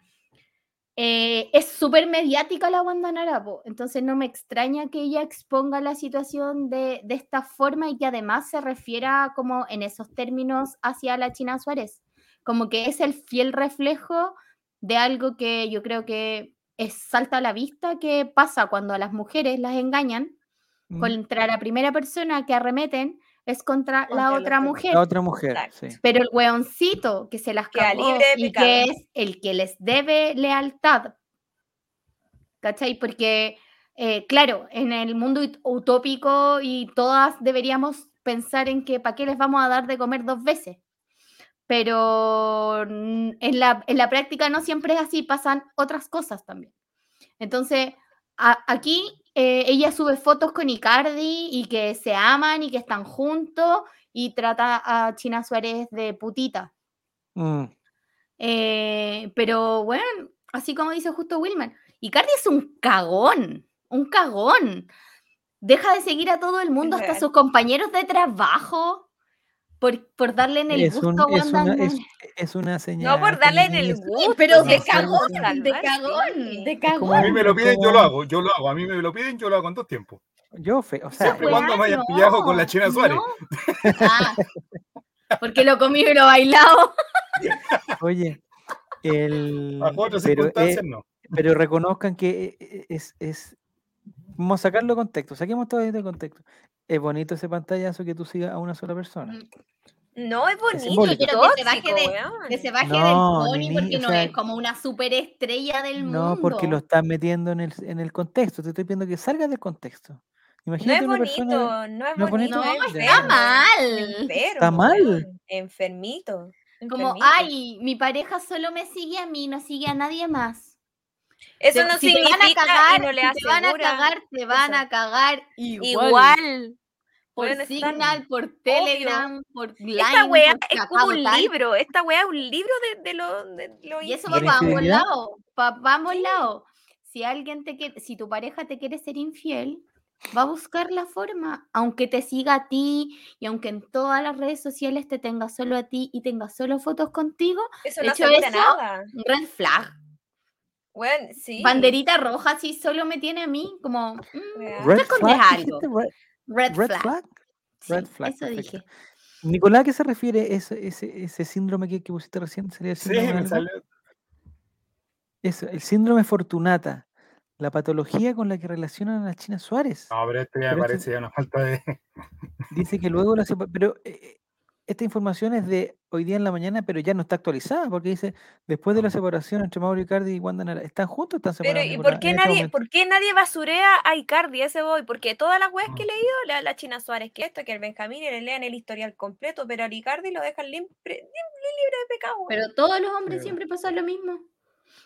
eh, es súper mediática la Wanda Nara, po, entonces no me extraña que ella exponga la situación de, de esta forma y que además se refiera como en esos términos hacia la China Suárez, como que es el fiel reflejo de algo que yo creo que es salta a la vista que pasa cuando a las mujeres las engañan
Mm.
contra la primera persona que arremeten es contra,
Contra
la
la
otra
otra.
mujer.
La otra mujer,
Exacto.
sí.
Pero el weoncito que se las
Queda
cagó
libre de
y
pecado.
que es el que les debe lealtad. ¿Cachai? Porque, eh, claro, en el mundo ut- utópico y todas deberíamos pensar en que para qué les vamos a dar de comer dos veces. Pero mm, en la, en la práctica no siempre es así, pasan otras cosas también. Entonces, a- aquí eh, ella sube fotos con Icardi y que se aman y que están juntos y trata a China Suárez de putita.
Mm.
Eh, pero bueno, así como dice justo Wilman, Icardi es un cagón, un cagón. Deja de seguir a todo el mundo, hasta
real.
sus compañeros de trabajo, por, por darle en el
Es,
gusto
un-
a
es,
Wanda
una,
Nara.
es, es una señal.
No por darle en el
feminista.
gusto,
pero
sí,
de
sí,
cagón,
sí.
de cagón, de
Es como-
A mí
cagón.
me lo piden, yo
como-
lo hago, yo lo hago. A mí me lo piden, yo lo hago en dos tiempos.
Yo, fe- o sea,
Siempre y
yo-
cuando me hayan pillado con la China Suárez.
no. Ah, porque lo comí y lo bailado.
oye, el,
Bajo otras
pero,
circunstancias,
eh,
no.
pero reconozcan que eh, eh, es, es, vamos a sacarlo de contexto, saquemos todo esto de contexto. Es bonito ese pantallazo que tú sigas a una sola
Mm,
persona.
No es bonito,
simbólico.
es
Pero que se baje
tóxico,
de-
weón.
Que se baje
No,
del pony
Nini,
porque
o
no
sea,
es como una superestrella del mundo.
No, porque lo estás metiendo en el, en el contexto, te estoy pidiendo que salgas del contexto.
No
Imagínate
es
una persona de-
bonito, no es
no es bonito,
bonito.
No,
es
ya.
está
enfermo,
mal.
Enfermo,
Está mal.
weón, Enfermito.
Como,
enfermito.
ay, mi pareja solo me sigue a mí, no sigue a nadie más.
Eso
Te-
no
si te van a
significa
cagar,
y no le
si te van a
asegura.
cagar, te van
Eso.
a cagar
Igual.
igual. Por
Pueden estar-
Signal, por Telegram, por Line.
Esta weá
por
es como un
Chapabotal.
libro. Esta weá es un libro de, de lo, de lo
Y eso
¿De
va
la
para ambos
infidelidad?
lados. pa- pa' ambos lados. Si alguien te quiere, si tu pareja te quiere ser infiel, va a buscar la forma, aunque te siga a ti y aunque en todas las redes sociales te tenga solo a ti y tenga solo fotos contigo,
Eso
de
no
hecho,
asegura
eso-
nada.
red flag,
Weón, sí.
banderita roja, si solo me tiene a mí, como mm,
weá.
Red
escondes
flag,
algo.
dijiste, red,
red,
red
flag.
flag.
Sí,
red flag,
eso
perfecto.
dije.
Nicolás, ¿a qué se refiere ese, ese, ese síndrome que, que pusiste recién? ¿Sería el
Sí,
síndrome de
me
algo?
salió.
Eso, el síndrome Fortunata, la patología con la que relacionan a China Suárez.
No, pero esto ya me
Pero esto-
parece ya una falta de.
Dice que luego la sepa- pero eh, esta información es de hoy día en la mañana, pero ya no está actualizada, porque dice, después
Ah.
de la separación entre Mauro Icardi y Wanda Nara, ¿están juntos o están
Pero,
separados,
¿y
Nicolás,
por qué,
en este
nadie,
momento?
por qué nadie basurea a Icardi, a ese boy? Porque todas las weas que
Ah.
he leído, la, la China Suárez, que esto, que el Benjamín, y le lean el historial completo, pero a Icardi lo dejan limpre- lim- libre, de pecado. weón.
Pero todos los hombres
Pero-
siempre pasan lo mismo.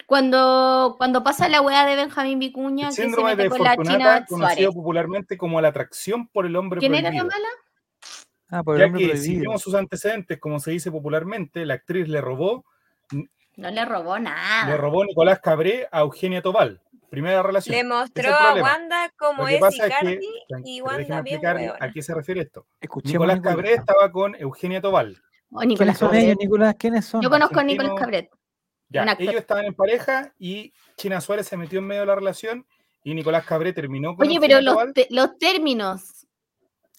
Cuando, cuando pasa la weá de Benjamín Vicuña,
El
que se
síndrome
mete
de
con la China
Fortunata,
Suárez.
conocido popularmente como la atracción por el hombre
¿Quién era
prohibido.
la mala?
Ah, por el
ya
hombre
que si
prohibido.
vemos sus antecedentes, como se dice popularmente, la actriz le robó,
No le robó nada.
le robó Nicolás Cabré a Eugenia Tobal. Primera relación.
Le
Ese es el
mostró a
problema.
Wanda
Lo
cómo
que
es
pasa es que,
Icardi y
pero
Wanda
déjenme
bien
explicar
huevona.
a qué se refiere esto.
Escuchemos
Nicolás
Nicolás.
Cabré estaba con Eugenia Tobal.
O Oh, Nicolás
¿Quiénes son
Cabret.
ellos, Nicolás? ¿Quiénes son?
Yo conozco a
argentino-
Nicolás Cabret.
Ya,
Un actor.
ellos estaban en pareja y China Suárez se metió en medio de la relación y Nicolás Cabré terminó con
Oye,
Eugenia
pero los,
Tobal.
te- los términos.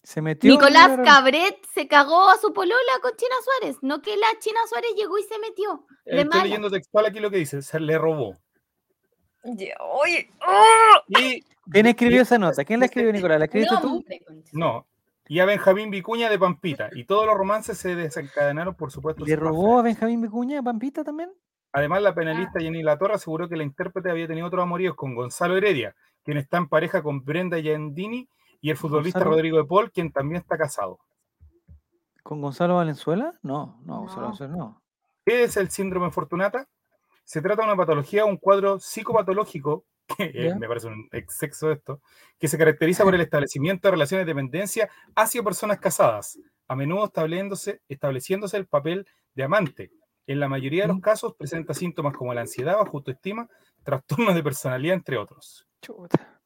Se metió.
Nicolás
Nicolás
Cabret se cagó a su polola con China Suárez. No que la China Suárez llegó y se metió. De
Estoy
mala.
leyendo textual aquí lo que dice, se le robó.
Ya, Oye, ¡oh!
Y
¿Quién escribió esa nota? ¿Quién la escribió, Nicolás? ¿La escribiste
No,
tú?
hombre, concha.
no, y a Benjamín Vicuña de Pampita. Y todos los romances se desencadenaron, por supuesto.
¿Le
sin más
robó a Benjamín Vicuña, Pampita también?
Además, la penalista Jenny Latorre aseguró que la intérprete había tenido otros amoríos con Gonzalo Heredia, quien está en pareja con Brenda Yandini, y el futbolista
Gonzalo.
Rodrigo de Paul, quien también está casado.
¿Con Gonzalo Valenzuela? No, no, Gonzalo
No.
Valenzuela no.
¿Qué es el síndrome Fortunata? Se trata de una patología, un cuadro psicopatológico, que eh,
¿Ya?
me parece un exceso esto, que se caracteriza por el establecimiento de relaciones de dependencia hacia personas casadas, a menudo estableciéndose, estableciéndose el papel de amante. En la mayoría de los
Mm.
casos presenta síntomas como la ansiedad, baja autoestima, trastornos de personalidad, entre otros.
Chuta.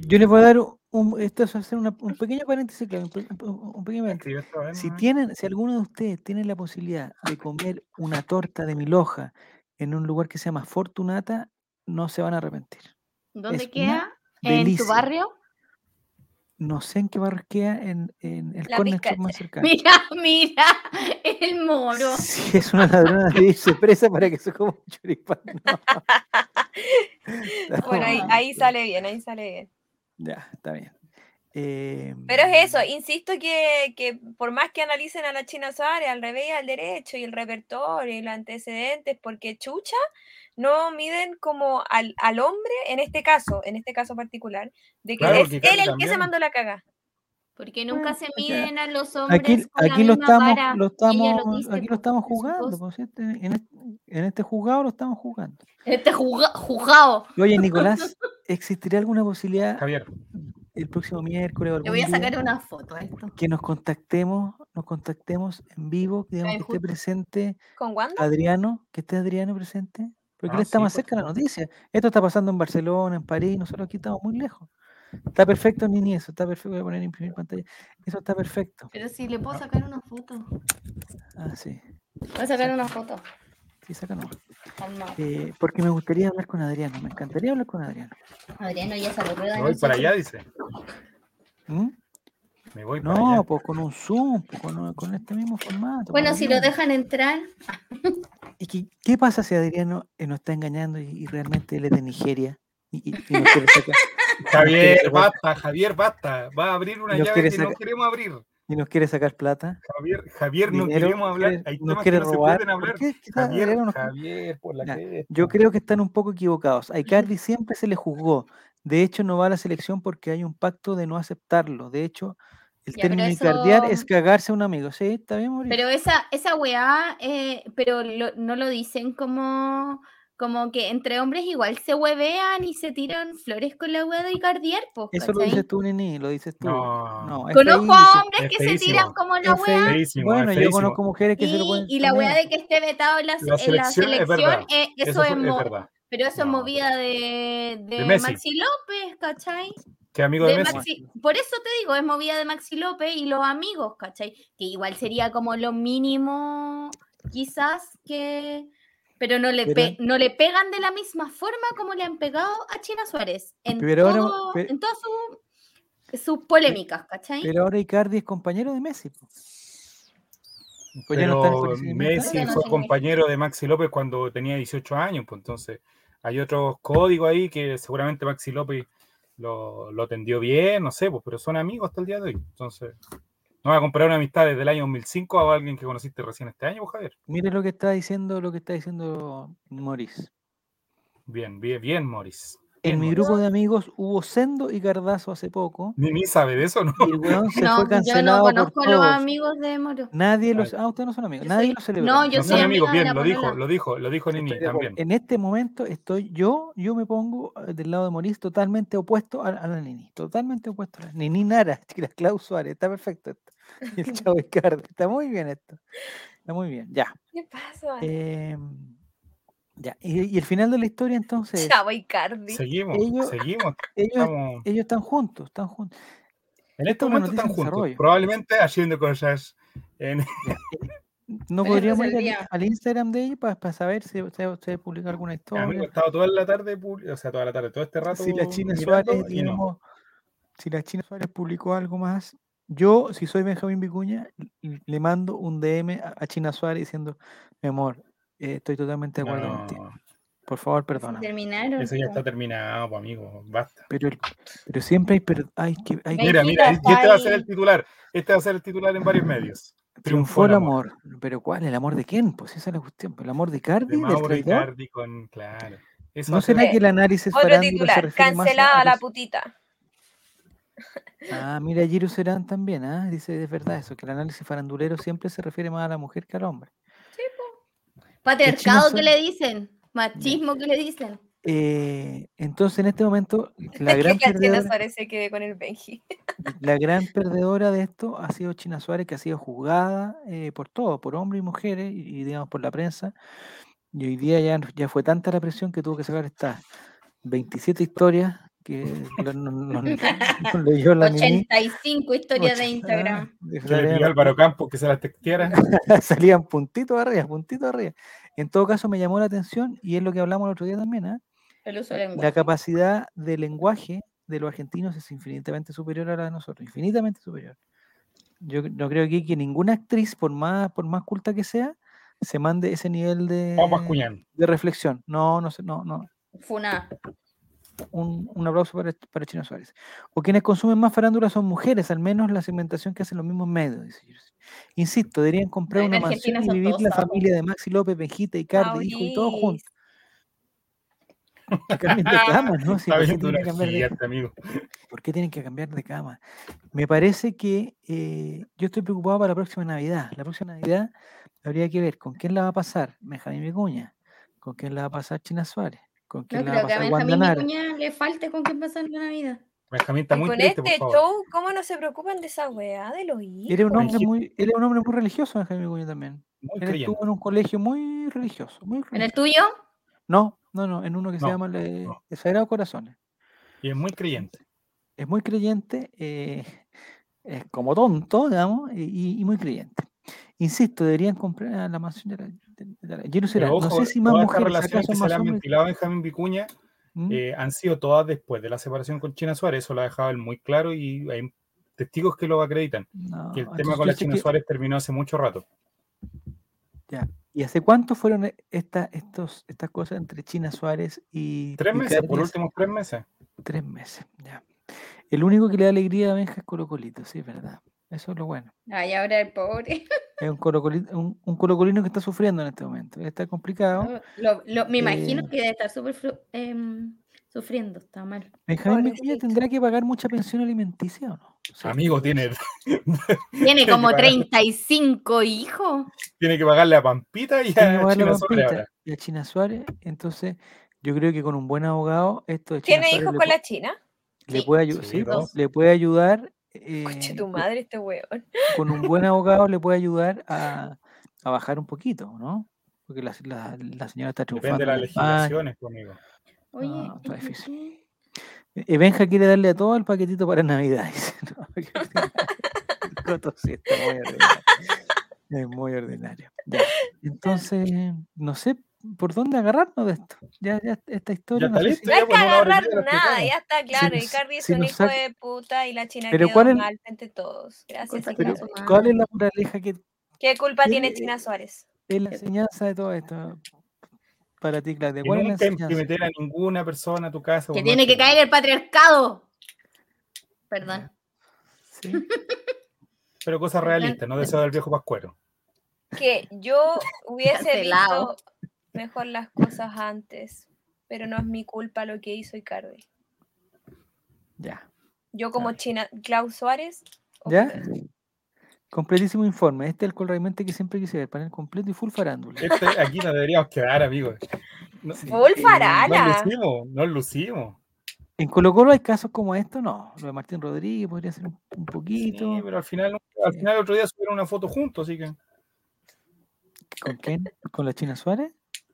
Yo les voy a dar un, esto es hacer una- un pequeño paréntesis, claro, un, pe- un- un pequeño paréntesis.
Escribe esta vez,
Si
¿no?
tienen, si alguno de ustedes tiene la posibilidad de comer una torta de miloja en un lugar que se llama Fortunata, no se van a arrepentir.
¿Dónde
Es
queda?
una
¿En tu
delicia.
barrio?
No sé en qué barrio queda en, en el
La
corner
picacha.
shop más cercano.
Mira, mira, el moro.
Si es una ladrona de irse presa para que se coma un choripán. no. Está
Bueno, ahí,
Ah,
mal.
ahí sale bien, ahí sale bien.
Ya, está bien. Eh,
Pero es eso, insisto que, que por más que analicen a la China Suárez, al revés y al derecho, y el repertorio y los antecedentes, porque chucha, no miden como al, al hombre, en este caso, en este caso particular, de que
Claro,
es
porque
él
Cari
el que se
también-
mandó la caga.
Porque nunca se
ya.
miden a los hombres
Aquí,
con la
aquí lo
misma
estamos,
vara.
lo
Ella lo
estamos,
dice
aquí lo
po,
estamos
en su
jugando,
voz.
pues, este- en, este, en este juzgado lo estamos jugando.
Este juga- juzgado.
Y Oye, Nicolás, ¿existirá alguna posibilidad
Javier,
el próximo miércoles o
Le
algún
voy a
día
sacar una foto a esto.
que nos contactemos, nos contactemos en vivo, que, digamos
Ay,
que esté
justo.
presente
¿Con Wanda?
Adriano, que esté Adriano presente? Porque
Ah,
él está
sí,
más
por
cerca de la
supuesto.
noticia. Esto está pasando en Barcelona, en París, nosotros aquí estamos muy lejos. Está perfecto, Nini, eso está perfecto. Voy a poner imprimir pantalla. Eso está perfecto.
Pero si le puedo sacar una foto.
Ah, sí.
Voy a sacar una foto.
Sí, saca nomás.
Calmado.
Eh, porque me gustaría hablar con Adriano, me encantaría hablar con Adriano.
Adriano ya se lo rueda
me
de
voy para
nosotros.
allá, dice.
¿Mm?
Me voy para allá.
No, pues con un Zoom, pues con, un- con este mismo formato.
Bueno,
más o
si lo
menos.
dejan entrar,
¿Y qué, qué pasa si Adriano eh, nos está engañando y, y realmente él es de Nigeria? Y, y- y nos quiere sacar,
Javier,
sacar-
basta, Javier, basta. Va a abrir una
Nos
llave
quiere
que no
sacar-
queremos abrir.
y nos quiere sacar plata.
Javier, Javier, no
dinero,
queremos
nos
hablar.
quiere-
Hay
nos
temas
quiere
que no
robar.
se pueden
¿Por
hablar.
qué es que está-
Javier,
Adriano nos-
Javier, por la
Ya,
que
Yo creo que están un poco equivocados. A Icardi siempre se le juzgó. De hecho, no va a la selección porque hay un pacto de no aceptarlo. De hecho, el
Ya, pero
término icardiar es
eso-
cagarse a un amigo. Sí, está bien, Mauricio.
pero esa, esa weá, eh, pero lo- no lo dicen como, como que entre hombres igual se huevean y se tiran flores con la weá de Icardiar, pues,
Eso lo
¿cachai?
dices tú, Nini, lo dices tú.
No.
No, es
Conozco
feísimo,
a hombres
es
que se
feísimo,
tiran como la
es
weá.
feí-
Feísimo,
Bueno,
es
yo
feísimo.
conozco mujeres que se lo
Y,
ponen
y la weá
también.
de que esté vetado en la,
La
se- en la
selección es
selección,
verdad.
eh, eso,
Eso fue-
es,
es
mo-
verdad.
pero eso es
No,
movida de, de
De Messi.
Maxi López, ¿cachai?
Que amigo
de
de Messi.
Maxi- por eso te digo, es movida de Maxi López y los amigos, ¿cachai? Que igual sería como lo mínimo, quizás que. Pero no le, pe- no le pegan de la misma forma como le han pegado a China Suárez. En,
Pero ahora-
todo-
pero-
en todas sus- sus polémicas, ¿cachai?
Pero ahora Icardi es compañero de Messi. po. Pues ya no está en el
Pero
coleccionamiento.
Messi
Creo que no
fue
se
compañero de Maxi López cuando tenía 18 años, pues entonces hay otros códigos ahí que seguramente Maxi López lo, lo atendió bien, no sé, pues, pero son amigos hasta el día de hoy. Entonces, no vas a comprar una amistad desde el año 2005 a alguien que conociste recién este año, pues, Javier.
Mire lo que está diciendo, lo que está diciendo Maurice.
Bien, bien, bien, Morris.
En
Bien,
mi
Morris.
grupo de amigos hubo Sendo y Cardazo hace poco.
Ni, ni sabe de eso, ¿no?
Y el weón se
No,
fue
yo no
cancelado por
conozco a los
todos.
amigos de Moro.
Nadie los.
Vale.
Ah, ustedes no son amigos.
Yo
Nadie
soy-
lo celebró.
no, yo
No
soy
son
amiga
amigos,
de
bien,
la
lo dijo,
polola.
lo dijo, lo dijo Nini
Estoy de acuerdo.
también.
En este momento estoy yo, yo me pongo eh, del lado de Maurice totalmente opuesto a, a la Nini. Totalmente opuesto a la Nini Nara, la Clau Suárez. Está perfecto. esto. Y el Chavo Icardi. Está muy bien esto. Está muy bien, ya.
¿Qué pasa?
Eh, ya. Y, y el final de la historia entonces.
Chavo Icardi.
Seguimos,
Ellos-
seguimos.
ellos-
Estamos-
Ellos están juntos, están juntos.
en
esto
este
es una
momento
noticia
están
en
juntos.
desarrollo.
Probablemente haciendo cosas en,
No
Pero
podríamos ir
es el
al,
día.
al Instagram de ellos para, saber si usted, usted publicó alguna
Amigo, he
historia.
estado toda la tarde, publi- o sea, toda la tarde, todo este rato.
Si la China
mirando
Suárez,
y no.
digamos, si la China Suárez publicó algo más, yo, si soy Benjamín Vicuña, l- le mando un DM a a China Suárez diciendo, mi amor, eh, estoy totalmente de acuerdo
No,
contigo. Por favor, perdóname.
Terminaron.
eso ya
po.
está terminado, pues, amigo. Basta.
Pero, el- pero siempre hay, per- hay que hay que-
Mira,
Benjita
mira, y
está
este va a ser
ahí.
el titular. Este va a ser el titular en varios medios.
triunfó el amor. Pero ¿cuál? ¿El amor de quién? Pues esa es la cuestión. ¿El amor de
De
Cardi, del
Mauro
traidor?
Icardi con. Claro. Eso va
¿No
a ser-
será que el análisis
Otro
farándula se
titular.
refiere más a-
Cancelada
a
la
los-
putita.
Ah, mira, Giro Serán también, ¿ah? Dice, es verdad eso, que el análisis farandulero siempre se refiere más a la mujer que al hombre.
Patriarcado que
Suárez.
le dicen, machismo que le dicen.
Eh, entonces, en este momento, la
que
gran,
la China
perdedora,
Suárez se quede con el Benji.
la gran perdedora de esto ha sido China Suárez, que ha sido juzgada eh, por todo, por hombres y mujeres, y, y digamos por la prensa. Y hoy día ya, ya fue tanta la presión que tuvo que sacar estas 27 historias que lo- lo- lo- lo leyó la Mimi.
85 historias de
Ocho-
Instagram.
ah, de
que le pidió
Sarena.
a Álvaro Campos que se las texteara.
salían puntitos arriba, puntitos arriba. En todo caso, me llamó la atención y es lo que hablamos el otro día también. ¿ah?
El uso del lenguaje.
La capacidad de lenguaje de los argentinos es infinitamente superior a la de nosotros, infinitamente superior. Yo cre- no creo que, que ninguna actriz, por más, por más culta que sea, se mande ese nivel
Vamos a
de,
Cuñán.
de reflexión. No, no sé, no, no.
Funa.
Un, un aplauso para, para Chino Suárez. O quienes consumen más farándula son mujeres, al menos la segmentación que hacen los mismos medios. dice Jersey. Insisto, deberían comprar
En
una
Argentina
mansión y
son
vivir
todos
la
sapos.
familia de Maxi López, Benjita, y Cardi, hijo y todos juntos.
Maurice.
Que cambien de cama, ¿no? Si,
Está
¿por, qué tienen
viendo una
pues, que cambiar de
gigante,
cama?
este amigo.
¿Por qué tienen que cambiar de cama? Me parece que eh, yo estoy preocupado para la próxima Navidad. La próxima Navidad habría que ver con quién la va a pasar Benjamín Vicuña, con quién la va a pasar China Suárez, con
No
quién la va a
creo que a
pasar Wanda
Benjamín
Nara.
Vicuña le falte con qué pasar la Navidad.
Benjamín está
Y
muy
con
triste, por
este
favor.
show, ¿cómo no se preocupan de esa weá de los hijos?
Era un hombre
Religioso.
muy, era un hombre muy religioso, Benjamín Vicuña también.
Muy
Él
creyente.
estuvo en un colegio muy religioso, muy
¿En el
religioso.
tuyo?
No, no, no, en uno que se
No,
llama eh,
no.
El Sagrado Corazones.
Y es muy creyente.
es muy creyente, eh, es como tonto, digamos, y, y muy creyente. Insisto, deberían comprar a la mansión de la, de- de la- yo no sé,
Pero
no
ojo,
sé si más
todas estas
mujeres,
relaciones
acaso
que se
más
le han
hombres.
ventilado a Benjamín Vicuña
¿Mm?
eh, han sido todas después de la separación con China Suárez. Eso lo ha dejado él muy claro y hay testigos que lo acreditan.
No,
Que el tema
Ah, entonces
con
yo
la
sé
China
que-
Suárez terminó hace mucho rato.
ya. ¿Y hace cuánto fueron e- esta, estos, estas cosas entre China Suárez y
Tres
y
meses, por
Cardi?
últimos tres meses.
Tres meses, ya. El único que le da alegría a Benja es Colocolito, sí, es verdad. Eso es lo bueno.
Ay, ahora el pobre.
Es un, colocoli- un, un colocolino que está sufriendo en este momento. Está complicado.
Ah,
Lo- lo- me imagino
Eh,
que debe estar súper fru- em, sufriendo, está mal.
Benjamín Vicuña tendrá que pagar mucha pensión alimenticia o no? O sea,
Amigo, tiene,
Tiene
que
como
pagar.
35 hijos.
tiene que pagarle a Pampita y
tiene que
a
pagar la
China Suárez
pampita
ahora.
y a China Suárez. Entonces, yo creo que con un buen abogado, esto de China
¿Tiene
Suárez
hijos
le, pu-
con la China?
le
Sí,
puede ayudar.
Sí,
dos.
le puede ayudar.
Coche
eh,
tu
le-
madre, este weón.
con un buen abogado le puede ayudar a, a bajar un poquito, ¿no? Porque la, la- la señora está
Depende
triunfando
de las
en España.
legislaciones, pues, amigo.
Oye,
No, está
¿y
difícil.
qué?
Eh, Benja quiere darle a todo el paquetito para Navidad. Dice, no, que ordinario. El Coto sí está muy ordinario. Es muy ordinario. Ya. Entonces, no sé por dónde agarrarnos de esto. Ya, ya esta
Ya
historia
está
no sé si-
listo,
No hay
ya pues.
que
por una hora y
agarrar
media lo
nada,
explicamos.
ya está claro.
nos-
Icardi es
si
un
nos
hijo
saca-
de puta y la China
Pero
quedó
¿cuál es-
mal frente a todos. Gracias,
Contra
pero
China
Icardi.
Suárez.
¿cuál es la moraleja que
¿Qué culpa
¿Qué
tiene
le-
China Suárez?
es la enseñanza de todo esto? Para ti, Claudia,
Que
¿cuál es la
nunca
enseñanza?
imprimeter a ninguna persona a tu casa.
Que
por
tiene
más
que caer el patriarcado. Perdón.
Sí.
Pero cosas
Oigan,
realistas, no deseo del viejo Pascuero.
Que yo hubiese
Cancelado.
visto mejor las cosas antes, pero no es mi culpa lo que hizo Icardi.
Ya.
Yo como
Claro.
China, Klaus Suárez.
¿Ya?
opiné. realmente
Completísimo informe. Este es el colraimente que siempre quise ver. Panel completo y full farándula.
Este, aquí nos deberíamos quedar, amigos. No-
Sí.
Full
Eh,
farala.
Nos lucimos, nos lucimos.
En Colo Colo hay casos como estos, no. Lo de Martín Rodríguez podría ser un, un poquito.
Sí, pero al final, al final el otro día subieron una foto juntos, así que.
¿Con quién? ¿Con la China Suárez?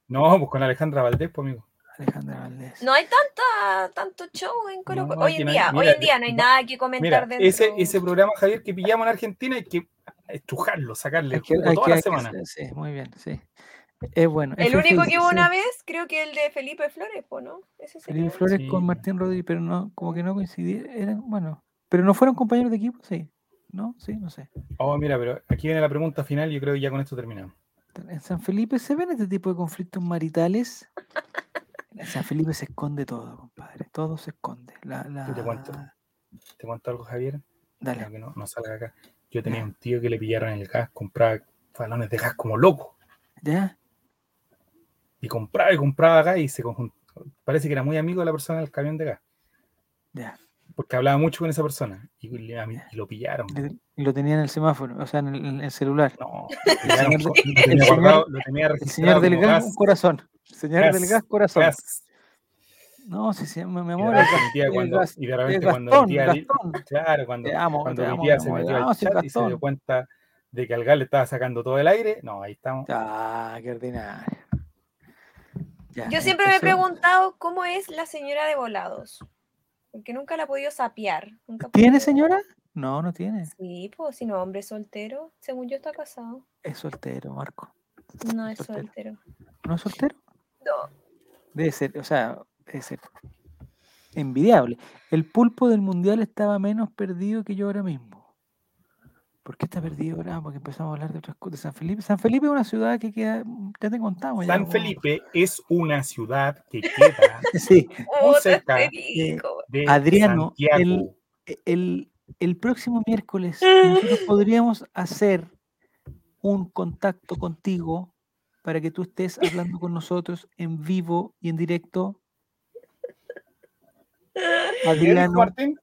No, pues con Alejandra Valdés, pues, amigo.
Alejandra Valdés.
No hay tanta, tanto show en Colo Colo.
No,
hoy
que
en
no hay-
día, hoy
mira,
en día no hay
va-
nada que
Mira,
comentar de
ese, ese programa, Javier, que pillamos en Argentina hay que estrujarlo, sacarle
Hay
el
que-
jugo
hay
toda
que-
la
hay que
semana.
hacer- sí, muy bien, sí. Es bueno.
El
FF
único que hubo
dice,
una vez, creo que el de Felipe Flores, po, ¿no? Ese sería.
Felipe Flores
Sí.
con Martín Rodríguez, pero no, como que no coincidieron, eran, bueno, pero no fueron compañeros de equipo, sí, ¿no? Sí, no sé.
Oh, mira, pero aquí viene la pregunta final, yo creo que ya con esto terminamos.
En San Felipe se ven este tipo de conflictos maritales. En San Felipe se esconde todo, compadre. Todo se esconde. La,
Yo te cuento.
la-
¿Te cuento algo, Javier?
Dale.
Espero que no, no salga acá. Yo tenía un tío que le pillaron el gas, compraba balones de gas como loco.
¿Ya?
Y compraba y compraba gas y se conjuntó. Parece que era muy amigo de la persona del camión de gas.
Ya.
Porque hablaba mucho con esa persona. Y, le- a mí- y lo pillaron.
Le- eh, Lo tenía en el semáforo, o sea, en el, en el celular.
No,
El
pillaron
señor, de-
con- lo, tenía
el señor-
guardado, lo tenía
el señor
registrado
del
como
gas,
gas,
un corazón. El señor del
gas,
gas, corazón.
gas.
No, si se me, me
Y de
muero.
repente
Gas-
mi tía
eh,
cuando-
gas-
y de
eh,
repente cuando mi
Gastón,
tía li-
Gastón.
Claro, cuando,
Te amo,
cuando
te
mi
amo,
tía
mi
se
amor.
metió al
Vamos, sí,
chat y se dio
Gastón.
cuenta de que al gas le estaba sacando todo el aire, no, ahí estamos.
Ah, qué ordinario. Ya, eh,
Yo siempre me he
empezó.
preguntado cómo es la señora de volados. Porque nunca la he podido sapear. Nunca he
¿Tiene
podido-
señora? No, no tiene.
Sí, pues si no, hombre soltero. Según yo está casado.
Es soltero, Marco.
No es
Soltero.
soltero.
¿No es soltero?
No.
Debe ser, o sea, debe ser envidiable. El pulpo del mundial estaba menos perdido que yo ahora mismo. ¿Por qué está perdido ahora? Ah, Porque empezamos a hablar de otras cosas. De San Felipe. San Felipe es una ciudad que queda, ya te contamos. ya,
San
como-
Felipe es una ciudad que queda
Sí.
muy
Puta,
cerca
eh.
Federico.
de
Adriano,
Santiago.
e-, El, el próximo miércoles nosotros podríamos hacer un contacto contigo para que tú estés hablando con nosotros en vivo y en directo.
¿Qué dijo
Adriano,
Martín?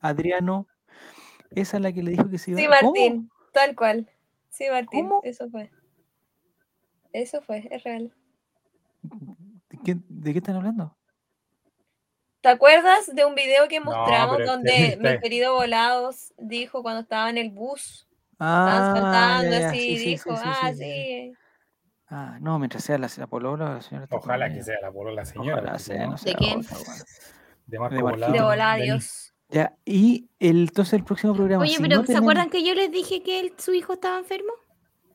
Adriano, esa es la que le dijo que se iba
Sí,
¿cómo?
Martín. Tal cual. Sí, Martín.
¿Cómo?
Eso fue. Eso fue, es real.
¿De qué, de qué están hablando?
¿Te acuerdas de un video que mostramos
pero este-
donde
este-
mi querido Volados dijo cuando estaba en el bus? Estaban
Ah,
saltando
ya, ya,
así,
sí, sí, sí, sí,
dijo,
sí,
ah,
sí, sí.
sí.
Ah, no, mientras sea la, la polola, la señora. está
Ojalá
con
que
ella.
sea la polola señora.
Ojalá
porque
sea,
no,
no sea
quién?
otra, bueno.
De Marco
De Marquito.
Volado.
De
Claro,
volada,
Denis.
Dios.
Ya, y el, entonces el próximo programa.
Oye,
si
pero
no
¿se
tenemos-
acuerdan que yo les dije que él- su hijo estaba enfermo?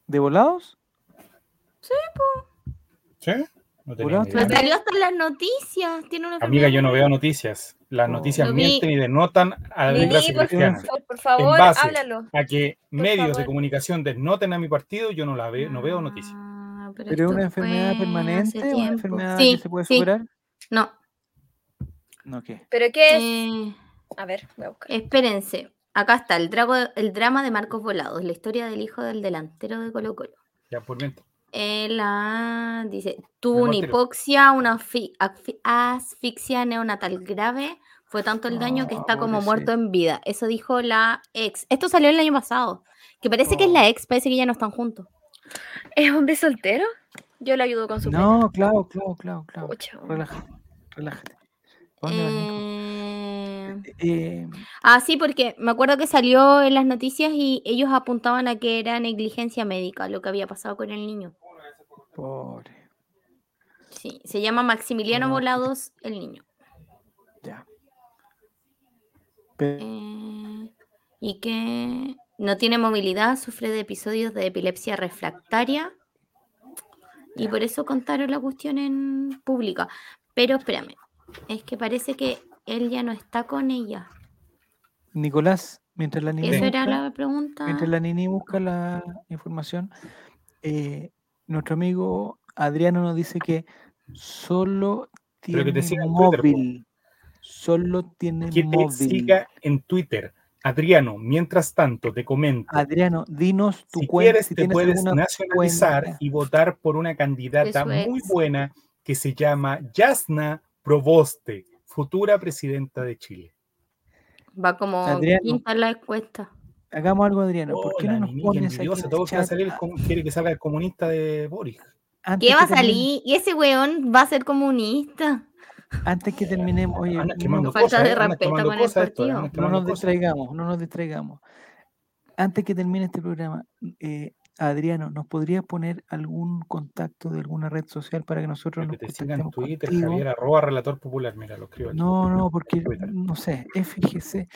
¿De volados?
¿Sí? No tenía
Volado
ni
está-
idea.
Pero salió hasta en las noticias. Tiene una
Amiga, yo no
enfermedad.
veo noticias. Las
Oh.
noticias
Lo vi.
mienten y denotan a la
Nini,
democracia
por,
cristiana.
por- por favor,
base.
háblalo.
A que
Por
medios de
favor.
comunicación desnoten a mi partido, yo no la veo, no veo noticias.
Ah,
¿Pero es
esto
una enfermedad
fue hace
permanente? ¿Una
tiempo.
enfermedad
Sí,
que se puede
sí.
superar?
No.
No, ¿qué?
¿Pero qué es?
eh,
A ver, voy a buscar.
espérense. Acá está el, drago, el drama de Marcos Volados, la historia del hijo del delantero de Colo Colo.
Ya por mientras.
Él ah, dice, tuvo una
portero.
hipoxia, una asfi- asfi- asfixia neonatal grave. Fue tanto el daño que
Oh,
está como muerto en vida. Eso dijo la ex. Esto salió el año pasado. Que parece que es la ex, parece que ya no están juntos.
¿Es hombre soltero? Yo le ayudo con su
No, claro, claro, claro, claro.
Pucha, hombre.
Relájate, relájate. ¿Para dónde vas, Nico?
Eh,
Eh,
Ah, sí, porque me acuerdo que salió en las noticias y ellos apuntaban a que era negligencia médica lo que había pasado con el niño.
pobre.
Sí, se llama Maximiliano
Ah, puta.
Volados el niño.
Ya. Pe-
Eh, y que no tiene movilidad, sufre de episodios de epilepsia refractaria. Y por eso contaron la cuestión en pública. Pero espérame, es que parece que él ya no está con ella.
Nicolás, mientras la niña.
Eso era
busca-
la pregunta.
Mientras la Nini busca la información, eh, nuestro amigo Adriano nos dice que solo
Pero que te
tiene
siga en Twitter, po.
móvil. Solo tiene
Que te
móvil.
siga en Twitter. Adriano, mientras tanto, te comento.
Adriano, dinos tu
si
cuenta.
quieres,
si
te
tienes
puedes
alguna
nacionalizar
cuenta.
y votar por una candidata
su
muy
ex.
buena que se llama Yasna Proboste, futura presidenta de Chile.
Va como
Adriano.
quinta en la encuesta.
Hagamos algo, Adriano. ¿Por qué
Hola,
no nos
Oh, Nini, qué
pones aquí
envidiosa,
en el
todos quieren
chat?
salir el com- quiere que salga el comunista de Boris.
antes
¿Qué va
que
a
termine?
salir? ¿Y ese weón va a ser comunista?
Antes que terminemos, oye,
Andas
no-
quemando Falta cosas, de ¿eh? Andas respeto quemando con el cosas esto,
no
partido. andas quemando
nos
cosas.
distraigamos, no nos distraigamos. Antes que termine este programa, eh, Adriano, ¿nos podrías poner algún contacto de alguna red social para que nosotros nos
Que te sigan en
contactemos
Twitter,
contigo?
Javier, arroba relator popular. Mira, lo escribo aquí.
No, no, porque no sé, FGC.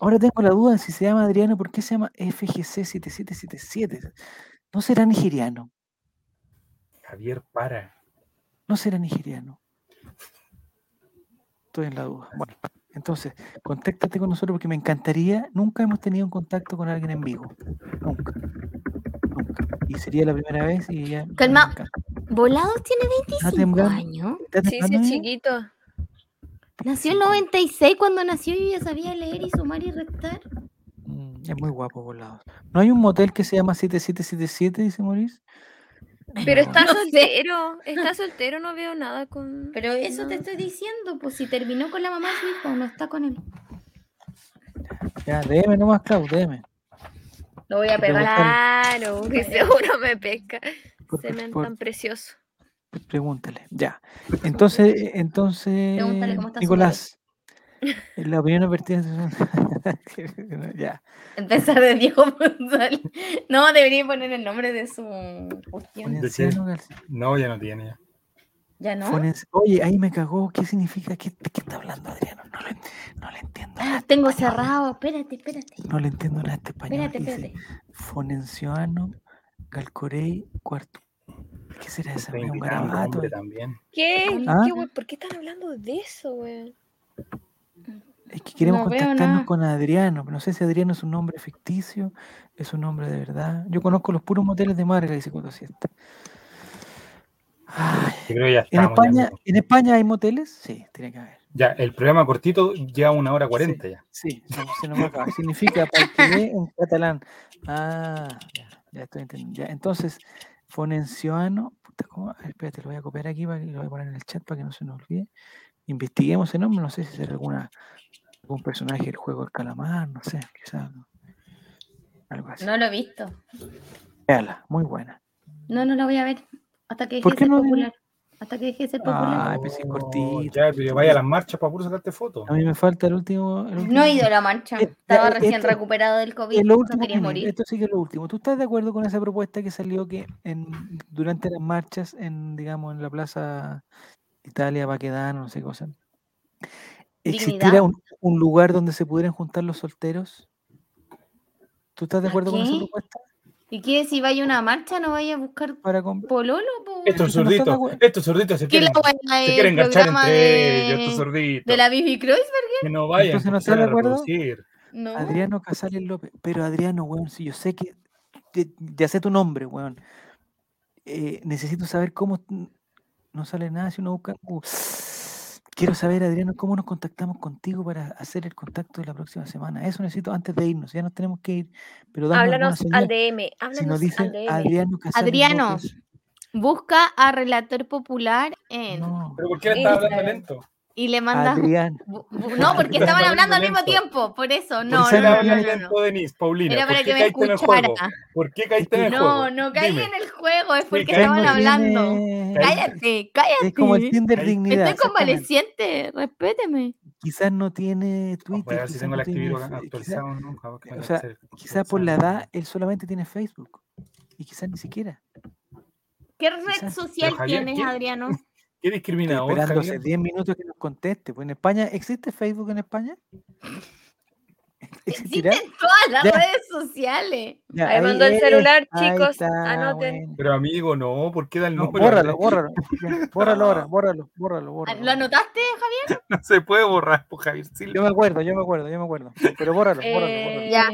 Ahora tengo la duda de si se llama Adriano, ¿por qué se llama FGC 7777? No será nigeriano,
Javier, para.
no será nigeriano. Estoy en la duda. Bueno, entonces, contáctate con nosotros porque me encantaría. Nunca hemos tenido un contacto con alguien en vivo. Nunca. Nunca. Y sería la primera vez y ya.
Calma, Volados tiene 25
temblando.
años.
¿Está
Sí, sí,
temblando?
chiquito. Nació en 96, cuando nació yo ya sabía leer y sumar y restar.
Mm, Es muy guapo volados. ¿No hay un motel que se llama 7777, dice Maurice?
Pero
No.
está
No sé.
soltero, está soltero, no veo nada con.
Pero eso te
no.
estoy diciendo, pues si terminó con la mamá de su hijo, no está con él.
Ya, DM nomás, Clau, DM.
Lo voy a
pegar.
Claro, que seguro me pesca. Se me
por-
tan precioso.
Pues Pregúntale, ya. Entonces, eh, entonces,
Pregúntale cómo está su
Nicolás, eh, la opinión advertida son... ya.
Empezar de Diego González. No, debería poner el nombre de su cuestión.
Fonenciano García.
No, ya no tiene. ya.
¿Ya no?
Fonenci- Oye, ahí me cagó. ¿Qué significa? ¿Qué, qué está hablando Adriano? No le,
Ah, tengo cerrado. Espérate, espérate.
este no le entiendo nada a este español.
Espérate,
Dice,
espérate.
Fonenciano Galcorey Cuarto. ¿Qué será esa?
Está
wea? Un
invitando,
garabato.
hombre, también.
¿Qué?
¿Ah?
¿Qué we- ¿Por qué están hablando de eso, güey?
Es que queremos
No veo
contactarnos
nada.
con Adriano. No sé si Adriano es un nombre ficticio, es un nombre de verdad. Yo conozco los puros moteles de Marga, dice Coto Siesta.
Yo creo que ya
¿En
estamos, ya,
España, ¿En España hay moteles? Sí, tiene que haber.
Ya, el programa cortito ya una hora cuarenta ya.
Sí, no, se nos va a acabar. Significa parquilé en catalán. Ah, ya, ya estoy entendiendo. Ya, entonces, Fonenciano. Puta, ¿cómo? A ver, Espérate, lo voy a copiar aquí para que lo voy a poner en el chat para que no se nos olvide. Investiguemos el nombre, no sé si será alguna, algún personaje del juego del calamar, no sé, quizás. ¿no? Algo así.
No lo he visto.
Véala, muy buena.
No, no lo voy a ver. Hasta que deje
¿Por
de
qué
ser
no?
popular. Hasta que deje de ser
Ay,
popular.
pues es cortito. pues,
Ya, pero vaya a las marchas para puro sacarte fotos.
A mí me falta el último. el
No
último-
he ido a la marcha.
Eh,
Estaba
eh,
recién
esto-
recuperado del COVID.
Es lo
No
último
quería
que me-
morir.
Esto sí que es lo último. ¿Tú estás de acuerdo con esa propuesta que salió que en, durante las marchas en, digamos, en la Plaza Italia, Baquedano, no sé qué cosa, existiera
Dignidad.
un, un lugar donde se pudieran juntar los solteros? ¿Tú estás de
¿A
acuerdo con esa
qué?
propuesta?
¿Y qué? Si vaya a una marcha, no vaya a buscar
Para con-
pololo, po.
Estos
que no está
zurditos,
tan bueno.
estos zurditos se
¿Qué la
quieren,
buena
se
el
quieren enganchar
programa
entre
de-
ellos, estos zurditos.
de la Bibi Kreuzberger?
Que no vayan,
Entonces, ¿no
que
estás de
se
acuerdo?
reproducir.
No.
Adriano Casales López. Pero Adriano, weón, si yo sé que. te- Ya sé tu nombre, weón. Eh, necesito saber cómo. No sale nada si uno busca. Uh, Quiero saber, Adriano, cómo nos contactamos contigo para hacer el contacto de la próxima semana. Eso necesito antes de irnos. Ya nos tenemos que ir. Pero dame alguna
Háblanos
señal.
al DM.
Si nos
Háblanos
dice
al DM.
Adriano Casales
Adriano.
López,
Busca a Relator Popular en.
No.
Pero ¿por qué estaba hablando
Instagram.
lento?
Y le mandas.
Adrián.
Bu- bu- No, porque
Estaba
estaban hablando al
hablando lento.
mismo tiempo. Por eso,
¿Por
no,
qué
no,
le
no,
hablas
no, no,
lento,
no.
Denise, Paulina?
Era
¿Por
para
qué
que me
caíste en el juego?
escuchara.
¿Por qué caíste en el juego?
No, no caí
Dime.
en el juego, es porque
caí
estaban
en el-
hablando.
Tiene-
Cállate, cállate.
Es como el Tinder
Ahí-
Dignidad.
Estoy
exactamente.
convaleciente, respéteme.
quizás no tiene
Vamos a
Twitter,
ver si
quizás
tengo
no
el
tiene
actividad
Fe-
actualizado. ¿no? Vamos a
quizás, o
ver
sea,
si-
quizás por la edad él solamente tiene Facebook y quizás ni siquiera.
¿Qué red
Quizás.
social
Pero, Javier,
tienes,
¿qué?
Adriano?
Qué
Estoy
discriminador,
esperando hace
Javier.
10 minutos que nos conteste. Pues en España, ¿existe Facebook en España? ¿Existirá?
Existen todas las
Ya.
redes sociales.
Ya,
Ahí mandó el celular,
ahí
chicos,
está,
anoten.
bueno.
Pero amigo, no, ¿por qué da el
No,
número?
bórralo, bórralo. ya, Bórralo ahora, bórralo, bórralo,
Ah,
bórralo.
¿Lo anotaste, Javier?
No se puede borrar, pues, Javier
Yo
Silva.
me acuerdo, yo me acuerdo, yo me acuerdo. Pero bórralo, bórralo, bórralo.
Eh,
Ya.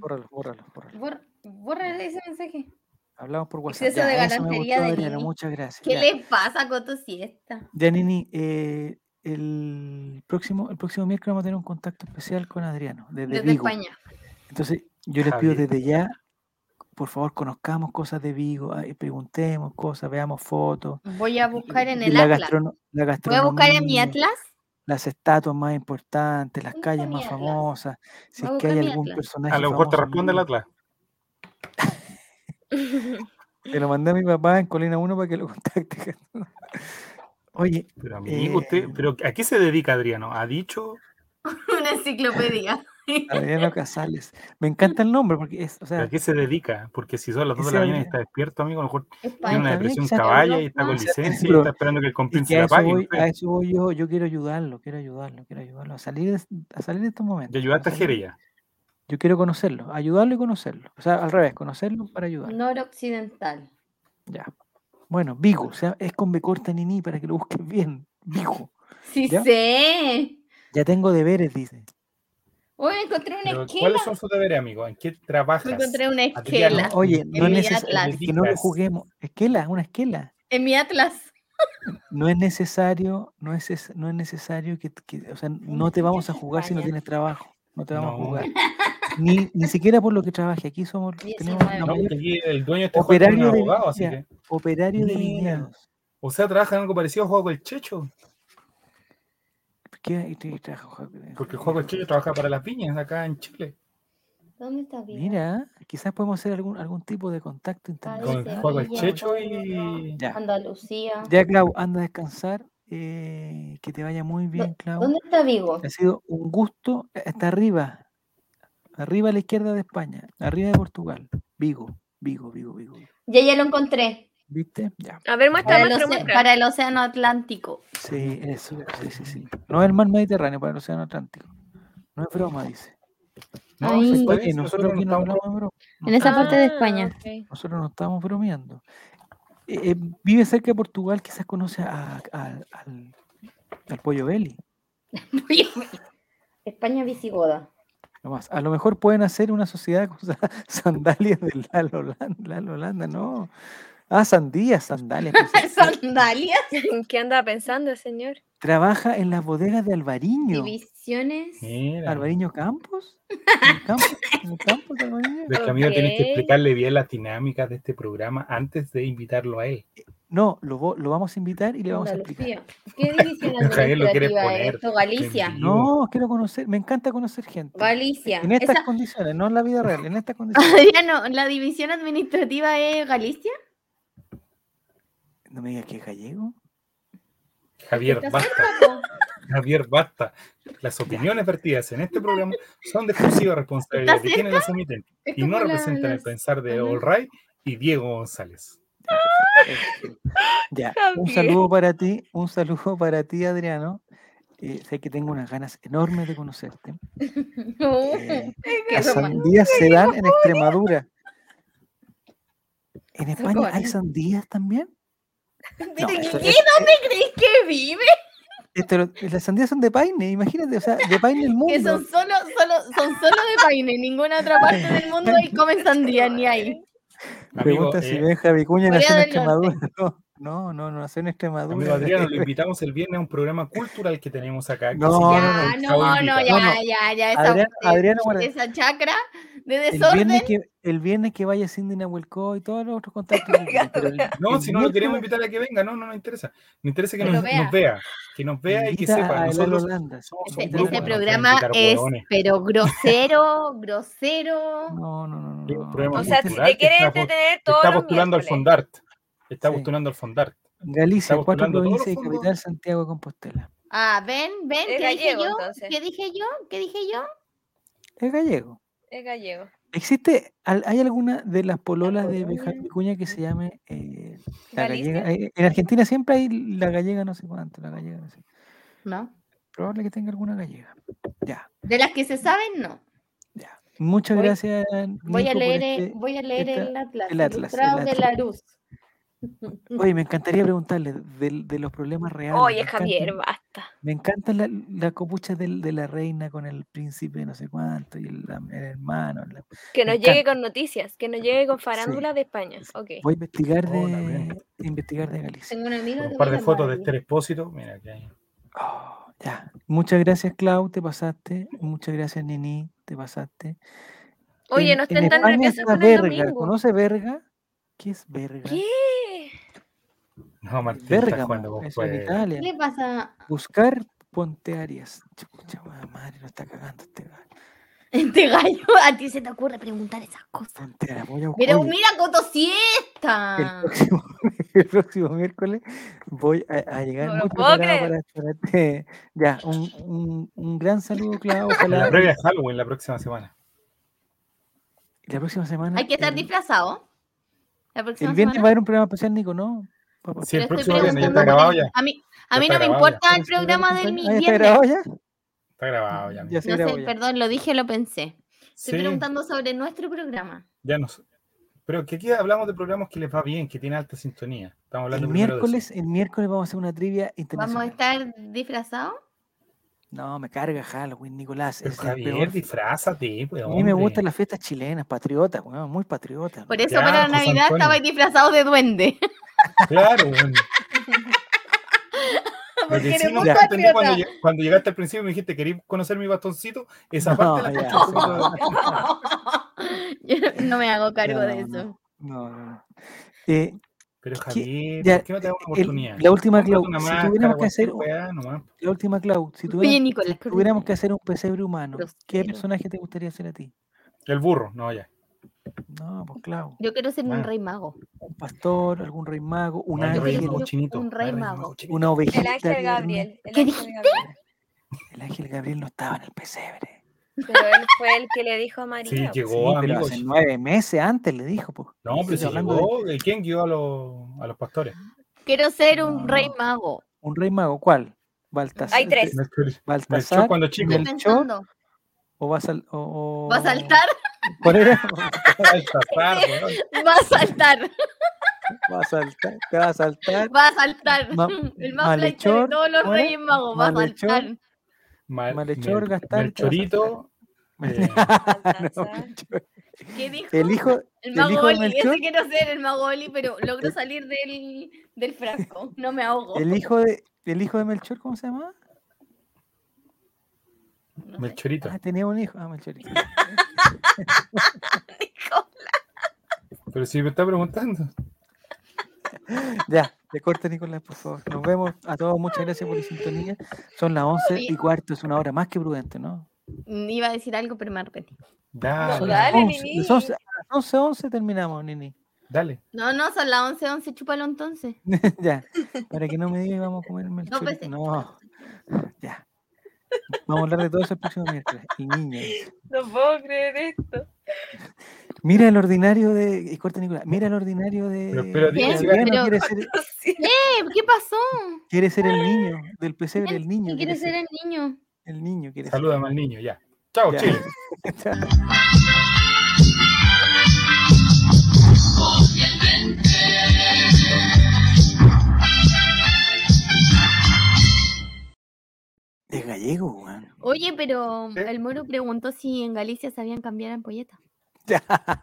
Bórralo, bórralo, bórralo.
Em, Bor- Borra ese mensaje.
Hablamos por WhatsApp.
Exceso
Ya,
de
eso me
galantería
gustó,
de
Adriana,
Nini.
muchas gracias.
¿Qué
ya.
le pasa con tu siesta?
Janini, eh, el, próximo, el próximo miércoles vamos a tener un contacto especial con Adriano, desde,
Desde
Vigo.
España.
Entonces, yo les pido
Javier.
desde ya, por favor, conozcamos cosas de Vigo, ah, y preguntemos cosas, veamos fotos,
Voy a buscar en
de
el
la, Mm.
Atlas.
gastrono- la
Voy a
gastronomía,
buscar en mi Atlas.
las estatuas más importantes, las
¿Dónde está
calles
mi
más
Atlas?
famosas, si
Voy a
es que
buscar
hay
mi
algún
Atlas.
personaje
A lo mejor te
famoso en
responde el
Vigo.
Atlas.
Te lo mandé a mi papá en Colina 1 para que lo contacte. Oye,
Pero amigo,
Eh,
usted, ¿pero ¿a qué se dedica Adriano? ¿Ha dicho?
Una enciclopedia.
Adriano Casales. Me encanta el nombre porque es, o sea,
¿A qué se dedica? Porque si son las 2 de
Ese
la mañana y
Adriano.
está despierto, amigo, a lo mejor tiene
Es
una
Está bien,
depresión
exacto.
caballa y está con
Por
licencia y
ejemplo,
está esperando que el
y
compín
que
se
a
la
eso
pague.
voy,
usted.
a eso voy yo, yo quiero ayudarlo, quiero ayudarlo, quiero ayudarlo a salir de, a salir de estos momentos.
Ya ayudaste a
salir-
Jere ya.
Yo quiero conocerlo, ayudarlo y conocerlo. O sea, al revés, conocerlo para ayudarlo.
Noroccidental.
Ya. Bueno, Vigo, o sea, es con B corta ni ni para que lo busques bien. Vigo.
Sí
¿Ya?
sé.
Ya tengo deberes, dice.
Uy, me encontré una
Pero,
esquela.
¿Cuáles son sus deberes, amigo? ¿En qué
Me
trabajas?
encontré una
Adriano,
esquela.
Oye, no es
mi
necesario
Atlas.
es que no lo juguemos. Esquela, una esquela.
En mi Atlas.
No es necesario, no es, es- no es necesario que, que- o sea, no te vamos a jugar si no
España.
tienes trabajo. No te vamos
No.
a jugar. Ni, ni siquiera por lo que trabaje. Aquí somos, tenemos la
19.
No,
mayor-
porque aquí el dueño de este juego es un
operario de,
abogado, así
Viña,
que.
operario de
Mira.
viñedos.
O sea, trabaja en algo parecido a Juego del Checho.
¿Qué y te trajo, eh, Jacob?
Porque Juego del Checho trabaja para las piñas acá en Chile.
¿Dónde está bien?
Mira, quizás podemos hacer algún, algún tipo de contacto
Con
internacional.
Parece
Juego del
Villa,
Checho y.
Ya,
Andalucía.
ya Clau, anda a descansar. eh, que te vaya muy bien, Clau.
¿Dónde está Vigo?
Ha sido un gusto. eh, Hasta arriba. Arriba a la izquierda de España. Arriba de Portugal. Vigo, Vigo, Vigo, Vigo. Vigo.
Ya, ya lo encontré.
¿Viste? Ya.
A ver, muestra,
Para el,
muestra,
oce-
muestra.
para el Océano Atlántico.
Sí, eso. Sí, sí, sí. No es el mar Mediterráneo, para el Océano Atlántico. No es broma, dice. No,
Ay.
sí,
Está
oye,
bien,
nosotros
si nosotros
aquí
no
no
estamos
hablamos de broma. no
En esa
estamos-
parte de
Ah,
España.
ok.
Nosotros no estamos bromeando. Eh, eh, vive cerca de Portugal, quizás conoce a- a- al, al Pollo Belli.
España visigoda.
nomás. A lo mejor pueden hacer una sociedad con sa- sandalias de Lalo Holanda, Lalo Holanda, no. Ah, sandías, sandalias. pues, pensé.
Sandalias.
¿En qué andaba pensando el señor?
Trabaja en las bodegas de Alvariño.
Divisiones.
Mira.
¿Alvariño Campos? ¿En el campo, en el campo de Alvariño?
Ves que, amigo, tienes que
Ok.
explicarle bien las dinámicas de este programa antes de invitarlo a él.
No, lo, vo- lo vamos a invitar y le vamos a explicar.
Andalucía. ¿Qué división
Javier lo quiere
administrativa
poner.
es esto? Galicia.
Mentira.
No, quiero conocer, me encanta conocer gente.
Galicia.
En estas
Esa-
condiciones, no en la vida real, en estas condiciones.
Adriano, ¿la división administrativa es Galicia?
No me digas que es gallego.
Javier,
¿Estás
basta. Javier, basta. Las opiniones vertidas en este programa son de exclusiva responsabilidad
¿Estás
de quienes las emiten
Es
y no
como la-
representan el
las-
pensar de
Ajá.
All Right y Diego González.
Eso. Este, Ya, un
Javier.
saludo para ti, un saludo para ti, Adriano. Eh, sé que tengo unas ganas enormes de conocerte.
No.
Eh,
qué
las
broma.
sandías se dan en Extremadura. ¿En España hay
Socorro.
sandías también? No,
¿Qué?
esto-
¿Dónde
esto-
crees que vive?
esto lo- las sandías son de paine, imagínate, o sea, de paine el
Que
mundo.
son solo, solo, son solo de Paine. En ninguna otra parte del mundo y comen sandía, ni ahí.
Amigo,
Pregunta si
eh,
Benja Vicuña
Corea
nació en
del Norte.
Extremadura. No, no, no, no nació en
amigo
Extremadura.
Adriano, lo invitamos el viernes a un programa cultural que tenemos acá. que
No,
se
no,
llama
Ya,
El
no,
Chavo
no,
Invita.
ya,
No, no.
ya, ya. Esa,
Adriano, Adriano, guarda.
esa chacra de
El viernes,
desorden.
que, el viernes que vaya Cindy Nahuelco y todos los otros contactos. que tienes, pero el-
No,
el
si no lo queremos
miércoles
invitar a que venga, no, no nos interesa. Me interesa que
Que
nos,
lo vea.
nos vea, que nos vea y que
invita
sepa.
a Elal
Nosotros
Holanda.
somos
Ese,
un
ese
grupo. no nos pueden
Este, programa
invitar
es,
hueones.
pero grosero, grosero.
No, no, no, no,
Es un
no.
programa
O
Aquí
sea,
este-
si
cultural
te
que
quieres
está post-
entretener
que
todos
está
los
postulando al
miércoles.
Fondart. Está
Sí.
postulando al Fondart.
Galicia,
Estamos
cuatro
turnando todos los
provincias y
fondos.
capital Santiago de Compostela.
Ah, ven, ven,
Es
¿qué dije
gallego,
yo?
entonces.
¿Qué dije yo? ¿Qué dije yo?
Es gallego.
Es gallego.
¿Existe, al- hay alguna de las pololas de Bejar
polola.
Vicuña que se llame eh, la
¿Galicia?
gallega? Eh, En Argentina siempre hay la gallega no sé cuánto, la gallega no sé.
No.
Probable que tenga alguna gallega. Ya,
De las que se saben, no.
ya. Muchas
Voy-
gracias,
Voy a
Nico, por
leer, eh,
este-
voy a leer
esta-
el Atlas,
el Atlas, el
Ilustrado de
Atlas.
la Luz.
Oye, me encantaría preguntarle del- de, los problemas reales. me
Oye,
encanta-
Javier, basta.
Me encantan las la copuchas del- de la reina con el príncipe no sé cuánto y el, am- el hermano. la-
Que
Me
nos llegue
encanta.
con noticias, que nos llegue con farándula de España. Ok.
Voy a investigar
Oh,
de,
también.
investigar de Galicia.
Tengo un amigo
Un
que
par
vive
de
en
fotos de
Madrid.
Esther Expósito. Mira, que hay.
Oh, ya. Muchas gracias, Clau, te pasaste. Muchas gracias, Nini, te pasaste.
Oye,
en,
no
en
estén tan
España
nerviosos
está
con el
Verga.
domingo.
¿Conoce Verga? ¿Qué es Verga?
¿Qué?
No, Martín, está jugando
Bérgamo,
con
eso en
juegos.
¿Qué
Italia.
le pasa?
Buscar Ponte Arias. Chucha madre, no está cagando este gallo.
Este gallo, a ti se te ocurre preguntar esas cosas.
Ponte Arias, voy a buscar.
Pero
Oye,
mira, Coto
el
Siesta.
próximo- el próximo miércoles voy a, a llegar
No lo
muy
puedo
preparado
creer.
para este- Ya, un, un- un gran saludo, Clau.
En
Ojalá
la previa de Halloween la próxima semana.
la próxima semana.
Hay que estar
el-
disfrazado. La próxima
El viernes va a
semana.
haber un programa especial, Nico, ¿no? Papá.
Sí, el
Pero
próximo viernes ya
preguntando
está grabado
por el-
ya.
A mí, a
Ya
mí
está
no me
grabado ya.
importa el programa del mi
Ah, ¿ya está
viernes.
grabado ya?
Está grabado ya.
Ya se
No
grabó
sé,
ya.
perdón, lo dije, lo pensé. Estoy
Sí.
preguntando sobre nuestro programa.
Ya no sé. Pero que aquí hablamos de programas que les va bien, que tienen alta sintonía. Estamos hablando
El
primero de eso.
miércoles, el miércoles vamos a hacer una trivia
¿Vamos a
internacional.
estar disfrazados?
No, me carga Halloween, Nicolás.
Pero
ese es el peor
Javier, disfrázate, pues,
A mí me
hombre.
gustan las fiestas chilenas, patriotas, weón, muy patriotas.
Por eso
Ya,
pues,
para
José
Navidad
Antonio.
estaba disfrazado de duende.
Claro, bueno. Lo que
eres
sí no
muy
te entendí cuando,
patriota.
lleg- cuando llegaste al principio y me dijiste, ¿queréis conocer mi bastoncito? Esa
No,
parte la
ya,
escuché.
no.
Yo no me hago cargo
No,
de
no, no.
eso.
No, no, no. Eh,
Pero Javier,
ya,
¿por qué no te da una
el-
oportunidad?
la última,
Cómprate
Clau,
una
si
máscara,
tuviéramos que hacer
cualquier weá, nomás.
la última, Clau, si
Oye,
tuviéramos,
Nicolás,
si tuviéramos que hacer un pesebre humano, ¿qué
Grosero.
personaje te gustaría hacer a ti?
El burro, no, ya.
No, pues Clau,
yo quiero ser
Ah.
un rey mago.
un pastor, algún rey mago, un
No, el
Yo
rey
quiero
ángel,
mago
ser
chinito,
un rey
el
mago.
chinito.
una ovejita.
El ángel
tierna.
Gabriel. El
¿Qué
ángel Gabriel.
El ángel Gabriel no estaba en el pesebre.
Pero él fue el que le dijo a María.
Sí,
pues.
llegó,
sí, pero
amigos.
hace nueve meses antes le dijo. po.
No, pero
Estoy
si
hablando
llegó, ¿y ¿quién guió a los, a los pastores?
Quiero ser un
No.
rey mago.
¿Un rey mago cuál? Baltasar.
Hay tres.
Melchor- Melchor
Baltasar.
cuando
¿Y
chico.
Estoy
el chor?
pensando.
¿O va a, sal- o-
¿Va a saltar?
¿Cuál era?
Baltasar, weón.
Va a saltar.
Va a saltar. Te va a saltar.
Va a saltar.
Ma-
el más flight de
malhechor,
todos los
¿cómo era?
reyes magos. Va a
Malhechor.
saltar.
Mal-
Malhechor,
Mel-
gastar,
Melchorito. eh,
No,
Baltasar.
Melchor.
¿Qué dijo?
el hijo,
El
el
mago
hijo de
Oli,
Melchor.
ese quiero ser el mago Oli, pero logro salir del, del frasco. No me ahogo.
El hijo de, el hijo de Melchor, ¿cómo se llama?
No sé.
Melchorito.
Ah, tenía un hijo. Ah, Melchorito.
Pero si me está preguntando.
Ya, te corta Nicolás, por favor. Nos vemos a todos. Muchas gracias por la sintonía. Son las 11 y
Oye.
cuarto. Es una hora más que prudente, ¿no?
Iba a decir algo, pero me arrepentí.
Dale,
Son
dale,
las 11,
Nini.
las 11, a las 11, 11 terminamos, Nini.
dale.
No, no, son las 11, 11, chúpalo entonces.
ya, para que no me digas vamos a comer el melchorito.
veces.
No, ya. Vamos a hablar de todo eso el próximo miércoles. Y niña. dice,
No puedo creer esto.
Mira el ordinario de. Y corta Nicolás. Mira el ordinario de.
Pero- pero
dime
de
si
Adriano,
gana.
quiere, ser,
Sí.
Eh, ¿Qué pasó?
quiere ser el niño del pesebre. El niño.
¿Quién quiere ser el niño?
El niño quiere ser.
Salúdame al niño, ya. Chao,
Ya.
Chile.
Chao. Es gallego, weón.
Oye, pero
¿Eh?
el moro preguntó si en Galicia sabían cambiar ampolleta.
Ya.